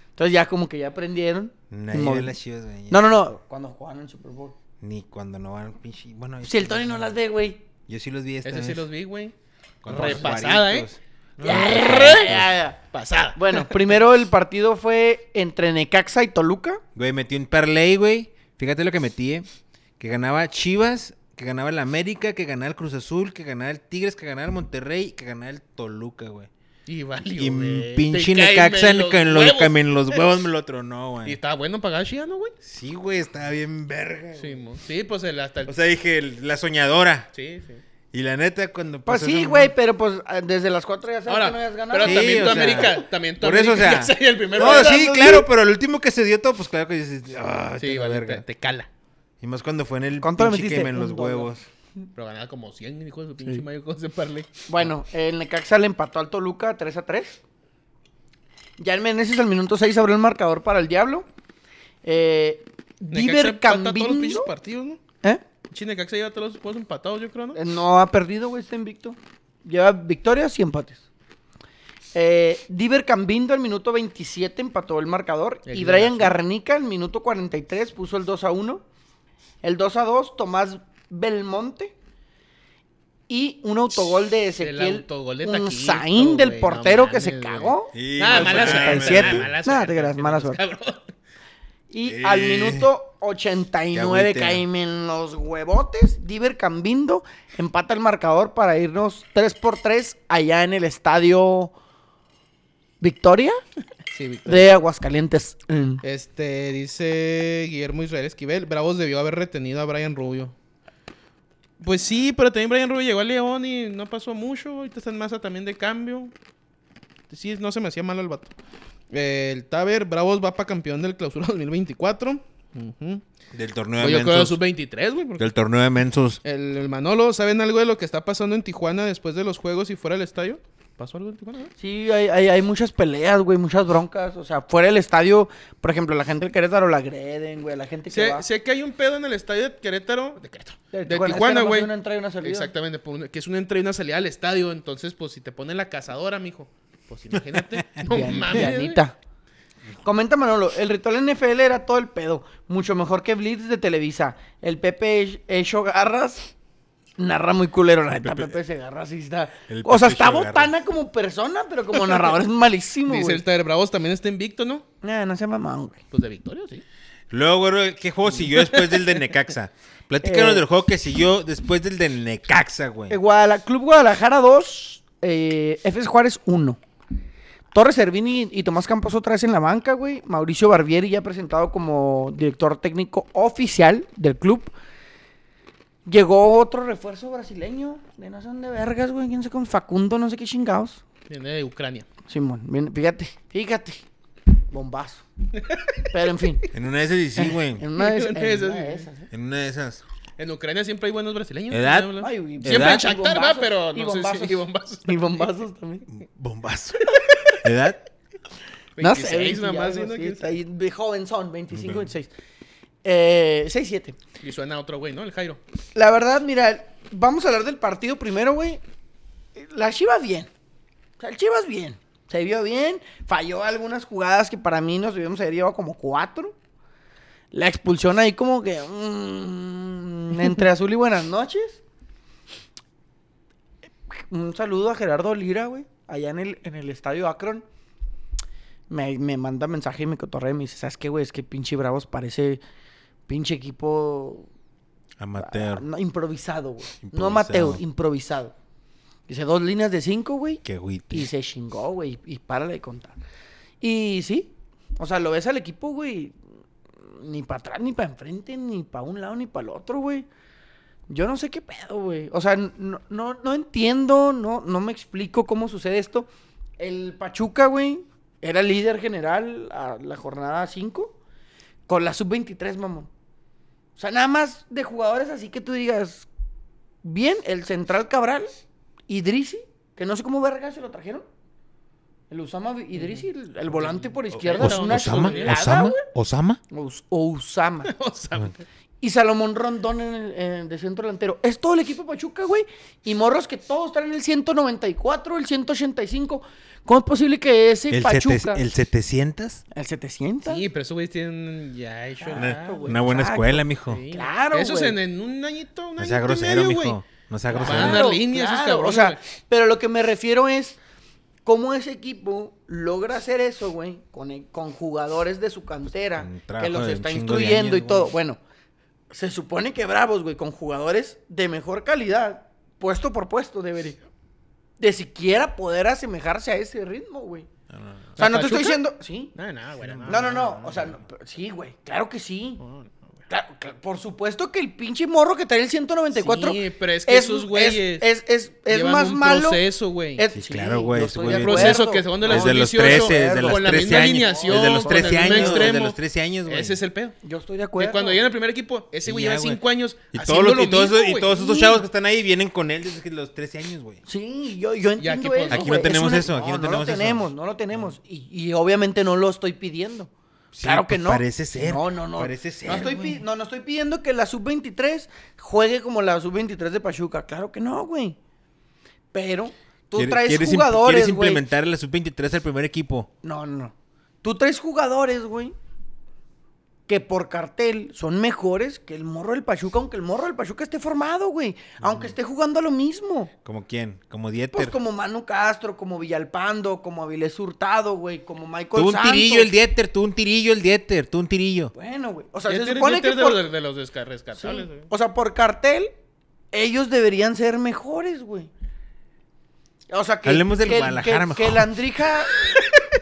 Speaker 1: Entonces ya como que ya aprendieron.
Speaker 2: Nadie
Speaker 1: Como-
Speaker 2: ve las chivas, güey.
Speaker 1: No, no, no. Cuando jugaban en Super Bowl.
Speaker 2: Ni cuando no van pinche. Bueno, este yo
Speaker 1: Si el
Speaker 2: sí
Speaker 1: Tony
Speaker 2: los
Speaker 1: no
Speaker 2: vi.
Speaker 1: las ve, güey.
Speaker 2: Yo sí los vi esta
Speaker 3: Ese sí
Speaker 2: vez.
Speaker 3: los vi, güey.
Speaker 2: Este Con los
Speaker 3: Repasada, ¿eh?
Speaker 2: cuaritos.
Speaker 1: Ya, ya, ya.
Speaker 3: Pasada.
Speaker 1: Bueno, primero el partido fue entre Necaxa y Toluca.
Speaker 2: Güey, metí un parlay, güey. Fíjate lo que metí, eh. Que ganaba Chivas, que ganaba el América, que ganaba el Cruz Azul, que ganaba el Tigres, que ganaba el Monterrey, que ganaba el Toluca, güey.
Speaker 3: Y valió,
Speaker 2: Y
Speaker 3: güey.
Speaker 2: pinche
Speaker 3: Te caen
Speaker 2: Necaxa en,
Speaker 3: los
Speaker 2: que en los,
Speaker 3: huevos.
Speaker 2: que en los huevos me lo tronó,
Speaker 3: Y
Speaker 2: güey.
Speaker 3: estaba bueno pagar Shia, ¿no, güey?
Speaker 2: Sí, güey, estaba bien verga.
Speaker 3: Sí,
Speaker 2: güey.
Speaker 3: mo. sí, pues el, hasta el...
Speaker 2: O sea, dije, el- la soñadora.
Speaker 3: sí, sí.
Speaker 2: Y la neta, cuando
Speaker 1: Pues
Speaker 2: pasó
Speaker 1: sí,
Speaker 2: esa-
Speaker 1: güey, pero pues ah, desde las 4 ya sabes
Speaker 3: Ahora,
Speaker 1: que no habías ganado.
Speaker 3: pero
Speaker 2: Sí,
Speaker 3: también tu
Speaker 2: o sea,
Speaker 3: América, también tu
Speaker 2: Por eso, o
Speaker 3: América
Speaker 2: sea.
Speaker 3: ya sería el primer
Speaker 2: no,
Speaker 3: lugar.
Speaker 2: sí, claro, pero el último que se dio todo, pues claro que dices, ah,
Speaker 3: Sí,
Speaker 2: sí,
Speaker 3: vale,
Speaker 2: verga.
Speaker 3: te, te cala.
Speaker 2: Y más cuando fue en el
Speaker 1: ¿Cuánto le
Speaker 2: pinche
Speaker 1: metiste?
Speaker 2: queme en
Speaker 1: Un
Speaker 2: los
Speaker 1: dólar.
Speaker 2: huevos.
Speaker 3: Pero ganaba como 100, hijo de su pinche mayo con ese parlay.
Speaker 1: Bueno, el Necaxa le empató al Toluca 3 a 3. Ya el Meneses al minuto 6 abrió el marcador para el Diablo. Eh,
Speaker 3: Necaxa
Speaker 1: Diver
Speaker 3: empata todos los pinches
Speaker 1: Cambindo.
Speaker 3: partidos, ¿no?
Speaker 1: ¿eh?
Speaker 3: Pinche Necaxa lleva todos los juegos empatados, yo creo, ¿no?
Speaker 1: Eh, No ha perdido, güey, está invicto. Lleva victorias y empates. Eh, Diver Cambindo al minuto 27 empató el marcador.
Speaker 3: El
Speaker 1: y Brian
Speaker 3: golazo.
Speaker 1: Garnica al minuto 43 puso el 2 a 1. El 2 a 2, Tomás Belmonte. Y un autogol de Ezequiel.
Speaker 3: autogol de
Speaker 1: un
Speaker 3: Taquito,
Speaker 1: saín del
Speaker 3: güey, no
Speaker 1: portero que
Speaker 3: mames,
Speaker 1: se
Speaker 3: güey.
Speaker 1: cagó.
Speaker 2: Y
Speaker 3: Nada,
Speaker 2: los
Speaker 3: mala suerte.
Speaker 2: 77.
Speaker 3: nada, mala
Speaker 1: Nada, te
Speaker 3: suerte,
Speaker 1: creas, mala suerte.
Speaker 3: cabrón.
Speaker 1: Y
Speaker 2: Sí.
Speaker 1: al minuto
Speaker 2: Qué
Speaker 1: 89
Speaker 2: agüite.
Speaker 1: caen en los huevotes. Diver Cambindo empata el marcador para irnos 3 por 3 allá en el estadio Victoria
Speaker 3: Sí, Víctor.
Speaker 1: de Aguascalientes. Mm.
Speaker 3: Este, dice Guillermo Israel Esquivel, Bravos debió haber retenido a Brian Rubio. Pues sí, pero también Brian Rubio llegó a León y no pasó mucho. Ahorita está en masa también de cambio. Sí, no se me hacía mal al vato. Eh, el Taber, Bravos va para campeón del clausura 2024. Ujú.
Speaker 2: Del torneo
Speaker 3: Oye,
Speaker 2: de
Speaker 3: yo creo que
Speaker 2: mensos.
Speaker 3: sub-23, güey. porque-
Speaker 2: Del torneo de mensos.
Speaker 3: El, el Manolo, ¿saben algo de lo que está pasando en Tijuana después de los juegos y fuera del estadio? ¿Pasó algo en Tijuana? güey?
Speaker 1: Sí, hay, hay- hay muchas peleas, güey, muchas broncas. O sea, fuera del estadio, por ejemplo, la gente del Querétaro la agreden, güey, la gente que
Speaker 3: Sé,
Speaker 1: va.
Speaker 3: sé que hay un pedo en el estadio de Querétaro. De Querétaro.
Speaker 1: Del
Speaker 3: De,
Speaker 1: Tijuana, es que
Speaker 3: Tijuana,
Speaker 1: nada más
Speaker 3: güey.
Speaker 1: hay una entrada y una salida.
Speaker 3: Exactamente, por una- que es una entrada y una salida al estadio. Entonces, pues si te ponen la cazadora, mijo. Pues imagínate. no
Speaker 1: Dian-
Speaker 3: mames. güey.
Speaker 1: Dianita. Comenta Manolo, el ritual NFL era todo el pedo, mucho mejor que Blitz de Televisa. El Pepe Echo Garras narra muy culero, la neta, Pepe, se garra sí está.
Speaker 2: El
Speaker 1: O sea,
Speaker 2: Pepe
Speaker 1: está
Speaker 2: Echo Garras.
Speaker 1: botana como persona, pero como narrador es malísimo,
Speaker 3: Dice
Speaker 1: güey.
Speaker 3: el Taber Bravos también está invicto, ¿no?
Speaker 1: Nah, no sea mamón, güey.
Speaker 3: Pues de victoria, sí.
Speaker 2: Luego, güey, ¿qué juego siguió después del de Necaxa? Platícanos
Speaker 1: Eh.
Speaker 2: del juego que siguió después del de Necaxa, güey.
Speaker 1: Eh, Guadala- Club Guadalajara 2, eh, FS Juárez 1. Torres Servini y Tomás Campos otra vez en la banca, güey. Mauricio Barbieri ya presentado como director técnico oficial del club. Llegó otro refuerzo brasileño, de no sé dónde vergas, güey, quién sé con Facundo, no sé qué chingados.
Speaker 3: Viene de Ucrania.
Speaker 1: Simón, bien, fíjate, fíjate. Bombazo. Pero en fin,
Speaker 2: En una de esas y sí, güey.
Speaker 1: Eh, en una de esas.
Speaker 3: Una de
Speaker 1: en una
Speaker 3: esas,
Speaker 1: de
Speaker 3: sí.
Speaker 1: esas, ¿eh?
Speaker 2: En una de esas.
Speaker 3: En Ucrania siempre hay buenos brasileños.
Speaker 2: ¿Edad?
Speaker 3: ¿no?
Speaker 1: Ay, güey,
Speaker 3: Siempre
Speaker 2: ¿Edad?
Speaker 3: en Shakhtar,
Speaker 1: Y
Speaker 3: va,
Speaker 1: bombazos,
Speaker 3: pero
Speaker 1: y
Speaker 3: no sé
Speaker 1: bombazos.
Speaker 3: si y bombazos.
Speaker 1: Y bombazos también.
Speaker 2: Bombazo. ¿Edad?
Speaker 1: No sé,
Speaker 3: 26 nada
Speaker 1: y
Speaker 3: más,
Speaker 1: algo
Speaker 3: ¿no?
Speaker 1: así,
Speaker 3: ¿Quién
Speaker 1: está ahí de joven son, 25,
Speaker 2: Ujú.
Speaker 1: 26. Eh, 6, 7.
Speaker 3: Y suena otro güey, ¿no? El Jairo.
Speaker 1: La verdad, mira, vamos a hablar del partido primero, güey. La Chivas bien. O sea, el Chivas bien. Se vio bien. Falló algunas jugadas que para mí nos debíamos haber llevado como cuatro. La expulsión ahí como que... mm, entre azul y buenas noches. Un saludo a Gerardo Lira, güey. Allá en el, en el estadio Akron. Me, me manda mensaje y me cotorrea y me dice, ¿sabes qué, güey? Es que pinche Bravos parece pinche equipo
Speaker 2: Amateur.
Speaker 1: Ah, no, improvisado, güey. No
Speaker 2: Improvisado.
Speaker 1: Mateo, improvisado. Dice dos líneas de cinco, güey.
Speaker 2: Qué
Speaker 1: Y
Speaker 2: güite.
Speaker 1: se chingó, güey. Y párale de contar. Y sí. O sea, lo ves al equipo, güey. Ni para atrás, ni para enfrente, ni para un lado, ni para el otro, güey. Yo no sé qué pedo, güey. O sea, no, no, no entiendo, no, no me explico cómo sucede esto. El Pachuca, güey, era líder general a la jornada 5 con la sub-23, mamón. O sea, nada más de jugadores así que tú digas, bien, el central Cabral, Idrisi, que no sé cómo verga se lo trajeron. El Usama Idrisi, el, el volante por izquierda,
Speaker 3: Os-
Speaker 1: es una
Speaker 3: Osama,
Speaker 1: chulada,
Speaker 2: ¿Osama?
Speaker 1: güey. Us- O Usama.
Speaker 3: O sea,
Speaker 1: Y y Salomón Rondón en el, en- de centro delantero. Es todo el equipo de Pachuca, güey. Y morros que todos están en el 194, el 185. ¿Cómo es posible que ese
Speaker 2: El,
Speaker 1: Pachuca...
Speaker 2: sete- el 700.
Speaker 1: el 700?
Speaker 3: Sí, pero esos güeyes tienen ya hecho el
Speaker 2: Una,
Speaker 1: Ah, güey,
Speaker 2: una buena
Speaker 1: exacto.
Speaker 2: escuela, mijo.
Speaker 3: Sí.
Speaker 1: Claro,
Speaker 3: Esos
Speaker 1: güey.
Speaker 3: en, en un añito, un
Speaker 2: No sea
Speaker 3: añito y
Speaker 2: grosero,
Speaker 3: medio, güey.
Speaker 2: mijo. No
Speaker 1: Ah,
Speaker 2: sea
Speaker 3: Claro.
Speaker 2: grosero.
Speaker 3: Van a dar línea a esos cabrones,
Speaker 1: O sea,
Speaker 3: güey.
Speaker 1: pero lo que me refiero es cómo ese equipo logra hacer eso, güey, con, con jugadores de su cantera
Speaker 2: Con trabajo
Speaker 1: que los
Speaker 2: de
Speaker 1: está
Speaker 2: un chingo de
Speaker 1: instruyendo y
Speaker 2: años,
Speaker 1: todo.
Speaker 2: güey.
Speaker 1: Bueno, se supone que Bravos, güey, con jugadores de mejor calidad, puesto por puesto, debería de siquiera poder asemejarse a ese ritmo, güey.
Speaker 2: No, no, no.
Speaker 1: O sea,
Speaker 3: ¿A
Speaker 1: no te estoy
Speaker 3: Pachuca?
Speaker 1: diciendo, sí.
Speaker 3: No, no, güey.
Speaker 1: No, no, no, o sea, no, pero- sí, güey, claro que sí. Claro, cl- por supuesto que el pinche morro que trae el 194
Speaker 3: Sí, pero es que esos güeyes
Speaker 1: es, es, es
Speaker 3: Llevan
Speaker 1: más
Speaker 3: un
Speaker 1: malo.
Speaker 3: proceso, güey.
Speaker 1: es-
Speaker 2: Sí, claro, güey,
Speaker 1: yo
Speaker 2: ese
Speaker 1: estoy
Speaker 2: güey
Speaker 1: de
Speaker 2: viene-
Speaker 1: acuerdo.
Speaker 3: proceso que según de
Speaker 1: No,
Speaker 3: los
Speaker 2: Desde los
Speaker 3: 2018,
Speaker 2: 13, desde los
Speaker 3: con la
Speaker 2: 13
Speaker 3: misma
Speaker 2: años.
Speaker 3: alineación,
Speaker 2: Desde los
Speaker 3: con el
Speaker 2: 13
Speaker 3: mismo
Speaker 2: años, desde
Speaker 3: extremo.
Speaker 2: los 13 años, güey.
Speaker 3: Ese es el pedo.
Speaker 1: Yo estoy de
Speaker 3: Que
Speaker 1: acuerdo.
Speaker 3: cuando llega en el primer equipo, ese güey
Speaker 2: Ya,
Speaker 3: lleva
Speaker 2: güey.
Speaker 3: 5 años
Speaker 2: Y todos,
Speaker 3: haciendo
Speaker 2: los,
Speaker 3: lo
Speaker 2: y todos,
Speaker 3: mismo,
Speaker 2: y
Speaker 3: güey.
Speaker 2: todos estos chavos que están ahí vienen con él desde los 13 años, güey.
Speaker 1: Sí, yo, yo entiendo
Speaker 3: aquí, pues,
Speaker 1: eso,
Speaker 3: aquí
Speaker 2: no
Speaker 1: güey. Es
Speaker 2: tenemos
Speaker 1: una-
Speaker 2: eso, aquí no
Speaker 1: lo
Speaker 2: tenemos eso.
Speaker 1: tenemos, no lo tenemos. Y, y obviamente no lo estoy pidiendo. claro que
Speaker 2: pues
Speaker 1: no.
Speaker 2: parece ser,
Speaker 1: No, no, no.
Speaker 2: parece ser,
Speaker 1: No estoy,
Speaker 2: güey.
Speaker 1: pi- no, no estoy pidiendo que la sub-23 juegue como la sub-23 de Pachuca. Claro que no, güey. Pero tú
Speaker 2: Quiere-
Speaker 1: traes
Speaker 2: quieres imp-
Speaker 1: jugadores,
Speaker 2: Quieres
Speaker 1: güey.
Speaker 2: implementar la sub-23 al primer equipo.
Speaker 1: No, no, no. Tú traes jugadores, güey, que por cartel son mejores que el morro del Pachuca, aunque el morro del Pachuca esté formado, güey. Aunque esté jugando a lo mismo.
Speaker 2: ¿Como quién? Como
Speaker 1: Pues
Speaker 2: Dieter.
Speaker 1: como Manu Castro, como Villalpando, como Avilés Hurtado, güey, como Michael
Speaker 2: Tuvo un
Speaker 1: Santos.
Speaker 2: tirillo el Dieter, tuvo un tirillo el Dieter, tuvo un tirillo.
Speaker 1: Bueno, güey. O sea,
Speaker 3: Ya
Speaker 1: se
Speaker 3: tienen
Speaker 1: supone que
Speaker 3: Inter de
Speaker 1: por...
Speaker 3: los- de los desca-
Speaker 1: Sí.
Speaker 3: rescatables, güey.
Speaker 1: O sea, por cartel, ellos deberían ser mejores, güey. O sea, que...
Speaker 2: Hablemos del
Speaker 1: que,
Speaker 2: Guadalajara
Speaker 1: que-
Speaker 2: mejor.
Speaker 1: que el Andrija...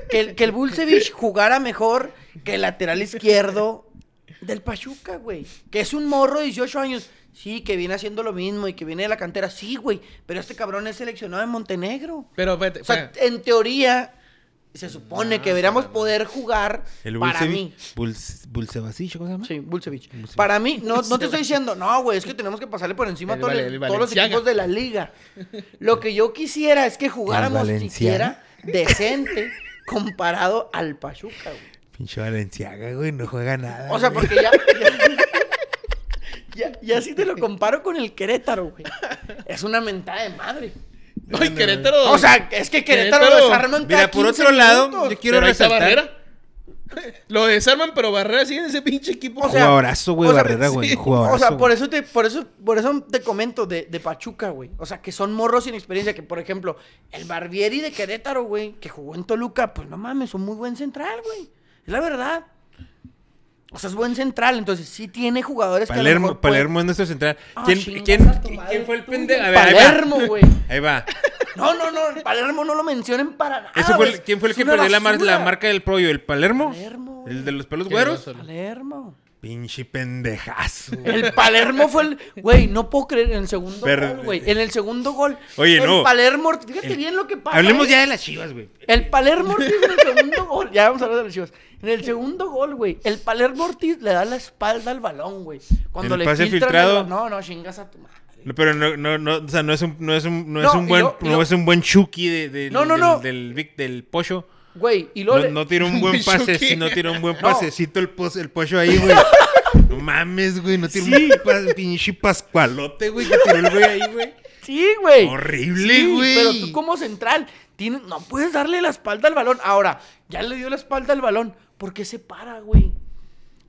Speaker 1: que, el, que el Bulcevich jugara mejor que el lateral izquierdo del Pachuca, güey. Que es un morro de 18 años. Sí, que viene haciendo lo mismo y que viene de la cantera. Sí, güey. Pero este cabrón es seleccionado de Montenegro.
Speaker 3: Pero vete,
Speaker 1: O sea,
Speaker 3: espera.
Speaker 1: en teoría, se supone que deberíamos poder jugar
Speaker 2: Ah, El
Speaker 1: para mí.
Speaker 2: Bulsevasillo, ¿cómo se llama?
Speaker 1: Sí, Bulcevich. Para mí, no, no te estoy diciendo, no, güey, es que tenemos que pasarle por encima a
Speaker 3: El
Speaker 1: todos,
Speaker 3: Vale-
Speaker 1: los-
Speaker 3: el
Speaker 1: todos los
Speaker 3: Valenciaga.
Speaker 1: equipos de la liga. Lo que yo quisiera es que jugáramos
Speaker 2: Valenciaga.
Speaker 1: siquiera decente comparado al Pachuca, güey.
Speaker 2: Pinche Valenciaga, güey, no juega nada.
Speaker 1: O sea,
Speaker 2: güey.
Speaker 1: porque ya... Ya, ya, ya si te lo comparo con el Querétaro, güey. Es una mentada de madre.
Speaker 3: Ay, Querétaro.
Speaker 1: O sea, es que Querétaro,
Speaker 3: Querétaro-
Speaker 1: lo desarman cada
Speaker 2: Mira, por
Speaker 1: 15
Speaker 2: otro lado,
Speaker 1: minutos.
Speaker 2: yo quiero
Speaker 3: Pero ahí está
Speaker 2: resaltar.
Speaker 3: Barrera. Lo desarman, pero Barrera sigue en ese pinche equipo.
Speaker 1: O sea,
Speaker 2: Jugadorazo, güey,
Speaker 1: o sea,
Speaker 2: Barrera, güey.
Speaker 3: sí.
Speaker 2: Jugadorazo.
Speaker 1: O sea, por
Speaker 2: güey.
Speaker 1: eso te, por eso, por eso te comento de, de Pachuca, güey. O sea, que son morros sin experiencia. Que, por ejemplo, el Barbieri de Querétaro, güey, que jugó en Toluca, pues no mames, un muy buen central, güey. Es la verdad. O sea, es buen central, entonces sí tiene jugadores que a lo
Speaker 2: Palermo,
Speaker 1: mejor pueden-
Speaker 2: Palermo es nuestro central.
Speaker 1: Ah,
Speaker 2: ¿Quién,
Speaker 1: chingas
Speaker 2: quién-
Speaker 1: a tu
Speaker 2: quién
Speaker 1: madre
Speaker 2: fue el
Speaker 1: tú,
Speaker 2: pendejo? A ver, ahí va.
Speaker 1: Palermo, güey.
Speaker 2: Ahí va.
Speaker 1: No, no, no, el Palermo no lo mencionen para nada.
Speaker 2: Ese fue el-
Speaker 1: güey.
Speaker 2: ¿Quién fue el
Speaker 1: Ah, pues, Es
Speaker 2: que
Speaker 1: una
Speaker 2: perdió la, mar- la
Speaker 1: basura.
Speaker 2: marca del proyo? ¿El Palermo?
Speaker 1: Palermo, güey.
Speaker 2: ¿El de los pelos
Speaker 3: Qué
Speaker 2: güeros?
Speaker 3: groso.
Speaker 1: Palermo.
Speaker 2: Pinche pendejazo.
Speaker 1: El Palermo fue el. Güey, no puedo creer en el segundo
Speaker 2: Pero-
Speaker 1: gol, güey. En el segundo gol.
Speaker 2: Oye,
Speaker 1: el
Speaker 2: no.
Speaker 1: Palermo. Fíjate
Speaker 2: El-
Speaker 1: bien lo que pasa.
Speaker 2: Hablemos
Speaker 1: eh.
Speaker 2: ya de las chivas, güey.
Speaker 1: El Palermo Ortiz en el segundo gol. Ya vamos a hablar de los chivas. En el segundo gol, güey. El Palermo Ortiz le da la espalda al balón, güey. Cuando
Speaker 2: ¿En
Speaker 1: le
Speaker 2: el pase
Speaker 1: filtran
Speaker 2: filtrado?
Speaker 1: el- No, no, chingas a tu madre.
Speaker 2: No, pero no, no, no, o sea, no es un, no es un, no es
Speaker 1: No,
Speaker 2: un
Speaker 1: y
Speaker 2: buen,
Speaker 1: lo- y
Speaker 2: no
Speaker 1: lo-
Speaker 2: es un buen Chucky de, de-
Speaker 1: No, no,
Speaker 2: del,
Speaker 1: no.
Speaker 2: del Vic- del Pocho.
Speaker 1: Güey, y
Speaker 2: No,
Speaker 1: luego. le-
Speaker 2: no tiró un buen
Speaker 3: Muy
Speaker 2: pase,
Speaker 3: Chucky.
Speaker 2: sí, no tiró un buen
Speaker 1: No.
Speaker 2: pasecito el, pos- el Pocho ahí, güey. No mames, güey, no tiró un pas- pinche pascualote, güey, que tiró el güey ahí, güey.
Speaker 1: Sí, güey.
Speaker 2: Horrible,
Speaker 1: Sí,
Speaker 2: güey.
Speaker 1: Pero tú como central, tienes- no puedes darle la espalda al balón. Ahora, ya le dio la espalda al balón. ¿Por qué se para, güey?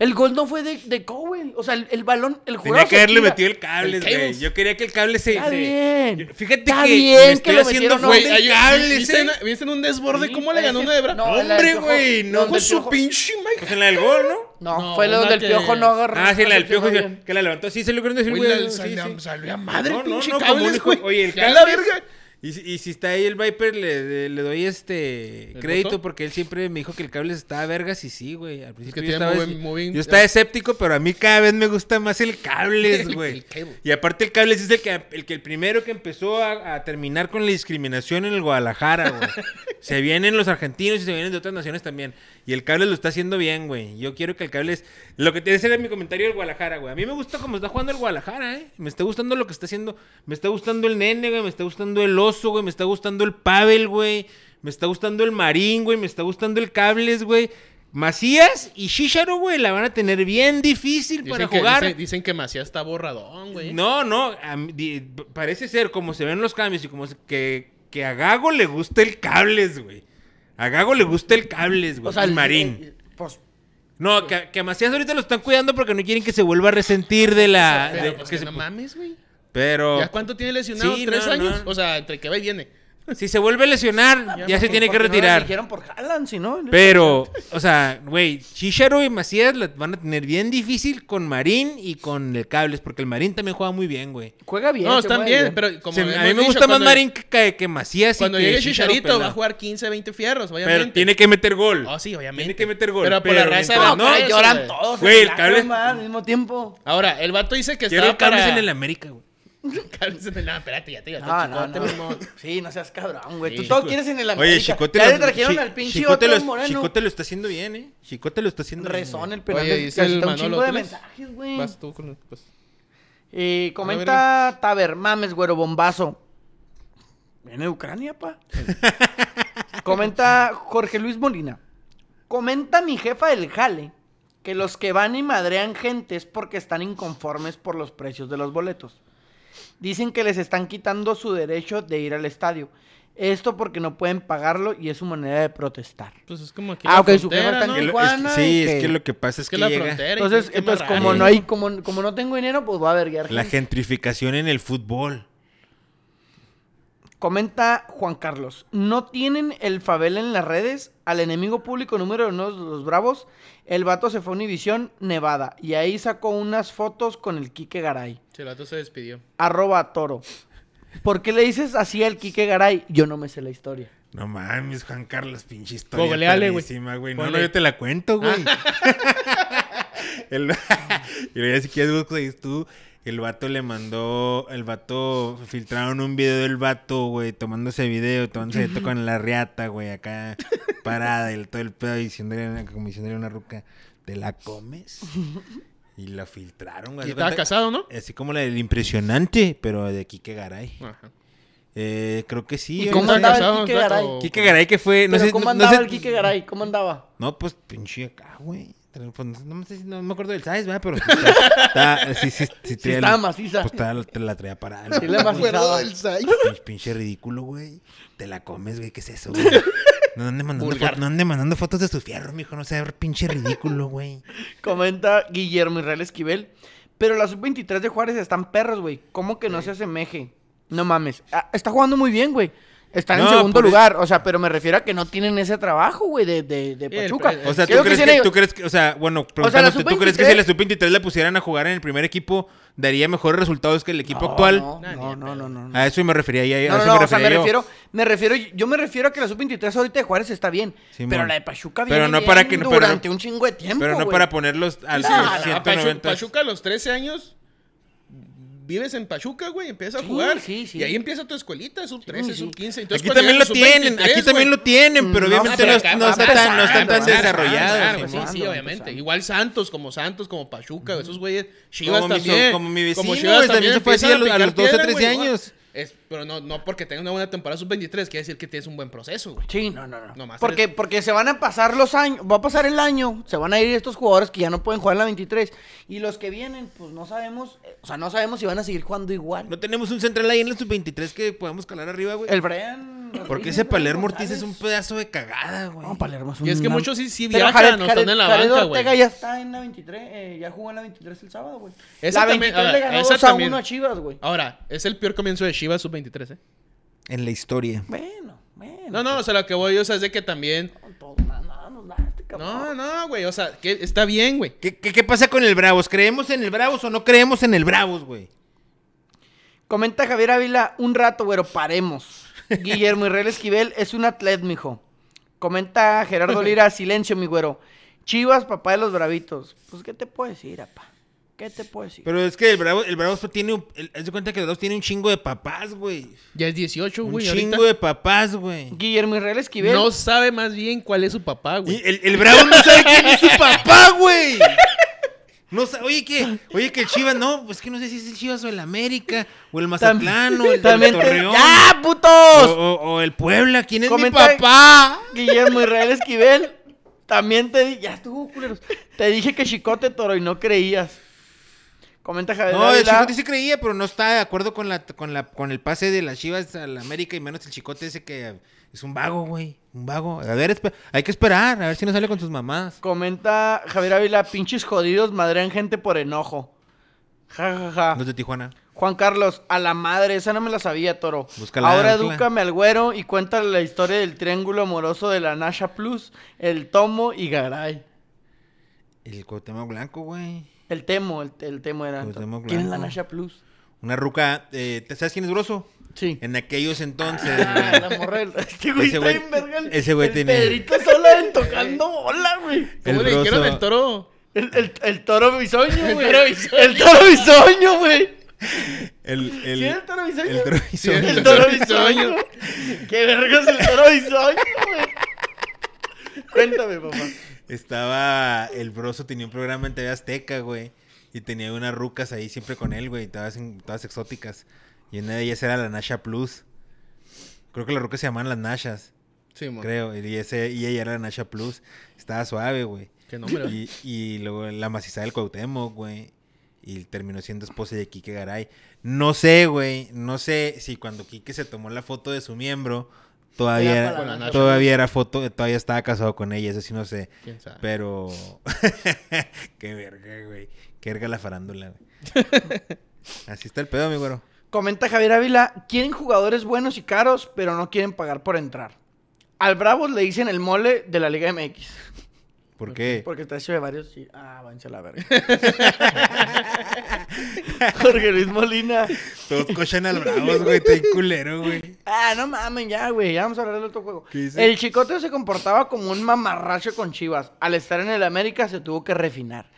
Speaker 1: El gol no fue de, de Cowell. O sea, el, el balón, el jugador.
Speaker 2: Tenía
Speaker 1: se
Speaker 2: que haberle
Speaker 1: tira.
Speaker 2: metido el cable,
Speaker 3: El
Speaker 2: güey.
Speaker 3: cables.
Speaker 2: Yo quería que el cable se.
Speaker 1: Está
Speaker 2: se-
Speaker 1: bien.
Speaker 2: Yo- Fíjate
Speaker 1: Está
Speaker 2: que
Speaker 1: bien
Speaker 2: me
Speaker 1: que
Speaker 2: estoy
Speaker 1: lo
Speaker 2: haciendo
Speaker 1: metieron, ¿no?
Speaker 2: fan
Speaker 3: Güey,
Speaker 2: del
Speaker 3: hay-
Speaker 2: cable,
Speaker 3: ¿viste,
Speaker 2: ¿eh?
Speaker 3: en- viste en un desborde
Speaker 1: Sí,
Speaker 3: cómo le ganó
Speaker 1: parece-
Speaker 3: una de Bra?
Speaker 1: no,
Speaker 2: Hombre,
Speaker 1: la del Piojo.
Speaker 2: güey, no,
Speaker 1: Donde
Speaker 3: Con
Speaker 1: el
Speaker 3: su
Speaker 1: Piojo-
Speaker 3: pinche
Speaker 2: Pues en la del gol, ¿no?
Speaker 1: No,
Speaker 3: No,
Speaker 1: fue lo
Speaker 3: una
Speaker 1: donde
Speaker 3: que-
Speaker 1: el piojo no agarró.
Speaker 2: Ah, sí, la del
Speaker 1: recepcionó
Speaker 2: piojo
Speaker 1: bien.
Speaker 2: que la levantó. Sí, se lo creo decir,
Speaker 3: Güey,
Speaker 2: güey.
Speaker 3: la-
Speaker 2: sí,
Speaker 3: salió,
Speaker 2: sí.
Speaker 3: salió a madre,
Speaker 2: No, no,
Speaker 3: pinche
Speaker 2: no, como
Speaker 3: cables,
Speaker 2: dijo-
Speaker 3: güey.
Speaker 2: Oye, el
Speaker 3: Ya la
Speaker 2: cable.
Speaker 3: verga.
Speaker 2: Y, si- y si está ahí el Viper, le, le- le doy este
Speaker 3: ¿El
Speaker 2: crédito
Speaker 3: voto?
Speaker 2: porque él siempre me dijo que el cable estaba a vergas y sí, güey. Al principio
Speaker 3: que
Speaker 2: yo,
Speaker 3: tiene
Speaker 2: estaba,
Speaker 3: muy buen- muy bien-
Speaker 2: yo estaba escéptico, pero a mí cada vez me gusta más el cables,
Speaker 3: El-
Speaker 2: güey.
Speaker 3: el cable.
Speaker 2: Y aparte el cables es el que el, que el primero que empezó a, a terminar con la discriminación en el Guadalajara, güey. se vienen los argentinos y se vienen de otras naciones también. Y el cables lo está haciendo bien, güey. Yo quiero que el cables... Lo que te era mi comentario del Guadalajara, güey. A mí me gusta cómo está jugando el Guadalajara, ¿eh? Me está gustando lo que está haciendo. Me está gustando el nene, güey. Me está gustando el oso, güey. Me está gustando el Pavel, güey. Me está gustando el marín, güey. Me está gustando el cables, güey. Macías y Shisharo, güey, la van a tener bien difícil para
Speaker 3: Dicen que,
Speaker 2: jugar.
Speaker 3: dicen, dicen que Macías está borradón, güey.
Speaker 2: No, no, a mí- di- p- parece ser como se ven los cambios y como se- que, que a Gago le gusta el cables, güey. A Gago le gusta el cables, güey. el marín.
Speaker 1: eh, Pues,
Speaker 2: no, que, a- que a Macías ahorita lo están cuidando porque no quieren que se vuelva a resentir de la...
Speaker 3: Pero,
Speaker 2: de-
Speaker 3: pues,
Speaker 2: que
Speaker 3: que
Speaker 2: se-
Speaker 3: no mames, güey.
Speaker 2: pero
Speaker 3: ¿Ya cuánto tiene lesionado?
Speaker 2: Sí,
Speaker 3: ¿Tres
Speaker 2: no,
Speaker 3: años?
Speaker 2: no.
Speaker 3: O sea, entre que va y viene.
Speaker 2: si se vuelve a lesionar, ya, se
Speaker 1: pues,
Speaker 2: tiene que
Speaker 1: porque No
Speaker 2: retirar.
Speaker 1: lo eligieron por Haaland, si no.
Speaker 2: Pero, o sea, güey, Chicharo y Macías la van a tener bien difícil con Marín y con el Cables, porque el Marín también juega muy bien, güey.
Speaker 1: Juega bien. este eh.
Speaker 3: no,
Speaker 1: se
Speaker 3: están
Speaker 1: mueve
Speaker 3: bien, pero como
Speaker 2: Se- a
Speaker 3: hemos
Speaker 2: mí me
Speaker 3: dicho,
Speaker 2: gusta más
Speaker 3: cuando-
Speaker 2: Marín que, que Macías. y
Speaker 3: Cuando
Speaker 2: que
Speaker 3: llegue
Speaker 2: Chicharo
Speaker 3: Chicharito va
Speaker 2: pelado.
Speaker 3: a jugar 15, 20 fierros, obviamente.
Speaker 2: Pero tiene que meter gol.
Speaker 3: Ah, sí, obviamente.
Speaker 2: Tiene que meter gol.
Speaker 3: Pero por la raza
Speaker 2: mientras
Speaker 3: va-
Speaker 1: No, pero
Speaker 3: eso,
Speaker 1: lloran
Speaker 3: güey.
Speaker 1: todos.
Speaker 2: Güey,
Speaker 1: se
Speaker 2: el
Speaker 1: relajan,
Speaker 2: cable-
Speaker 1: man, Al mismo tiempo.
Speaker 3: Ahora, el vato dice que
Speaker 2: Quiero
Speaker 3: estaba
Speaker 2: el Cables
Speaker 3: para...
Speaker 2: en el América, güey.
Speaker 3: Cables en el... No, espérate, ya te digo.
Speaker 1: No, no, no. Sí, no seas cabrón, güey. Tú todo quieres en el América.
Speaker 2: Oye, Chicote
Speaker 1: Ya
Speaker 2: lo-
Speaker 1: le trajeron
Speaker 2: Chi-
Speaker 1: al pinche
Speaker 2: Chicote
Speaker 1: otro
Speaker 2: lo-
Speaker 1: moreno.
Speaker 2: Chicote lo está haciendo bien, eh. Chicote lo está haciendo
Speaker 1: Rezón
Speaker 2: bien.
Speaker 1: el penal.
Speaker 3: Oye,
Speaker 1: de-
Speaker 3: dice el
Speaker 1: necesita un
Speaker 3: Manolo,
Speaker 1: chingo de
Speaker 3: ¿tú lees?
Speaker 1: mensajes, güey.
Speaker 3: Vas tú con... Pues,
Speaker 1: Y comenta Taber, mames, güero, bombazo. Viene de Ucrania, pa. comenta Jorge Luis Molina. Comenta mi jefa del jale que los que van y madrean gente es porque están inconformes por los precios de los boletos. Dicen que les están quitando su derecho de ir al estadio. Esto porque no pueden pagarlo y es su manera de protestar.
Speaker 3: pues es como aquí
Speaker 1: Ah,
Speaker 3: la
Speaker 1: ok, su jefa
Speaker 3: frontera,
Speaker 1: está en
Speaker 3: ¿no?
Speaker 2: Que lo-
Speaker 3: Es
Speaker 2: es-
Speaker 1: Tijuana
Speaker 2: sí,
Speaker 1: y
Speaker 2: es
Speaker 1: que-
Speaker 2: que lo que pasa es que,
Speaker 3: que la
Speaker 2: llega
Speaker 3: frontera... y
Speaker 1: Entonces,
Speaker 3: qué
Speaker 1: entonces
Speaker 3: más
Speaker 1: como
Speaker 3: raro.
Speaker 1: no hay, como, como no tengo dinero, pues voy a verguear.
Speaker 2: la
Speaker 1: gente.
Speaker 2: gentrificación en el fútbol.
Speaker 1: Comenta Juan Carlos, no tienen el Fabel en las redes, al enemigo público número uno de los Bravos, el vato se fue a Univisión, Nevada, y ahí sacó unas fotos con el Quique Garay,
Speaker 3: Sí, el vato se despidió.
Speaker 1: arroba toro. ¿Por qué le dices así al Quique Garay? Yo no me sé la historia.
Speaker 2: No mames, Juan Carlos, pinche historia.
Speaker 3: Googleale, güey.
Speaker 2: perrísima, güey. No, no,
Speaker 3: Ponle. Ah.
Speaker 2: yo te la cuento, güey. El- y luego ya si quieres buscas tú. El vato le mandó, el vato, filtraron un video del vato, güey, tomándose video, tomándose foto con la riata, güey, acá parada, el, todo el pedo, y diciéndole, una- como diciéndole a una ruca, ¿te la comes? Y la filtraron, güey.
Speaker 3: Y estaba casado, ¿no?
Speaker 2: Así como la del impresionante, pero de Kike Garay.
Speaker 3: Ajá.
Speaker 2: Eh, creo que sí.
Speaker 1: ¿Y
Speaker 2: eh,
Speaker 1: cómo
Speaker 2: no sé.
Speaker 1: andaba el
Speaker 3: casado,
Speaker 1: Quique
Speaker 3: o-
Speaker 1: Garay?
Speaker 3: o-
Speaker 2: Kike Garay que fue, no
Speaker 1: Pero
Speaker 2: sé,
Speaker 1: ¿Cómo
Speaker 2: no- no
Speaker 1: andaba
Speaker 2: sé-
Speaker 1: el Quique Garay? ¿Cómo andaba?
Speaker 2: no, pues pinche acá, güey. Tra- pues, no, me sé si- no me acuerdo del size, ¿verdad? Pero sí, está- está- sí, sí, sí, traía
Speaker 1: estaba
Speaker 2: la-
Speaker 1: maciza.
Speaker 2: Pues estaba- te la traía parada. ¿no?
Speaker 1: Sí le
Speaker 2: Güey,
Speaker 1: macizaba.
Speaker 2: pinche, pinche ridículo, güey. Te la comes, güey. ¿Qué es eso, güey? No ande, mandando
Speaker 3: Vulgar.
Speaker 2: fo- no ande mandando fotos de su fierro, mijo. No sea pinche ridículo, güey.
Speaker 1: Comenta Guillermo Israel Esquivel. Pero la sub-23 de Juárez están perros, güey. ¿Cómo que no se asemeje? No mames. Ah, está jugando muy bien, güey. Están en
Speaker 2: No,
Speaker 1: segundo
Speaker 2: por eso-
Speaker 1: lugar. O sea, pero me refiero a que no tienen ese trabajo, güey, de, de, de
Speaker 3: Sí, el
Speaker 1: Pachuca.
Speaker 3: pre-
Speaker 2: O sea, ¿tú
Speaker 1: Creo
Speaker 2: crees,
Speaker 1: sí
Speaker 2: que,
Speaker 1: le-
Speaker 2: tú crees que, o sea, bueno, preguntándote, ¿tú crees que si la sub-23 la pusieran a jugar en el primer equipo, daría mejores resultados que el equipo
Speaker 1: No,
Speaker 2: actual?
Speaker 1: No,
Speaker 3: Nah,
Speaker 1: no,
Speaker 3: ni
Speaker 1: no,
Speaker 3: de
Speaker 1: no,
Speaker 3: pedo.
Speaker 1: no, no.
Speaker 2: A eso me refería. y a-
Speaker 1: No,
Speaker 2: a
Speaker 1: no,
Speaker 2: eso
Speaker 1: no,
Speaker 2: me
Speaker 1: o sea,
Speaker 2: refería
Speaker 1: me
Speaker 2: yo.
Speaker 1: refiero, me refiero, yo me refiero a que la sub-23 ahorita de Juárez está bien,
Speaker 2: Simón.
Speaker 1: pero la de Pachuca viene
Speaker 2: Pero no para
Speaker 1: bien
Speaker 2: que- pero-
Speaker 1: durante un chingo de tiempo,
Speaker 2: Pero no
Speaker 1: güey.
Speaker 2: para ponerlos al
Speaker 3: Sí, o sea,
Speaker 2: 190.
Speaker 3: Pachu- Ah, Pachuca a los 13 años. Vives en Pachuca, güey, empiezas
Speaker 1: Sí,
Speaker 3: a jugar.
Speaker 1: sí, sí.
Speaker 3: Y ahí empieza tu escuelita, sub 13,
Speaker 1: sí.
Speaker 3: sub 15.
Speaker 2: aquí también lo tienen, aquí también lo tienen, pero
Speaker 1: No,
Speaker 2: obviamente
Speaker 1: pero
Speaker 2: Este no,
Speaker 1: acá
Speaker 2: no
Speaker 1: va
Speaker 2: está tan, no está
Speaker 1: empezando,
Speaker 2: tan
Speaker 1: va empezando,
Speaker 2: desarrollado.
Speaker 1: va
Speaker 2: Simón.
Speaker 1: empezando.
Speaker 3: sí,
Speaker 1: va
Speaker 2: pues,
Speaker 3: obviamente.
Speaker 1: empezando.
Speaker 3: Igual Santos, como Santos, como Pachuca, esos güeyes. Chivas
Speaker 2: Como mi so-
Speaker 3: también.
Speaker 2: como mi vecino,
Speaker 3: como
Speaker 2: güey, también se fue así
Speaker 3: empiezan
Speaker 2: a los- a
Speaker 3: picar
Speaker 2: los 12,
Speaker 3: piedra,
Speaker 2: 13
Speaker 3: güey,
Speaker 2: años.
Speaker 3: igual. Es- pero no, no porque tenga una buena temporada sub 23, quiere decir que tienes un buen proceso, güey.
Speaker 1: Sí, no, no, no.
Speaker 3: Nomás
Speaker 1: porque,
Speaker 3: eres-
Speaker 1: porque se van a pasar los años, va a pasar el año, se van a ir estos jugadores que ya no pueden jugar en la 23. Y los que vienen, pues no sabemos, eh, o sea, no sabemos si van a seguir jugando igual.
Speaker 2: No tenemos un central ahí en la sub-23 que podamos calar arriba, güey.
Speaker 1: El Brian.
Speaker 2: Porque
Speaker 1: Rodríguez,
Speaker 2: ese
Speaker 1: Brian
Speaker 2: Palermo Ortiz
Speaker 1: González.
Speaker 2: es un pedazo de cagada, güey.
Speaker 1: No, Palermo es un.
Speaker 3: Y es que
Speaker 1: una-
Speaker 3: muchos sí- sí
Speaker 1: Pero
Speaker 3: viajan,
Speaker 1: Jared-
Speaker 3: no están
Speaker 1: Jared-
Speaker 3: en la
Speaker 1: Jared
Speaker 3: banca,
Speaker 1: Ortega
Speaker 3: güey.
Speaker 1: ya está en la 23, eh, ya jugó en la 23 el sábado, güey.
Speaker 3: Esa
Speaker 1: La
Speaker 3: también-
Speaker 1: 23
Speaker 3: a ver,
Speaker 1: le ganó
Speaker 3: esa
Speaker 1: 2 a
Speaker 3: también.
Speaker 1: 1
Speaker 3: Ah.
Speaker 1: a Chivas, güey.
Speaker 3: Ahora, es el peor comienzo de Chivas sub 23, ¿eh?
Speaker 2: En la historia.
Speaker 1: Bueno, bueno.
Speaker 3: No, no, o sea, lo que voy yo, o sea, es de que también.
Speaker 1: Con todo, no, no, no, no, este cabrón.
Speaker 3: No, no, güey, o sea, que está bien, güey.
Speaker 2: ¿Qué, qué, qué pasa con el Bravos? ¿Creemos en el Bravos o no creemos en el Bravos, güey?
Speaker 1: Comenta Javier Ávila, un rato, güero, paremos. Guillermo Israel Esquivel es un atlet, mijo. Comenta Gerardo Lira, silencio, mi güero. Chivas, papá de los bravitos. Pues, ¿qué te puedo decir, apa? ¿Qué te puedo decir?
Speaker 2: Pero es que el Bravos, el Bravos tiene un... el- haz de cuenta que el Bravos tiene un chingo de papás, güey.
Speaker 3: Ya es 18,
Speaker 2: Un
Speaker 3: güey.
Speaker 2: chingo
Speaker 3: ahorita.
Speaker 2: de papás, güey.
Speaker 1: Guillermo Israel Esquivel.
Speaker 3: No sabe más bien cuál es su papá,
Speaker 2: Y
Speaker 3: güey.
Speaker 2: el, el Bravo no sabe quién es su papá, güey. No sa- oye, que, oye, que el Chivas, no, pues que no sé si es el Chivas o el América, o el
Speaker 1: tam-
Speaker 2: Mazatlán, o el,
Speaker 1: también te-
Speaker 2: Torreón. Oh.
Speaker 1: ¡Ya,
Speaker 2: O,
Speaker 1: putos!
Speaker 2: o- o el Puebla, ¿quién es
Speaker 1: Comenta-
Speaker 2: mi papá?
Speaker 1: Guillermo Israel Esquivel. También te dije, ya estuvo, culeros. Te dije que Chicote Toro y no creías. Comenta Javier
Speaker 2: No, el
Speaker 1: Ávila.
Speaker 2: Chicote sí creía, pero no está de acuerdo con la, con la, con el pase de las Chivas a la América y menos el Chicote ese que es un vago, güey. Un vago. A ver, espe- hay que esperar, a ver si no sale con sus mamás.
Speaker 1: Comenta Javier Ávila, pinches jodidos, madrean gente por enojo. Ja, ja, ja.
Speaker 2: Los de Tijuana.
Speaker 1: Juan Carlos, a la madre, esa no me la sabía, Toro.
Speaker 2: Búscala,
Speaker 1: Ahora
Speaker 2: búscala.
Speaker 1: edúcame al güero y cuéntale la historia del triángulo amoroso de la Nasha Plus, el Tomo y Garay.
Speaker 2: El Cuauhtémoc Blanco, güey.
Speaker 1: El Temo, el, el Temo era.
Speaker 2: Pues, Temo
Speaker 1: ¿Quién es la
Speaker 2: Blanco.
Speaker 1: Nasha Plus?
Speaker 2: Una ruca. eh, ¿Sabes quién es grosso?
Speaker 1: Sí.
Speaker 2: En aquellos entonces.
Speaker 1: Ah,
Speaker 2: güey.
Speaker 1: la morra del- Este güey
Speaker 2: Ese
Speaker 1: está
Speaker 2: güey-
Speaker 1: bien verga. el-
Speaker 2: ese güey
Speaker 1: el
Speaker 2: tiene-
Speaker 1: Pedrito Sola tocando bola, güey.
Speaker 3: ¿Cómo
Speaker 2: El
Speaker 3: le dijeron
Speaker 2: Broso.
Speaker 3: el toro?
Speaker 1: El, el- el toro bisoño, güey.
Speaker 3: toro bisoño.
Speaker 1: El toro bisoño, güey.
Speaker 2: El, el,
Speaker 1: ¿Sí era el toro bisoño?
Speaker 2: el toro bisoño.
Speaker 3: Sí,
Speaker 1: El toro bisoño. Qué vergas el toro bisoño, güey. Cuéntame, papá.
Speaker 2: Estaba. El broso tenía un programa en TV Azteca, güey. Y tenía unas rucas ahí siempre con él, güey. Todas, en- todas exóticas. Y una de ellas era la Nasha Plus. Creo que las rucas se llamaban las Nashas.
Speaker 3: Sí, mon.
Speaker 2: Creo. Y, ese, y ella era la Nasha Plus. Estaba suave, güey.
Speaker 3: Qué nombre.
Speaker 2: Y, y luego la maciza del Cuauhtémoc, güey. Y terminó siendo esposa de Quique Garay. No sé, güey. No sé si cuando Quique se tomó la foto de su miembro, todavía
Speaker 1: Era
Speaker 2: era,
Speaker 1: con la Nacha.
Speaker 2: todavía era foto, todavía estaba casado con ella. Eso sí no sé.
Speaker 3: ¿Quién
Speaker 1: Ah.
Speaker 3: sabe?
Speaker 2: Pero. Qué verga, güey. Qué verga la farándula, güey. Así está el pedo, mi güero.
Speaker 1: Comenta Javier Ávila, quieren jugadores buenos y caros, pero no quieren pagar por entrar. Al Bravos le dicen el mole de la Liga MX.
Speaker 2: ¿Por qué?
Speaker 1: Porque está hecho de varios y... Ah, váyanse a la verga. Jorge Luis Molina.
Speaker 2: Todos cochan al bravos, güey. Está bien culero, güey.
Speaker 1: Ah, no mamen, ya, güey. Ya vamos a hablar del otro juego.
Speaker 2: ¿Qué dice?
Speaker 1: El chicote se comportaba como un mamarracho con Chivas. Al estar en el América se tuvo que refinar.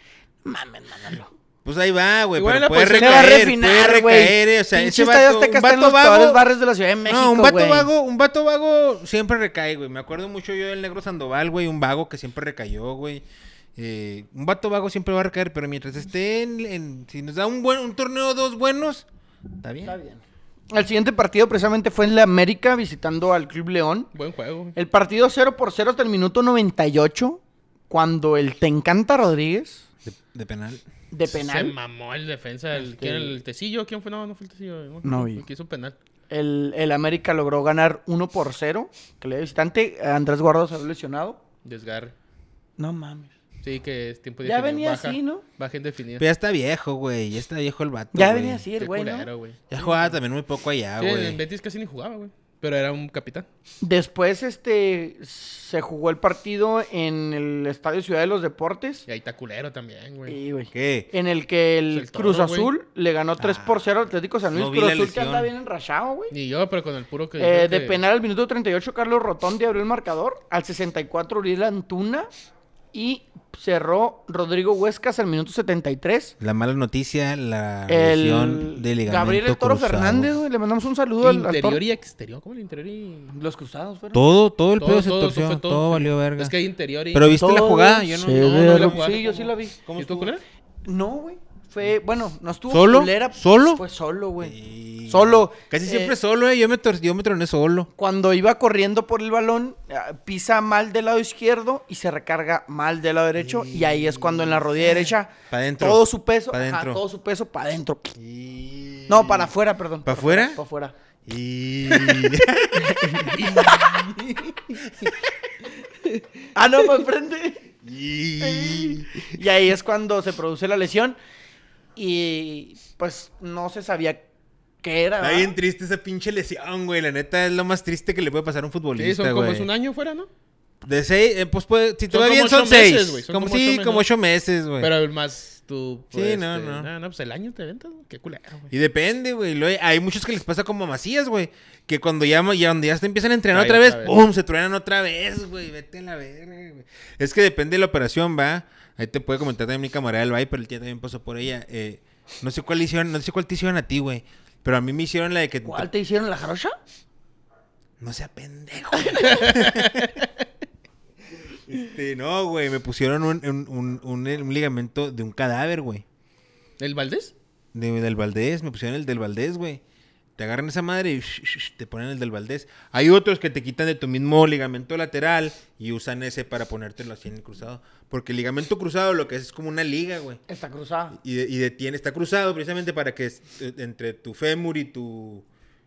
Speaker 1: Mamen, mámalo.
Speaker 2: Pues ahí va, güey.
Speaker 3: Igual
Speaker 2: Pero
Speaker 3: la
Speaker 2: puede
Speaker 1: Se
Speaker 3: posición
Speaker 1: le va a
Speaker 2: recaer, puede
Speaker 1: refinar,
Speaker 2: recaer.
Speaker 1: güey.
Speaker 2: eh, O sea,
Speaker 1: Pinche
Speaker 2: ese
Speaker 1: Estadio
Speaker 2: vato,
Speaker 1: Azteca
Speaker 2: un
Speaker 1: está en
Speaker 2: vato
Speaker 1: los peores
Speaker 2: vago.
Speaker 1: barrios de la Ciudad de México,
Speaker 2: no, un vato
Speaker 1: güey.
Speaker 2: vago, un vato vago siempre recae, güey. Me acuerdo mucho yo del negro Sandoval, güey, un vago que siempre recayó, güey. Eh, un vato vago siempre va a recaer, pero mientras esté en, en- si nos da un buen, un torneo dos buenos, está bien.
Speaker 1: Está bien. El siguiente partido precisamente fue en la América visitando al Club León.
Speaker 3: Buen juego.
Speaker 1: El partido 0 por 0 hasta el minuto 98 cuando el Te encanta Rodríguez
Speaker 2: De, de penal.
Speaker 1: de
Speaker 3: Se
Speaker 1: penal
Speaker 3: mamó el defensa. El,
Speaker 1: Este-
Speaker 3: ¿quién era el tecillo? ¿Quién fue? No, no fue el tecillo. No,
Speaker 1: No vi.
Speaker 3: El que hizo penal.
Speaker 1: el, el América logró ganar 1 por 0, que le dio visitante, Andrés Guardado se había lesionado.
Speaker 3: Desgarre.
Speaker 1: No mames.
Speaker 3: Sí, que es tiempo
Speaker 1: Ya
Speaker 3: indefinido.
Speaker 1: venía
Speaker 3: Baja-
Speaker 1: así, ¿no?
Speaker 3: Baja indefinida.
Speaker 2: Pero ya está viejo, güey. Ya está viejo el vato.
Speaker 1: Ya
Speaker 2: güey.
Speaker 1: venía así el
Speaker 3: Qué
Speaker 1: güey, ¿no?
Speaker 3: culero, güey.
Speaker 2: Ya jugaba también muy poco allá,
Speaker 3: Sí, en
Speaker 2: Ah, güey.
Speaker 3: Betis casi ni jugaba, güey. Pero era un capitán.
Speaker 1: Después este se jugó el partido en el Estadio Ciudad de los Deportes
Speaker 3: Y ahí está culero también, güey.
Speaker 1: y, güey,
Speaker 2: ¿Qué?
Speaker 1: en el que el,
Speaker 3: Pues el
Speaker 1: Cruz
Speaker 3: toro, güey.
Speaker 1: Azul le ganó 3 por 0 al Atlético San
Speaker 2: Ah. no
Speaker 1: Luis.
Speaker 2: vi
Speaker 1: Cruz
Speaker 2: la
Speaker 1: Azul que
Speaker 2: lesión.
Speaker 1: anda bien enrachado, güey.
Speaker 3: Ni yo, pero con el puro que.
Speaker 1: Eh,
Speaker 3: dijo
Speaker 1: de
Speaker 3: que-
Speaker 1: penal al minuto 38, Carlos Rotondi abrió el marcador. Al 64, Uriel Antuna. Y cerró Rodrigo Huescas al minuto 73.
Speaker 2: La mala noticia, la lesión
Speaker 1: El
Speaker 2: de ligamento
Speaker 1: Gabriel El Toro
Speaker 2: cruzado.
Speaker 1: Fernández, güey, Le mandamos un saludo al, al
Speaker 3: Interior y exterior. ¿Cómo el interior y.?
Speaker 1: Toro. Los cruzados fueron.
Speaker 2: Todo, todo el
Speaker 3: Todo,
Speaker 2: pedo se
Speaker 3: todo,
Speaker 2: torció.
Speaker 3: fue
Speaker 2: Todo,
Speaker 3: todo.
Speaker 2: valió verga.
Speaker 3: Es que hay interior y.
Speaker 2: Pero viste la
Speaker 1: Todo
Speaker 2: jugada, yo no.
Speaker 1: se ve
Speaker 2: no, no
Speaker 1: a
Speaker 2: la
Speaker 1: lo-
Speaker 2: jugada,
Speaker 1: Sí, yo
Speaker 2: ¿cómo?
Speaker 1: sí la vi.
Speaker 3: ¿Y estuvo culero?
Speaker 1: No, güey. Fue, bueno, no estuvo
Speaker 2: ¿Solo?
Speaker 1: culera,
Speaker 2: ¿Solo?
Speaker 1: Fue solo, güey.
Speaker 2: Y-
Speaker 1: Solo.
Speaker 2: Casi
Speaker 1: Eh,
Speaker 2: siempre solo, eh. Yo me, tor- yo me troné solo.
Speaker 1: Cuando iba corriendo por el balón, ah, pisa mal del lado izquierdo y se recarga mal del lado derecho. Y ahí es cuando en la rodilla derecha
Speaker 2: Pa' dentro.
Speaker 1: todo su peso,
Speaker 2: Pa'
Speaker 1: ajá,
Speaker 2: dentro.
Speaker 1: todo su peso para adentro. No, para afuera, perdón.
Speaker 2: ¿Para afuera?
Speaker 1: Para afuera.
Speaker 2: Y...
Speaker 1: Ah, no, para enfrente.
Speaker 2: y-
Speaker 1: Y ahí es cuando se produce la lesión. Y pues no se sabía qué era.
Speaker 2: Está
Speaker 1: ¿verdad?
Speaker 2: bien triste esa pinche lesión, güey. La neta es lo más triste que le puede pasar a un
Speaker 3: Sí,
Speaker 2: futbolista,
Speaker 3: son como
Speaker 2: güey.
Speaker 3: es un año fuera, ¿no?
Speaker 2: De seis, eh, pues puede, si te
Speaker 3: Son
Speaker 2: va
Speaker 3: como
Speaker 2: bien son
Speaker 3: ocho meses,
Speaker 2: seis.
Speaker 3: güey, son
Speaker 2: como,
Speaker 3: como
Speaker 2: sí,
Speaker 3: ocho meses.
Speaker 2: como ocho meses, güey.
Speaker 3: Pero más tú. pues,
Speaker 2: Sí, no,
Speaker 3: este,
Speaker 2: no.
Speaker 3: No, pues el año te ventas. güey. Qué culero, güey.
Speaker 2: Y depende, güey. Luego Hay muchos que les pasa como a Macías, güey. Que cuando ya, ya, donde ya se empiezan a entrenar
Speaker 3: Caen
Speaker 2: otra vez,
Speaker 3: otra vez.
Speaker 2: ¡pum! Se truenan otra vez, güey. Vete a la verga, güey. Es que depende de la operación, va. Ahí te puede comentar también mi camarada del Viper, el tío también pasó por ella. Eh, no sé cuál hicieron, no sé cuál te hicieron a ti, güey. Pero a mí me hicieron la de que.
Speaker 1: ¿Cuál te hicieron la jarocha?
Speaker 2: No sea pendejo. este, no, güey. Me pusieron un, un- un- un- un ligamento de un cadáver, güey.
Speaker 3: ¿El Valdés?
Speaker 2: De- del Valdés, me pusieron el del Valdés, güey. Te agarran esa madre y sh- sh- sh, te ponen el del Valdés. Hay otros que te quitan de tu mismo ligamento lateral y usan ese para ponértelo así en el cruzado. Porque el ligamento cruzado lo que es es como una liga, güey.
Speaker 1: Está cruzada.
Speaker 2: Y, de- y detiene, está cruzado precisamente para que es- eh, entre tu fémur y tu.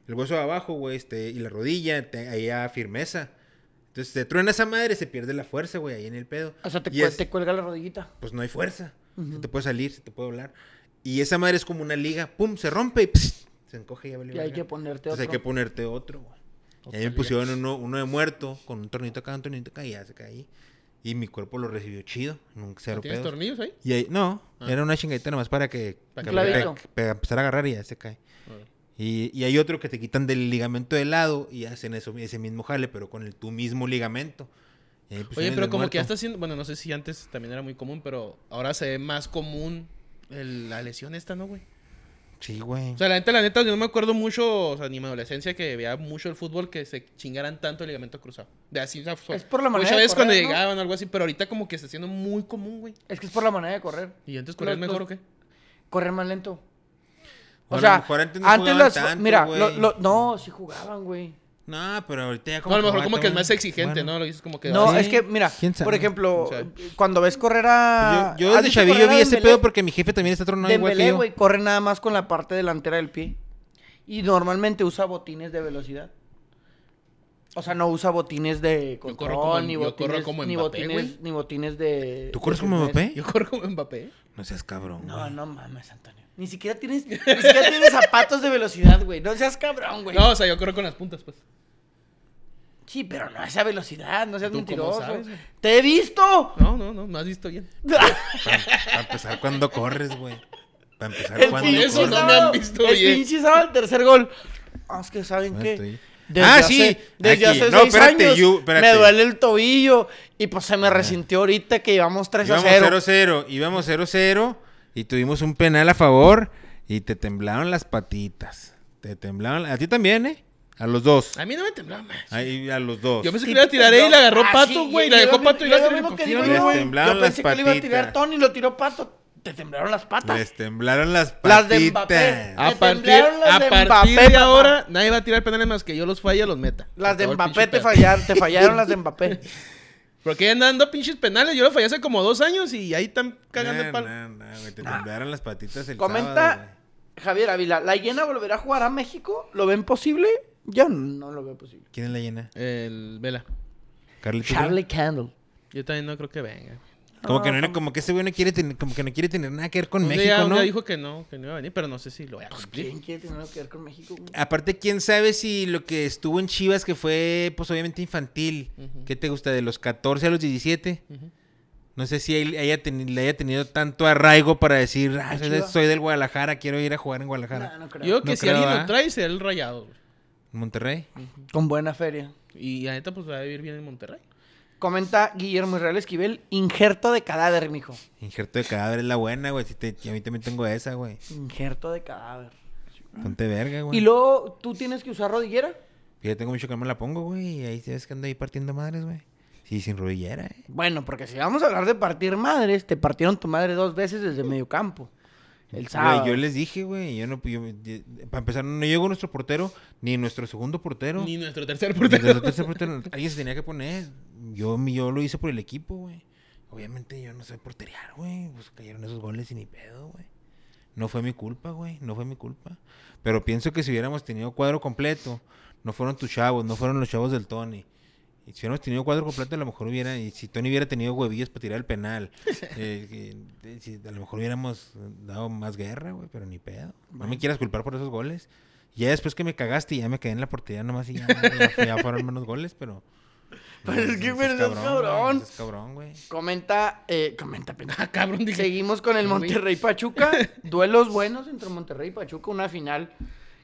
Speaker 2: el hueso de abajo, güey, este, y la rodilla, te- ahí haya firmeza. Entonces te truena esa madre, se pierde la fuerza, güey, ahí en el pedo.
Speaker 1: O sea, te,
Speaker 2: Y
Speaker 1: cue-
Speaker 2: es-
Speaker 1: te cuelga la rodillita.
Speaker 2: pues no hay fuerza. Se te puede salir, se te puede doblar. Y esa madre es como una liga, pum, se rompe y pss, se encoge y ya valió
Speaker 1: Y hay
Speaker 2: verga.
Speaker 1: que ponerte
Speaker 2: Entonces
Speaker 1: otro.
Speaker 2: hay que ponerte otro, güey. Y ahí me pusieron uno, uno de muerto, con un tornito acá, un tornito acá, y ya se caí. Y mi cuerpo lo recibió chido, nunca se
Speaker 3: ¿Tienes tornillos ahí?
Speaker 2: y ahí, no, era una chingadita nomás para que,
Speaker 3: Para
Speaker 2: que
Speaker 3: que
Speaker 2: pe-
Speaker 1: clavito.
Speaker 2: pe- empezar a agarrar y ya se cae. Y, y hay otro que te quitan del ligamento de lado y hacen eso, ese mismo jale, pero con el tu mismo ligamento. Y ahí pusieron
Speaker 3: Oye,
Speaker 2: el
Speaker 3: pero
Speaker 2: de
Speaker 3: como que
Speaker 2: Pues muerto.
Speaker 3: ya está haciendo. Bueno, no sé si antes también era muy común, pero ahora se ve más común el- la lesión esta, ¿no, güey?
Speaker 2: Sí, güey.
Speaker 3: O sea, la neta, la neta, yo no me acuerdo mucho, o sea, ni mi adolescencia, que veía mucho el fútbol que se chingaran tanto el ligamento cruzado. De así, o sea, fue-
Speaker 1: Es por la manera
Speaker 3: Muchas
Speaker 1: de
Speaker 3: veces cuando
Speaker 1: correr, ¿no?
Speaker 3: llegaban o algo así, pero ahorita como que está siendo muy común, güey.
Speaker 1: Es que es por la manera de correr.
Speaker 3: ¿Y antes corrías
Speaker 1: Los-
Speaker 3: mejor
Speaker 1: los-
Speaker 3: o qué?
Speaker 1: Correr más lento. O
Speaker 2: Bueno, a
Speaker 1: sea,
Speaker 2: lo mejor antes
Speaker 1: antes,
Speaker 2: no jugaban
Speaker 1: las.
Speaker 2: tanto,
Speaker 1: mira,
Speaker 2: güey.
Speaker 1: lo- lo- no, sí jugaban, güey.
Speaker 2: no, pero ahorita ya
Speaker 3: No,
Speaker 2: como
Speaker 3: a lo mejor
Speaker 2: va
Speaker 3: como que es
Speaker 2: tomando-
Speaker 3: más exigente,
Speaker 2: bueno.
Speaker 3: ¿no? Lo dices como que.
Speaker 1: No,
Speaker 2: Sí.
Speaker 1: es que, mira,
Speaker 2: ¿Quién sabe?
Speaker 1: por ejemplo,
Speaker 3: O sea.
Speaker 1: cuando ves correr a.
Speaker 2: Yo, yo
Speaker 1: Ah, ¿has
Speaker 2: desde
Speaker 1: visto
Speaker 2: chavillo
Speaker 1: correr a
Speaker 2: vi ese
Speaker 1: Dembélé?
Speaker 2: pedo porque mi jefe también está tronado igual que
Speaker 1: Dembélé,
Speaker 2: yo.
Speaker 1: güey, corre nada más con la parte delantera del pie. Y normalmente usa botines de velocidad. O sea, no usa botines de
Speaker 3: corro
Speaker 1: control,
Speaker 3: como-
Speaker 1: ni
Speaker 3: yo
Speaker 1: botines,
Speaker 3: corro como
Speaker 1: ni,
Speaker 3: Mbappé, güey.
Speaker 1: botines ni botines de...
Speaker 2: ¿Tú
Speaker 1: de
Speaker 2: corres como
Speaker 1: firmeza.
Speaker 2: Mbappé?
Speaker 3: Yo corro como Mbappé.
Speaker 2: No seas cabrón.
Speaker 1: No,
Speaker 2: güey.
Speaker 1: no mames, Antonio. Ni siquiera tienes, ni siquiera tienes zapatos de velocidad, güey. No seas cabrón, güey.
Speaker 3: No, o sea, yo corro con las puntas, pues.
Speaker 1: Sí, pero no a esa velocidad, no seas
Speaker 3: ¿Tú cómo
Speaker 1: mentiroso.
Speaker 3: sabes, güey?
Speaker 1: ¡Te he visto!
Speaker 3: No, no, no, no has visto bien.
Speaker 2: Para, para empezar, cuando corres, güey? Para empezar,
Speaker 1: El
Speaker 2: cuando
Speaker 1: pinche
Speaker 3: eso no
Speaker 2: corres? Ah,
Speaker 3: me han
Speaker 1: sábado-
Speaker 3: visto
Speaker 1: el
Speaker 3: bien.
Speaker 1: pinche sábado, el tercer gol. Ah, es que saben
Speaker 2: No
Speaker 1: qué.
Speaker 2: estoy-
Speaker 1: Desde
Speaker 2: Ah,
Speaker 1: hace-
Speaker 2: sí,
Speaker 1: Desde
Speaker 2: aquí.
Speaker 1: hace
Speaker 2: No,
Speaker 1: seis
Speaker 2: espérate,
Speaker 1: años
Speaker 2: you- espérate.
Speaker 1: me duele el tobillo y pues se
Speaker 3: Ah.
Speaker 1: me resintió ahorita que llevamos 3 a
Speaker 2: Íbamos
Speaker 1: 0.
Speaker 2: 0-0, íbamos 0-0 y tuvimos un penal a favor y te temblaron las patitas. Te temblaron, a ti también, ¿eh? A los dos.
Speaker 3: A mí no me temblaba más.
Speaker 2: Ahí, a los dos.
Speaker 3: Yo pensé que
Speaker 1: Sí,
Speaker 3: le iba a tirar él y la agarró
Speaker 1: Pues, ah,
Speaker 3: Pato,
Speaker 1: sí,
Speaker 3: güey.
Speaker 1: y
Speaker 3: la
Speaker 1: yo
Speaker 3: dejó
Speaker 1: lo-
Speaker 3: Pato y
Speaker 1: yo
Speaker 3: la
Speaker 1: lo
Speaker 3: cerró.
Speaker 1: mismo que
Speaker 3: Pues,
Speaker 1: digo
Speaker 2: Les
Speaker 1: yo, güey.
Speaker 2: temblaron
Speaker 1: Yo
Speaker 2: las
Speaker 1: pensé que le iba a tirar
Speaker 2: patitas.
Speaker 1: Tony y lo tiró Pato. Te temblaron las patas.
Speaker 2: Les temblaron las patitas.
Speaker 1: Las de Mbappé.
Speaker 3: A
Speaker 1: Le
Speaker 3: partir,
Speaker 1: temblaron las
Speaker 3: a
Speaker 1: de
Speaker 3: partir
Speaker 1: Mbappé,
Speaker 3: de
Speaker 1: papá.
Speaker 3: ahora, nadie va a tirar penales más que yo los falle, los meta.
Speaker 1: Las
Speaker 3: Se
Speaker 1: de
Speaker 3: acabó el
Speaker 1: Mbappé
Speaker 3: pinche
Speaker 1: te
Speaker 3: pedo.
Speaker 1: fallaron, te fallaron las de Mbappé.
Speaker 3: Porque andan dando pinches penales. Yo los fallé hace como dos años y ahí están cagando el
Speaker 2: Nah,
Speaker 3: palo.
Speaker 2: nah, nah, güey, te temblaron las patitas el sábado,
Speaker 1: Comenta
Speaker 2: güey.
Speaker 1: Javier Ávila, ¿la hiena volverá a jugar a México? ¿Lo ven posible? Yo no lo veo posible.
Speaker 2: ¿Quién es la llena?
Speaker 3: El Vela.
Speaker 2: Carlitos.
Speaker 1: Charlie Candle.
Speaker 3: Yo también no creo que venga.
Speaker 2: Como que
Speaker 1: No,
Speaker 2: no, como que ese güey no quiere tener, como que no quiere tener nada que ver con
Speaker 3: Un día-
Speaker 2: México,
Speaker 3: un
Speaker 2: ¿no?
Speaker 3: día Pues dijo que no, que no iba a venir, pero no sé si lo voy a cumplir.
Speaker 1: Pues, ¿Quién quiere tener algo que ver con México? güey?
Speaker 2: Aparte, quién sabe si lo que estuvo en Chivas, que fue, pues obviamente infantil,
Speaker 3: Ujú.
Speaker 2: ¿qué te gusta? De los 14 a los 17.
Speaker 3: Ujú.
Speaker 2: No sé si él haya teni- le haya tenido tanto arraigo para decir, "Ah, soy, de-
Speaker 1: Chivas.
Speaker 2: soy del Guadalajara, quiero ir a jugar en Guadalajara.
Speaker 1: No, no creo.
Speaker 3: Yo creo que
Speaker 2: No
Speaker 3: si
Speaker 2: creo,
Speaker 3: alguien lo
Speaker 2: ¿ah?
Speaker 3: trae, será el rayado. güey.
Speaker 2: Monterrey.
Speaker 1: Con buena feria.
Speaker 3: Y la neta, pues va a vivir bien en Monterrey.
Speaker 1: Comenta Guillermo Israel Esquivel, injerto de cadáver, mijo.
Speaker 2: Injerto de cadáver es la buena, güey. Si te- a mí también tengo esa, güey.
Speaker 1: Injerto de cadáver.
Speaker 2: Ponte verga, güey.
Speaker 1: Y luego, ¿tú tienes que usar rodillera?
Speaker 2: Yo tengo mucho que no me la pongo, güey. Y ahí sabes que ando ahí partiendo madres, güey. Sí, sin rodillera, eh.
Speaker 1: Bueno, porque si vamos a hablar de partir madres, te partieron tu madre dos veces desde medio campo. El sábado.
Speaker 2: Güey, yo les dije, güey, yo no, yo- yo- para empezar, no llegó nuestro portero, ni nuestro segundo portero.
Speaker 3: Ni nuestro tercer
Speaker 2: Porque
Speaker 3: portero.
Speaker 2: el tercer portero, alguien se tenía que poner. Yo, yo lo hice por el equipo, güey. Obviamente yo no sé porterear, güey. Pues cayeron esos goles y ni pedo, güey. No fue mi culpa, güey. No fue mi culpa. Pero pienso que si hubiéramos tenido cuadro completo, no fueron tus chavos, no fueron los chavos del Tony. Y si hubiéramos tenido cuadro completo, a lo mejor hubiera. Y si Tony hubiera tenido huevillos para tirar el penal, eh, que- eh, si- a lo mejor hubiéramos dado más guerra, güey. Pero ni pedo. No me quieras culpar por esos goles. Ya después que me cagaste, ya me quedé en la portería nomás y ya, ya- ya fueron menos goles, pero.
Speaker 1: Pero es que,
Speaker 2: No
Speaker 1: güey,
Speaker 2: seas
Speaker 1: no seas cabrón.
Speaker 2: güey, no seas cabrón, güey.
Speaker 1: Comenta, eh, comenta, pendejo.
Speaker 3: Ah, cabrón, dije.
Speaker 1: Seguimos con el
Speaker 3: Uy.
Speaker 1: Monterrey Pachuca. Duelos buenos entre Monterrey y Pachuca. Una final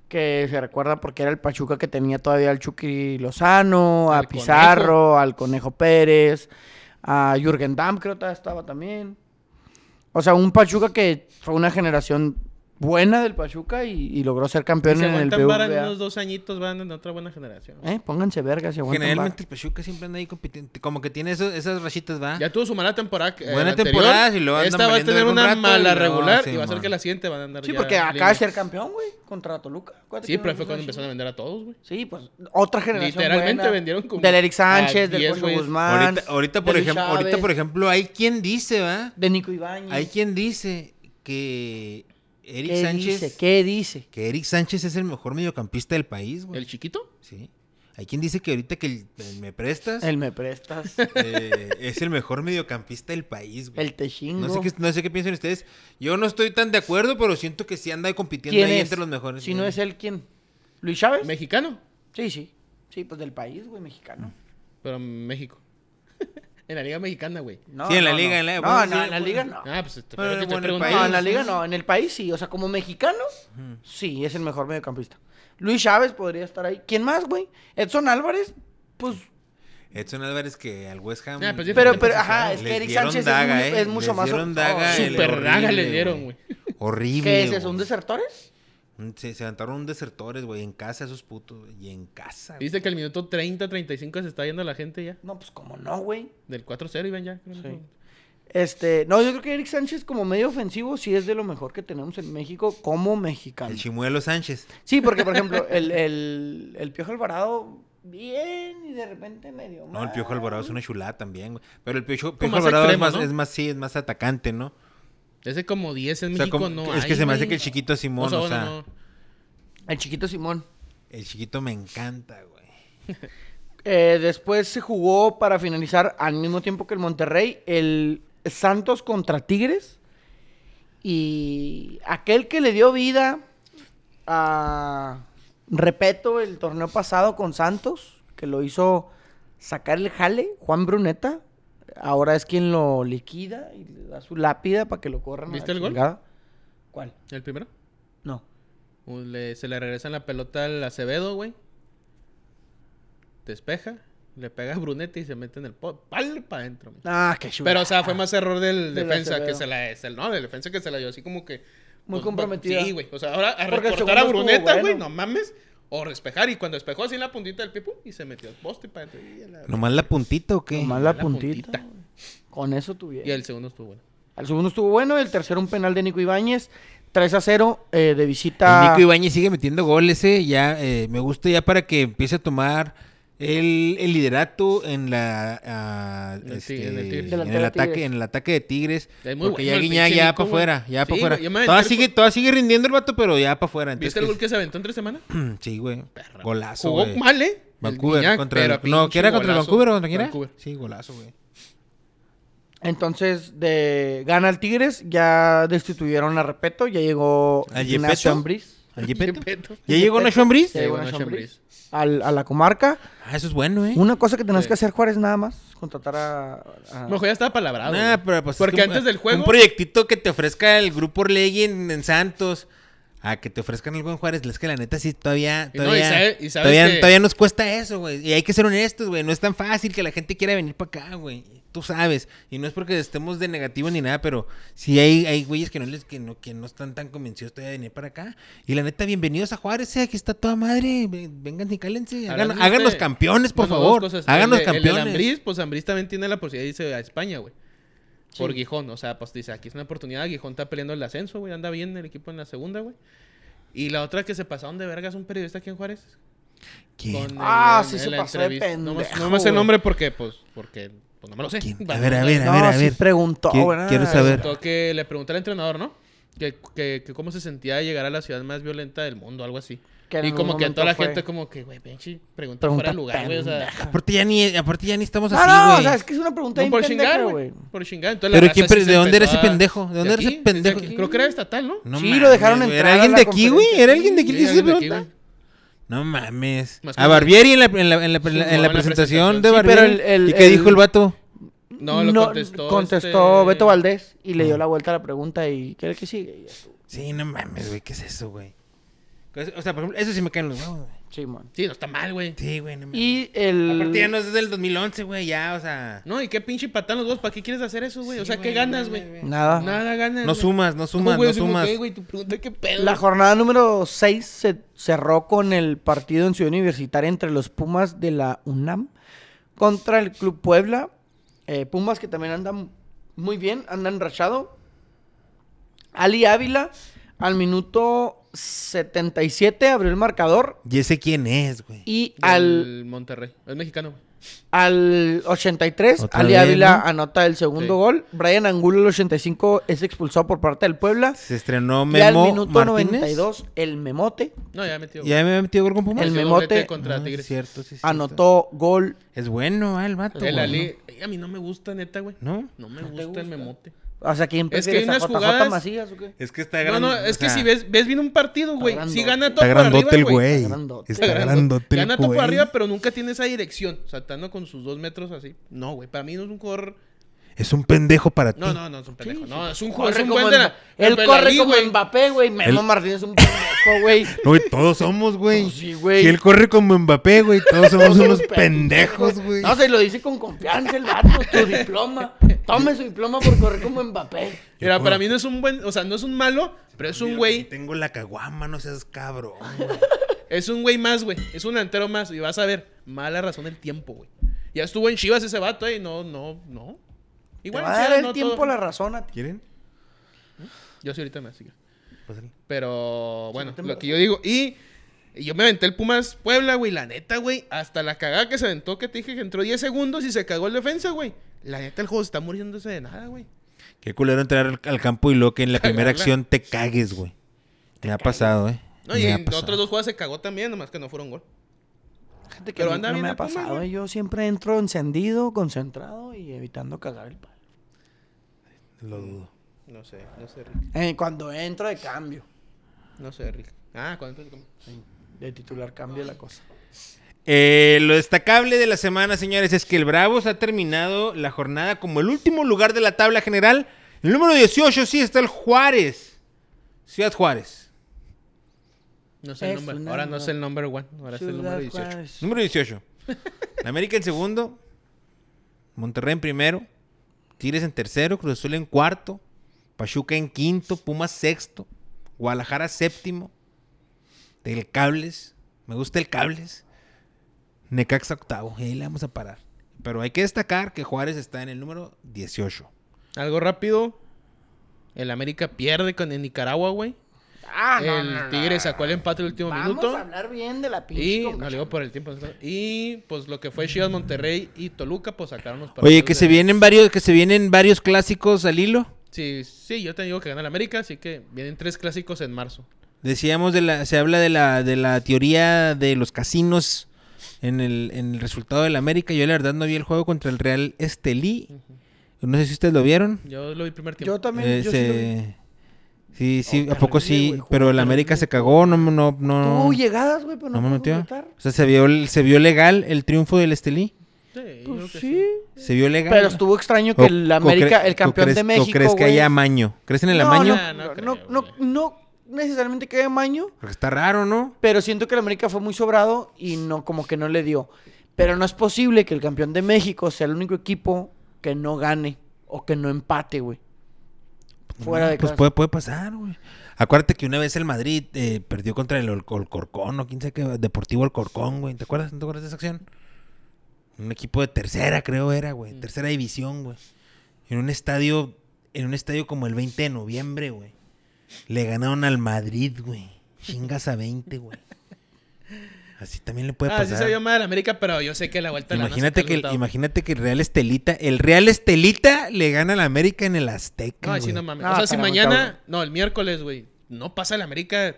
Speaker 1: que se recuerda porque era el Pachuca que tenía todavía al Chucky Lozano, a
Speaker 3: Al
Speaker 1: Pizarro, al Conejo Pérez, a Jürgen Damm, creo que estaba también. O sea, un Pachuca que fue una generación buena del Pachuca y, y logró ser campeón
Speaker 3: Si se
Speaker 1: en el
Speaker 3: aguantan para unos
Speaker 1: BBVA.
Speaker 3: dos añitos, van en otra buena generación.
Speaker 1: Eh, pónganse vergas y aguantan
Speaker 2: Generalmente
Speaker 1: vara.
Speaker 2: el Pachuca siempre anda ahí compitiendo. Como que tiene eso- esas rachitas, ¿va?
Speaker 3: Ya tuvo su mala temporada. eh,
Speaker 2: Buena
Speaker 3: la anterior.
Speaker 2: temporada, y luego andan
Speaker 3: Esta va a
Speaker 2: valiendo
Speaker 3: tener
Speaker 2: verga un
Speaker 3: una
Speaker 2: rato, y
Speaker 3: mala
Speaker 2: luego,
Speaker 3: regular
Speaker 2: sí,
Speaker 3: y va a ser
Speaker 2: man.
Speaker 3: que la siguiente van a andar
Speaker 1: Sí,
Speaker 3: ya
Speaker 1: porque acaba de
Speaker 3: líneas.
Speaker 1: ser campeón, güey, contra Toluca. Acuérdate
Speaker 3: Sí,
Speaker 1: que
Speaker 3: pero
Speaker 1: no-
Speaker 3: fue cuando
Speaker 1: no-
Speaker 3: empezaron a vender a todos, güey.
Speaker 1: Sí, pues otra generación
Speaker 3: Literalmente
Speaker 1: buena.
Speaker 3: vendieron como
Speaker 1: Del Eric Sánchez,
Speaker 3: a
Speaker 1: del
Speaker 3: 10
Speaker 1: Pocho
Speaker 3: güeyes.
Speaker 1: Guzmán.
Speaker 2: Ahorita, ahorita, por
Speaker 1: de Luis
Speaker 2: ejemplo, ahorita,
Speaker 1: Ah, Chávez,
Speaker 2: por ejemplo, hay quien dice, ¿va?
Speaker 1: De Nico Ibañez.
Speaker 2: Hay quien dice que Eric
Speaker 1: Mm. ¿Qué
Speaker 2: Sánchez.
Speaker 1: dice? ¿Qué dice?
Speaker 2: Que Eric Sánchez es el mejor mediocampista del país, güey.
Speaker 3: ¿El chiquito?
Speaker 2: Sí. Hay quien dice que ahorita que el- el me prestas
Speaker 1: El me prestas.
Speaker 2: eh, es el mejor mediocampista del país, güey.
Speaker 1: El techingo.
Speaker 2: No sé, qué, no sé qué piensan ustedes. Yo no estoy tan de acuerdo, pero siento que sí anda compitiendo
Speaker 1: ¿Quién
Speaker 2: ahí
Speaker 1: es?
Speaker 2: entre los mejores.
Speaker 1: Si no es él, ¿quién? ¿Luis Chávez?
Speaker 3: ¿Mexicano?
Speaker 1: Sí, sí. Sí, pues del país, güey, mexicano.
Speaker 3: Pero en México. en la Liga Mexicana, güey.
Speaker 1: No,
Speaker 2: Sí, en la
Speaker 1: no,
Speaker 2: liga,
Speaker 1: no.
Speaker 2: en la-
Speaker 1: No,
Speaker 2: bueno,
Speaker 1: no,
Speaker 2: sí,
Speaker 1: en la
Speaker 2: bueno.
Speaker 1: liga no.
Speaker 3: Ah, pues
Speaker 2: Bueno,
Speaker 3: te pero que te
Speaker 2: bueno, el
Speaker 3: pregunto.
Speaker 1: No,
Speaker 2: país.
Speaker 1: en la liga no. En el país sí. O sea, como mexicano, sí, es el mejor mediocampista. Luis Chávez podría estar ahí. ¿Quién más, güey? Edson Álvarez, pues...
Speaker 2: Edson Álvarez que al West Ham.
Speaker 3: Ah, pues sí,
Speaker 1: Pero,
Speaker 3: Fíjate,
Speaker 1: pero,
Speaker 3: sí,
Speaker 1: ajá,
Speaker 3: claro.
Speaker 1: es
Speaker 2: les
Speaker 1: que Eric
Speaker 2: dieron
Speaker 1: Sánchez es
Speaker 2: daga,
Speaker 1: mu- es,
Speaker 2: ¿eh?
Speaker 1: mucho
Speaker 2: Les
Speaker 1: más...
Speaker 2: dieron
Speaker 1: oh,
Speaker 2: daga,
Speaker 1: sí.
Speaker 2: el
Speaker 3: Super daga le
Speaker 2: horrible,
Speaker 3: dieron, güey.
Speaker 2: Horrible.
Speaker 1: ¿Qué es eso? ¿Un
Speaker 2: güey.
Speaker 1: desertores?
Speaker 2: Se, se aventaron un desertores, güey, en casa esos putos, güey, y en casa. güey.
Speaker 3: Dice que al minuto 30, 35 se está yendo la gente ya.
Speaker 1: No, pues como no, güey.
Speaker 3: Del 4-0 iban ya. creo.
Speaker 1: Sí. Este, no, yo creo que Eric Sánchez como medio ofensivo sí es de lo mejor que tenemos en México como mexicano.
Speaker 2: El Chimuelo Sánchez.
Speaker 1: Sí, porque por ejemplo, el, el, el Piojo Alvarado, bien, y de repente medio
Speaker 2: No, el Piojo
Speaker 1: mal.
Speaker 2: Alvarado es una chulada también, güey. Pero el Piojo,
Speaker 3: Como
Speaker 2: Piojo
Speaker 3: más
Speaker 2: Alvarado
Speaker 3: extremo,
Speaker 2: es, más,
Speaker 3: ¿no?
Speaker 2: es más, sí, es más atacante, ¿no?
Speaker 3: Ese como 10 en
Speaker 2: O sea,
Speaker 3: México
Speaker 2: como-
Speaker 3: no
Speaker 2: es que
Speaker 3: hay,
Speaker 2: se me hace
Speaker 3: güey.
Speaker 2: que el chiquito Simón,
Speaker 3: O sea,
Speaker 2: o
Speaker 3: bueno,
Speaker 2: sea,
Speaker 3: no.
Speaker 1: El chiquito Simón.
Speaker 2: el chiquito me encanta, güey.
Speaker 1: Eh, después se jugó para finalizar al mismo tiempo que el Monterrey, el Santos contra Tigres. Y aquel que le dio vida a, repito, el torneo pasado con Santos, que lo hizo sacar el jale, Juan Bruneta. Ahora es quien lo liquida y le da su lápida para que lo corran. a la
Speaker 3: ¿Viste el gol?
Speaker 1: chingada. ¿Cuál?
Speaker 3: ¿El primero?
Speaker 1: No.
Speaker 3: Uh, le- se le regresa la pelota al Acevedo, güey. Despeja. Le pega a Brunetti y se mete en el pal para adentro. güey.
Speaker 1: Ah, qué chula.
Speaker 3: Pero, o sea, fue más error del
Speaker 1: Del
Speaker 3: defensa que
Speaker 1: Acevedo.
Speaker 3: se la... se- no, del defensa que se la dio así como que...
Speaker 1: Muy
Speaker 3: pues,
Speaker 1: comprometida.
Speaker 3: Sí, güey. O sea, ahora a
Speaker 1: Porque el
Speaker 3: recortar a
Speaker 1: segundo estuvo
Speaker 3: Bruneta, güey,
Speaker 1: bueno.
Speaker 3: no mames. O despejar. Y cuando despejó así en la puntita del pie, pum, y se metió al poste para adentro. Y, a la-
Speaker 2: ¿Nomás la puntita o qué?
Speaker 1: Nomás
Speaker 3: la
Speaker 1: la puntita.
Speaker 3: puntita.
Speaker 1: güey. Con eso tuvieron.
Speaker 3: y el segundo estuvo bueno.
Speaker 1: El segundo estuvo bueno, el tercero un penal de Nico Ibáñez, 3 a 0 eh, de
Speaker 2: El
Speaker 1: visita.
Speaker 2: Nico Ibañez sigue metiendo goles, eh. Ya, eh, me gusta ya para que empiece a tomar el, el liderato en la ah,
Speaker 3: En el
Speaker 2: este,
Speaker 3: Tigre- en el Tigre.
Speaker 2: en
Speaker 1: Delantera
Speaker 2: el
Speaker 1: de
Speaker 2: ataque
Speaker 1: Tigres.
Speaker 2: en el ataque de Tigres
Speaker 3: Está muy
Speaker 2: porque
Speaker 3: bueno
Speaker 2: ya
Speaker 3: el
Speaker 2: Guiñac
Speaker 3: pinche
Speaker 2: ya
Speaker 3: Nico,
Speaker 2: para
Speaker 3: güey.
Speaker 2: afuera ya
Speaker 3: Sí,
Speaker 2: para afuera
Speaker 3: güey, yo me aventé
Speaker 2: todavía
Speaker 3: el-
Speaker 2: sigue todavía sigue rindiendo el vato pero ya para afuera
Speaker 3: ¿Viste el gol que se aventó entre semana?
Speaker 2: Mm, sí güey
Speaker 3: Perra.
Speaker 2: golazo
Speaker 3: Jugó
Speaker 2: güey.
Speaker 3: mal, ¿eh? El
Speaker 2: Vancouver
Speaker 3: Guiñac,
Speaker 2: contra el,
Speaker 3: pero
Speaker 2: no
Speaker 3: pinche
Speaker 2: que era contra el
Speaker 3: golazo.
Speaker 2: Vancouver o contra quién era
Speaker 3: Vancouver.
Speaker 2: sí golazo güey
Speaker 1: Entonces, de gana el Tigres, ya destituyeron a Repeto, ya llegó
Speaker 2: ¿Al
Speaker 1: Ignacio
Speaker 2: Yepeto?
Speaker 1: Ambriz.
Speaker 2: ¿Al
Speaker 3: Yepeto.
Speaker 2: Yepeto? ya llegó Nacho Ambriz
Speaker 1: Ya
Speaker 3: Sí.
Speaker 1: llegó
Speaker 3: llegó
Speaker 1: Nacho
Speaker 3: Nacho
Speaker 1: Ambriz al- a la comarca.
Speaker 2: ah eso es bueno eh
Speaker 1: Una cosa que tenías
Speaker 3: Sí.
Speaker 1: que hacer Juárez nada más, contratar a... a-
Speaker 3: Mejor ya estaba palabrado.
Speaker 2: Nah,
Speaker 3: güey.
Speaker 2: pero pues es
Speaker 3: Porque
Speaker 2: que un-
Speaker 3: antes del juego.
Speaker 2: Un proyectito que te ofrezca el grupo Orlegui en, en Santos. A que te ofrezcan algo en Juárez. Es que la neta sí, todavía.
Speaker 3: Y no, y
Speaker 2: Todavía,
Speaker 3: sabe- y sabes
Speaker 2: todavía,
Speaker 3: que-
Speaker 2: todavía nos cuesta eso, güey. Y hay que ser honestos, güey. No es tan fácil que la gente quiera venir para acá, güey. Tú sabes. Y no es porque estemos de negativo ni nada, pero sí hay, hay güeyes que no, les, que, no, que no están tan convencidos todavía de venir para acá. Y la neta, bienvenidos a Juárez. eh, Aquí está toda madre. Ven- Vengan y cálense. Hagan-
Speaker 3: Hablando de-
Speaker 2: háganos campeones, por
Speaker 3: bueno,
Speaker 2: favor.
Speaker 3: este, dos cosas.
Speaker 2: háganos
Speaker 3: El de- el del
Speaker 2: campeones.
Speaker 3: Ambriz, pues Ambriz también tiene la posibilidad de irse a España, güey. Por Gijón, o sea, pues dice, aquí es una oportunidad, Gijón está peleando el ascenso, güey, anda bien el equipo en la segunda, güey. Y la otra que se pasaron de vergas un periodista aquí en Juárez.
Speaker 2: ¿Quién?
Speaker 3: el-
Speaker 1: Ah,
Speaker 3: en-
Speaker 1: sí,
Speaker 3: en
Speaker 1: se
Speaker 3: la
Speaker 1: pasó de
Speaker 3: entrevista. No me,
Speaker 1: pendejo,
Speaker 3: no me sé el
Speaker 1: güey.
Speaker 3: nombre porque, pues, porque, pues no me lo sé.
Speaker 2: ¿Quién?
Speaker 3: Va,
Speaker 2: A ver,
Speaker 3: no
Speaker 2: a
Speaker 3: me lo
Speaker 2: ver,
Speaker 3: sé.
Speaker 1: No,
Speaker 2: a ver,
Speaker 1: sí
Speaker 2: ver.
Speaker 1: preguntó.
Speaker 2: Qui-
Speaker 1: ¿verdad?
Speaker 2: quiero saber.
Speaker 3: Preguntó que le preguntó al entrenador, ¿no? Que, que, que cómo se sentía llegar a la ciudad más violenta del mundo, algo así.
Speaker 1: Que en
Speaker 3: y
Speaker 1: un
Speaker 3: como que a
Speaker 1: momento
Speaker 3: toda la
Speaker 1: fue.
Speaker 3: gente como que, güey, pinche, pregunta,
Speaker 1: Pregunta
Speaker 3: fuera de lugar, güey, o sea...
Speaker 1: pendeja.
Speaker 2: Aparte ya ni, aparte ya ni estamos
Speaker 1: No,
Speaker 2: así,
Speaker 1: no,
Speaker 2: güey.
Speaker 1: o sea, es que es una pregunta
Speaker 3: No, por
Speaker 1: bien pendeja,
Speaker 3: chingar,
Speaker 1: güey.
Speaker 3: güey. Por chingar. Entonces,
Speaker 2: Pero
Speaker 3: la
Speaker 2: quién
Speaker 3: raza
Speaker 2: pre-
Speaker 3: se
Speaker 2: ¿de dónde era
Speaker 3: empezó
Speaker 2: ese
Speaker 3: a-
Speaker 2: pendejo? ¿De dónde era ese
Speaker 3: aquí,
Speaker 2: pendejo?
Speaker 3: desde aquí. Creo que era estatal, ¿no?
Speaker 2: No
Speaker 1: Sí, lo dejaron
Speaker 2: güey.
Speaker 1: entrar a
Speaker 2: ¿Era alguien
Speaker 1: la
Speaker 2: de aquí, güey?
Speaker 1: conferencia.
Speaker 2: ¿Era alguien de aquí el que
Speaker 3: Sí,
Speaker 2: hizo esa
Speaker 3: alguien de aquí,
Speaker 2: pregunta? No mames.
Speaker 3: Más
Speaker 2: A Barbieri en la, en la, en la, en la-
Speaker 3: Sí,
Speaker 2: en la
Speaker 3: no,
Speaker 2: presentación
Speaker 3: sí,
Speaker 2: de
Speaker 3: pero
Speaker 2: Barbieri.
Speaker 1: el- el-
Speaker 2: ¿Y qué
Speaker 1: el-
Speaker 2: dijo el vato?
Speaker 3: güey. No, lo contestó.
Speaker 1: contestó
Speaker 3: este,
Speaker 1: Beto Valdés
Speaker 2: Ah.
Speaker 1: y le dio la vuelta a la pregunta y ¿qué que sigue? Y ya estuvo.
Speaker 2: Sí, no mames, güey. ¿Qué es eso, güey? Pues, O sea, por ejemplo, eso sí me caen los huevos, güey.
Speaker 1: Simón.
Speaker 3: Sí, no está mal, güey.
Speaker 2: Sí, güey, no me...
Speaker 1: Y el.
Speaker 2: Aparte ya no es desde el 2011, güey, ya, o sea...
Speaker 3: No, y qué pinche patán los dos. ¿Para qué quieres hacer eso, güey? o sea, ¿qué ganas, güey?
Speaker 1: Nada.
Speaker 3: Nada ganas.
Speaker 2: No
Speaker 3: güey.
Speaker 2: sumas, no sumas, no
Speaker 3: así como
Speaker 2: sumas.
Speaker 3: que, Mm. güey, tu pregunta, ¿qué pedo?
Speaker 1: La jornada número 6 se cerró con el partido en Ciudad Universitaria entre los Pumas de la UNAM contra el Club Puebla. Eh, Pumas que también andan muy bien, andan rachado. Ali Ávila al minuto 77 abrió el marcador
Speaker 2: Y ese quién es, güey.
Speaker 1: y al,
Speaker 3: Al Monterrey. Es mexicano, güey.
Speaker 1: al 83
Speaker 2: Otra
Speaker 1: Ali
Speaker 2: vez,
Speaker 1: Ávila
Speaker 2: ¿no?
Speaker 1: anota el segundo
Speaker 3: Sí.
Speaker 1: gol. Brian Angulo al 85 es expulsado por parte del Puebla.
Speaker 2: Se estrenó
Speaker 1: Y al
Speaker 2: Memo
Speaker 1: minuto
Speaker 2: Martínez.
Speaker 1: 92 el Memote
Speaker 3: No, ya metió.
Speaker 2: ¿Y ahí me he metido gol con Pumas?
Speaker 1: El
Speaker 3: Metió
Speaker 1: Memote
Speaker 3: doblete contra
Speaker 2: Ah,
Speaker 3: Tigres.
Speaker 2: es cierto, sí, sí,
Speaker 1: anotó gol
Speaker 2: está. Es bueno, ah, el vato.
Speaker 3: El
Speaker 2: güey,
Speaker 3: Ali. Ay, A mí no me gusta, neta, güey.
Speaker 2: ¿No? ¿No?
Speaker 3: No me gusta, el memote.
Speaker 1: O sea, ¿quién
Speaker 3: Es que
Speaker 1: prefieres
Speaker 3: hay
Speaker 1: a
Speaker 3: unas
Speaker 1: JJ
Speaker 3: jugadas-
Speaker 1: Macías o qué?
Speaker 2: Es que está
Speaker 3: No,
Speaker 2: grande.
Speaker 3: no, es que si ves, ves bien un partido, güey.
Speaker 1: Está
Speaker 3: Si
Speaker 1: grandote.
Speaker 3: gana todo
Speaker 2: Está
Speaker 3: por arriba,
Speaker 2: grandote el
Speaker 3: güey.
Speaker 2: güey.
Speaker 1: Está grandote.
Speaker 2: Está grandote el
Speaker 3: Gana todo por
Speaker 2: güey.
Speaker 3: arriba, pero nunca tiene esa dirección. Saltando con sus dos metros así. No, güey. Para mí no es un jugador.
Speaker 2: Es un pendejo para ti.
Speaker 3: No, no, no es un pendejo.
Speaker 1: Sí,
Speaker 3: No,
Speaker 1: sí.
Speaker 3: es un jugador.
Speaker 1: Corre
Speaker 3: Es un
Speaker 1: como
Speaker 3: buen
Speaker 1: Mba-
Speaker 3: dela-
Speaker 1: Él
Speaker 3: el
Speaker 1: corre
Speaker 3: Belalí,
Speaker 1: como
Speaker 3: güey.
Speaker 1: Mbappé, güey. Memo
Speaker 2: Él-
Speaker 1: Martínez es un pendejo, güey.
Speaker 2: No, güey, todos somos, güey.
Speaker 1: Pues sí, güey.
Speaker 2: Si él corre como Mbappé, güey, todos somos unos
Speaker 1: Pe-
Speaker 2: pendejos, güey.
Speaker 1: No, se lo dice con confianza el vato, tu diploma. Tome su diploma por correr como Mbappé.
Speaker 3: Mira, para mí no es un buen. O sea, no es un malo, pero es un güey.
Speaker 2: Tengo la caguama, no seas cabrón, güey.
Speaker 3: Es un güey más, güey. Es un delantero más. Y vas a ver, mala razón el tiempo, güey. Ya estuvo en Chivas ese vato, eh. No, no, no.
Speaker 1: Te
Speaker 3: Igual
Speaker 1: va
Speaker 3: sí,
Speaker 1: a dar el
Speaker 3: no
Speaker 1: tiempo
Speaker 3: todo-
Speaker 1: la razón a ti.
Speaker 2: ¿Quieren?
Speaker 3: Yo sí ahorita me sigo.
Speaker 2: Pásale.
Speaker 3: Pero bueno,
Speaker 1: no te
Speaker 3: lo que yo digo. Y y yo me aventé el Pumas Puebla, güey. La neta, güey. Hasta la cagada que se aventó, que te dije que entró 10 segundos y se cagó el defensa, güey. La neta, el juego se está muriéndose de nada, güey.
Speaker 2: Qué culero entrar al, al campo y luego que en la primera
Speaker 3: Cagarla.
Speaker 2: acción te cagues, güey. Me ha pasado, eh.
Speaker 3: No,
Speaker 2: Me
Speaker 3: y
Speaker 2: ha
Speaker 3: en
Speaker 2: pasado.
Speaker 3: otros dos juegos se cagó también, nomás que no fueron gol.
Speaker 1: Fíjate que
Speaker 3: Pero
Speaker 1: a mí
Speaker 3: anda
Speaker 1: no
Speaker 3: bien
Speaker 1: me
Speaker 3: el
Speaker 1: ha
Speaker 3: Pumas,
Speaker 1: pasado.
Speaker 3: güey.
Speaker 1: y Yo siempre entro encendido, concentrado y evitando cagar el palo.
Speaker 2: Lo dudo.
Speaker 3: No sé, no sé, Rick.
Speaker 1: Eh, cuando entro de cambio,
Speaker 3: No sé, Rick. Ah, cuando entró el-
Speaker 1: de titular cambia la cosa.
Speaker 2: Eh, lo destacable de la semana, señores, es que el Bravos ha terminado la jornada como el último lugar de la tabla general. El número 18 sí está el Juárez. Ciudad Juárez.
Speaker 3: No sé
Speaker 1: Es
Speaker 3: el nombre.
Speaker 1: una
Speaker 3: Ahora no sé el number one. Ahora sé el número
Speaker 1: Ciudad
Speaker 3: 18.
Speaker 1: Juárez.
Speaker 2: Número 18. La América en segundo. Monterrey en primero. Tigres en tercero. Cruz Azul en cuarto. Pachuca en quinto. Pumas sexto. Guadalajara séptimo. Del Cables. Me gusta el Cables. Necaxa octavo. Y ahí le vamos a parar. Pero hay que destacar que Juárez está en el número 18.
Speaker 3: Algo rápido. El América pierde con el Nicaragua, güey.
Speaker 1: Ah, no, no,
Speaker 3: el
Speaker 1: no,
Speaker 3: Tigre
Speaker 1: no.
Speaker 3: sacó el empate el último
Speaker 1: Vamos
Speaker 3: minuto.
Speaker 1: a hablar bien de la pinche.
Speaker 3: Y no
Speaker 1: Concacaf.
Speaker 3: le digo por el tiempo. no sé cuánto. Y pues lo que fue Chivas Monterrey y Toluca, pues sacaron los partidos.
Speaker 2: Oye, que
Speaker 3: de-
Speaker 2: se vienen varios, que se vienen varios clásicos al hilo.
Speaker 3: Sí, sí, yo te digo que gana el América, así que vienen tres clásicos en marzo.
Speaker 2: Decíamos de la, se habla de la, de la teoría de los casinos en el, en el resultado del América. Yo la verdad no vi el juego contra el Real Estelí. No sé si ustedes lo vieron.
Speaker 3: Yo lo vi primer tiempo.
Speaker 1: Yo también. yo sí lo vi.
Speaker 2: Ese- sí, sí,
Speaker 1: Oh,
Speaker 2: ¿a poco
Speaker 1: terrible,
Speaker 2: sí?
Speaker 1: güey, jugó
Speaker 2: pero el
Speaker 1: terrible.
Speaker 2: América se cagó, no, no, no,
Speaker 1: Tuvo llegadas, güey, pero
Speaker 2: no
Speaker 1: no,
Speaker 2: me
Speaker 1: pudo
Speaker 2: metió.
Speaker 1: anotar.
Speaker 2: O sea, se vio, el- se vio legal el triunfo del Estelí.
Speaker 3: Sí, yo creo
Speaker 1: Pues
Speaker 3: que
Speaker 1: sí.
Speaker 2: Se vio legal.
Speaker 1: Pero estuvo extraño que el
Speaker 2: ¿O- o
Speaker 1: América,
Speaker 2: cre-
Speaker 1: el
Speaker 2: o
Speaker 1: campeón
Speaker 2: crees-
Speaker 1: de
Speaker 2: o
Speaker 1: México,
Speaker 2: crees que
Speaker 1: güey.
Speaker 2: haya amaño? ¿Crees en el
Speaker 1: No, No,
Speaker 2: amaño?
Speaker 1: no,
Speaker 3: No, no
Speaker 1: no,
Speaker 3: creo,
Speaker 1: no-
Speaker 3: güey.
Speaker 1: no necesariamente que haya amaño,
Speaker 2: Porque está raro, ¿no?
Speaker 1: pero siento que el América fue muy sobrado y no, como que no le dio. Pero no es posible que el campeón de México sea el único equipo que no gane o que no empate, güey. Fuera
Speaker 2: No,
Speaker 1: de
Speaker 2: Pues
Speaker 1: casa.
Speaker 2: puede, puede pasar, güey. Acuérdate que una vez el Madrid eh, perdió contra el Ol- Olcorcón o quién sabe qué, Deportivo Olcorcón, güey. ¿Te acuerdas? ¿No te acuerdas de esa acción? Un equipo de tercera, creo era, güey.
Speaker 3: Mm.
Speaker 2: Tercera división, güey. En un estadio, en un estadio como el 20 de noviembre, güey. Le ganaron al Madrid, güey. Chingas a 20, güey. Así también le puede
Speaker 3: Ah, sí
Speaker 2: pasar.
Speaker 3: se vio mal el América, pero yo sé que la vuelta la van a
Speaker 2: imagínate,
Speaker 3: sacar
Speaker 2: que el,
Speaker 3: resultado.
Speaker 2: imagínate que el Real Estelita, el Real Estelita le gana al América en el Azteca.
Speaker 3: No, así
Speaker 2: güey.
Speaker 3: no mames.
Speaker 1: Ah,
Speaker 3: o sea, si
Speaker 1: para
Speaker 3: mañana,
Speaker 1: aguantar,
Speaker 3: no, el miércoles, güey, no pasa el América.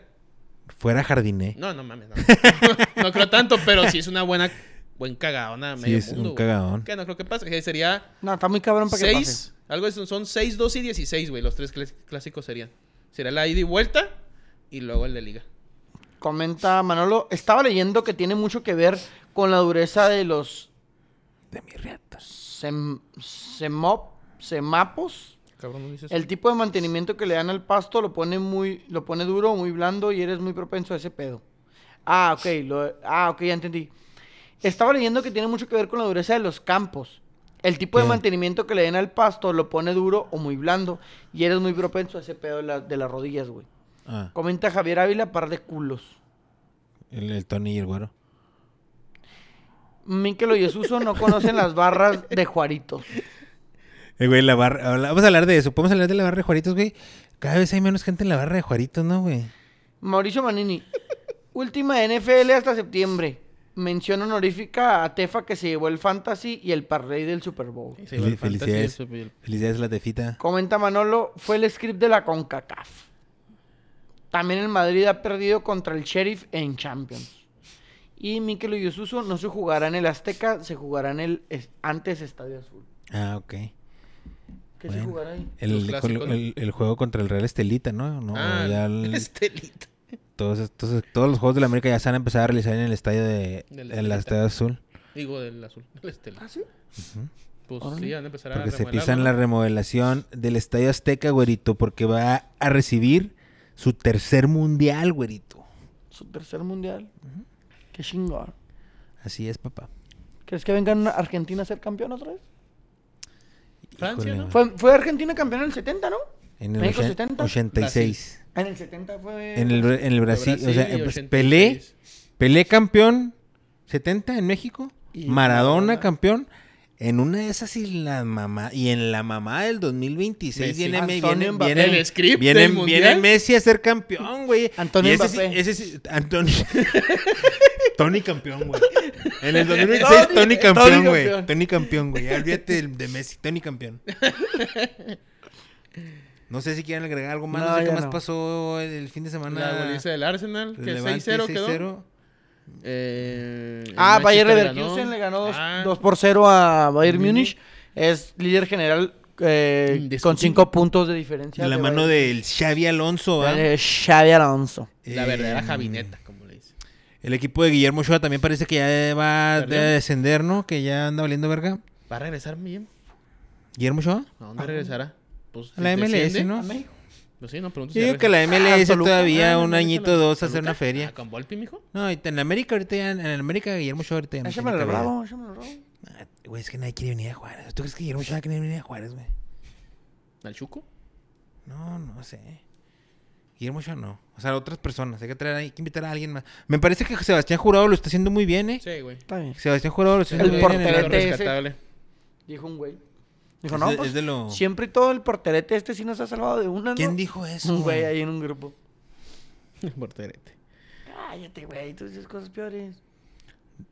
Speaker 2: Fuera jardiné.
Speaker 3: No, no mames, no. no creo tanto, pero sí es una buena, buen cagadón a
Speaker 2: Sí,
Speaker 3: medio
Speaker 2: es un
Speaker 3: mundo, güey.
Speaker 2: cagadón.
Speaker 3: Que no creo que pase. que sería
Speaker 1: No, está muy cabrón para que pase.
Speaker 3: seis, algo de eso, son 6, 12 y 16, güey. Los tres clas- clásicos serían. Será la ida y vuelta y luego el de liga.
Speaker 1: Comenta Manolo, estaba leyendo que tiene mucho que ver con la dureza de los
Speaker 2: De mi riata.
Speaker 1: sem- semop- semapos
Speaker 3: cabrón no dice eso.
Speaker 1: El tipo de mantenimiento que le dan al pasto lo pone muy, lo pone duro, muy blando y eres muy propenso a ese pedo. Ah, ok, lo- ah, ok, ya entendí. Estaba leyendo que tiene mucho que ver con la dureza de los campos. El tipo de
Speaker 2: ¿Qué?
Speaker 1: mantenimiento que le den al pasto lo pone duro o muy blando y eres muy propenso a ese pedo de, la- de las rodillas, güey.
Speaker 2: Ah,
Speaker 1: Comenta Javier Ávila, par de culos.
Speaker 2: el, el Tony y el güero.
Speaker 1: Miquel y Yesuso no conocen las barras de Juaritos.
Speaker 2: Eh, güey, la barra. habla- Vamos a hablar de eso. Podemos hablar de la barra de Juaritos, güey. Cada vez hay menos gente en la barra de Juaritos, ¿no, güey?
Speaker 1: Mauricio Manini. Última NFL hasta septiembre. Mención honorífica a Tefa que se llevó el Fantasy y el Parley del Super Bowl.
Speaker 3: Sí, güey,
Speaker 2: Fel-
Speaker 3: el fantasy,
Speaker 2: felicidades.
Speaker 3: eso, güey, el-
Speaker 2: Felicidades a la tefita.
Speaker 1: Comenta Manolo, fue el script de la CONCACAF. También el Madrid ha perdido contra el Sheriff en Champions. Y Mikel Yususo no se jugará en el Azteca, se jugará en el es- antes Estadio Azul.
Speaker 2: Ah, ok.
Speaker 1: ¿Qué se
Speaker 2: Bueno.
Speaker 1: jugará ahí?
Speaker 2: El,
Speaker 3: Los
Speaker 2: con-
Speaker 3: clásicos, ¿no?
Speaker 2: el- el juego contra el Real Estelita, ¿no? no
Speaker 3: Ah,
Speaker 2: ya el-
Speaker 3: Estelita.
Speaker 2: todos, estos- todos los juegos de la América ya se han empezado a realizar en el estadio de
Speaker 3: Del
Speaker 2: el
Speaker 3: Estelita.
Speaker 2: Estadio Azul.
Speaker 3: Digo, del azul. del Estelita.
Speaker 1: ¿Ah, sí?
Speaker 3: Pues
Speaker 1: Órale.
Speaker 3: sí, van a empezar a
Speaker 2: Porque se
Speaker 3: remodelarlo,
Speaker 2: pisan
Speaker 3: ¿no?
Speaker 2: la remodelación del Estadio Azteca, güerito, porque va a recibir su tercer mundial, güerito.
Speaker 1: Su tercer mundial. Qué chingón.
Speaker 2: Así es, papá.
Speaker 1: ¿Crees que vengan a Argentina a ser campeón otra vez?
Speaker 3: Francia, ¿no?
Speaker 2: güey.
Speaker 1: Fue, fue Argentina campeón en el 70, ¿no?
Speaker 2: en el
Speaker 1: México
Speaker 2: ochen-
Speaker 1: 70,
Speaker 2: 86.
Speaker 1: En el 70 fue.
Speaker 2: En el, en el Brasil, o sea,
Speaker 3: Brasil,
Speaker 2: pues,
Speaker 3: 86.
Speaker 2: Pelé, Pelé campeón 70 en México,
Speaker 1: Y
Speaker 2: Maradona
Speaker 1: Maradona.
Speaker 2: campeón en una de esas y la mamá y en la mamá del 2026
Speaker 3: Messi.
Speaker 2: viene Me-
Speaker 1: Antonio
Speaker 2: viene
Speaker 1: Mbappé.
Speaker 2: viene
Speaker 3: El script
Speaker 2: viene-
Speaker 3: del Mundial.
Speaker 2: viene Messi a ser campeón, güey.
Speaker 1: Antonio
Speaker 2: Y ese sí-
Speaker 1: Mbappé.
Speaker 2: ese sí- Antonio Tony campeón, güey. En el 2026 Tony
Speaker 1: Tony
Speaker 2: campeón, güey.
Speaker 1: campeón.
Speaker 2: Tony campeón, güey. Ya Olvídate del- de Messi, Tony campeón. No sé si quieren agregar algo más, no,
Speaker 1: No,
Speaker 2: sé qué
Speaker 1: ya
Speaker 2: más
Speaker 1: no.
Speaker 2: pasó el, el fin de semana.
Speaker 3: La goliza del Arsenal, que
Speaker 2: Levante
Speaker 3: 6-0 quedó.
Speaker 2: 6-0.
Speaker 3: Eh, el
Speaker 1: Ah, Bayer
Speaker 3: Manchester
Speaker 1: Leverkusen le ganó 2,
Speaker 3: Ah,
Speaker 1: por 0 a Bayern
Speaker 2: Ujú.
Speaker 1: Múnich. Es líder general eh,
Speaker 3: Indiscutible.
Speaker 1: con 5 puntos de diferencia.
Speaker 2: De la mano
Speaker 1: Bayern.
Speaker 2: del Xavi Alonso, ¿va?
Speaker 1: de Xavi Alonso.
Speaker 3: Eh, La verdadera
Speaker 2: Eh,
Speaker 3: jabineta, como le dice.
Speaker 2: El equipo de Guillermo Ochoa también parece que ya va
Speaker 3: ¿Perdió?
Speaker 2: a descender, ¿no? Que ya anda valiendo verga.
Speaker 3: ¿Va a regresar bien?
Speaker 2: Guillermo Ochoa.
Speaker 3: ¿A dónde regresará? Pues,
Speaker 2: A la
Speaker 3: si
Speaker 2: MLS,
Speaker 3: desciende,
Speaker 2: ¿no?
Speaker 1: A México.
Speaker 3: Pues sí, no pregunto
Speaker 2: Yo
Speaker 3: si
Speaker 2: digo que
Speaker 3: regresa.
Speaker 2: la MLS
Speaker 1: Ah, Toluca.
Speaker 2: todavía
Speaker 3: Ah,
Speaker 2: un
Speaker 3: ¿la
Speaker 2: añito
Speaker 3: regresa la-
Speaker 2: dos hacer
Speaker 3: Toluca?
Speaker 2: una feria.
Speaker 3: Ah, ¿Con Volpi, mijo?
Speaker 2: No, ahorita en América ahorita ya, en América Guillermo Ochoa ahorita ya no tiene
Speaker 1: Échamelo al
Speaker 2: cabida.
Speaker 1: bravo, échamelo al bravo.
Speaker 2: Ah, Güey, es que nadie quiere venir a Juárez. ¿Tú crees que Guillermo Ochoa quiere venir a Juárez, güey?
Speaker 3: ¿Al Chuco?
Speaker 2: No, no sé. Guillermo Ochoa no. O sea, otras personas. Hay que traer, hay que invitar a alguien más. Me parece que Sebastián Jurado lo está haciendo muy bien, ¿eh?
Speaker 3: Sí, güey.
Speaker 1: Está bien.
Speaker 2: Sebastián Jurado lo está
Speaker 1: El
Speaker 2: haciendo muy bien. en
Speaker 1: portero
Speaker 3: Lo
Speaker 1: TS.
Speaker 3: rescatable.
Speaker 1: Dijo un güey.
Speaker 2: Es
Speaker 1: Dijo, no,
Speaker 2: de-
Speaker 1: pues,
Speaker 2: es de lo-
Speaker 1: siempre y todo el porterete este sí nos ha salvado de una, ¿no?
Speaker 2: ¿Quién dijo eso?
Speaker 1: Un güey
Speaker 2: güey?
Speaker 1: ahí en un grupo.
Speaker 3: Porterete.
Speaker 1: Cállate, güey, tú dices cosas peores.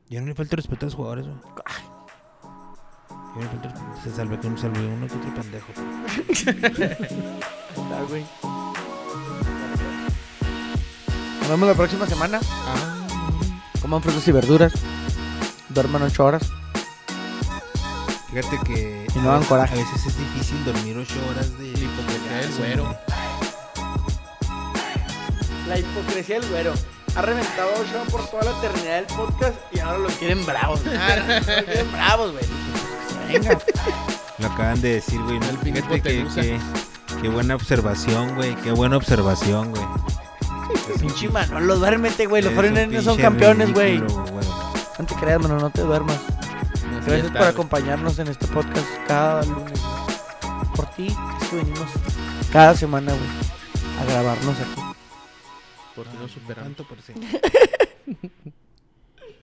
Speaker 2: Yo no le falta respeto a los jugadores, güey. Yo no le falta respeto. Se salve que uno salve uno que otro pendejo.
Speaker 1: Está, güey. Nos vemos la próxima semana. Ah. Coman frutas y verduras. Duerman ocho horas.
Speaker 2: Fíjate que.
Speaker 1: Y no dan coraje.
Speaker 2: A veces es difícil dormir ocho horas de.
Speaker 3: hipocresía del güero.
Speaker 1: La hipocresía del güero. Ha reventado a Ochoa por toda la eternidad del podcast y ahora lo quieren bravos. Ah, lo quieren bravos, güey. Venga.
Speaker 2: Lo acaban de decir, güey. ¿no?
Speaker 3: El
Speaker 2: Fíjate que,
Speaker 3: hipotenusa.
Speaker 2: que. Qué buena observación, güey. Qué buena observación, güey. Es un
Speaker 1: Pinche Manolo, duérmete, güey. Los
Speaker 2: es un
Speaker 1: foreigners son
Speaker 2: pinche
Speaker 1: campeones, güey.
Speaker 2: ridículo, güey.
Speaker 1: No te creas, mano, no te duermas. Gracias por acompañarnos en este podcast cada lunes. güey. Por ti es que venimos cada semana, güey, a grabarnos aquí.
Speaker 3: Porque no superamos.
Speaker 2: Tanto por sí.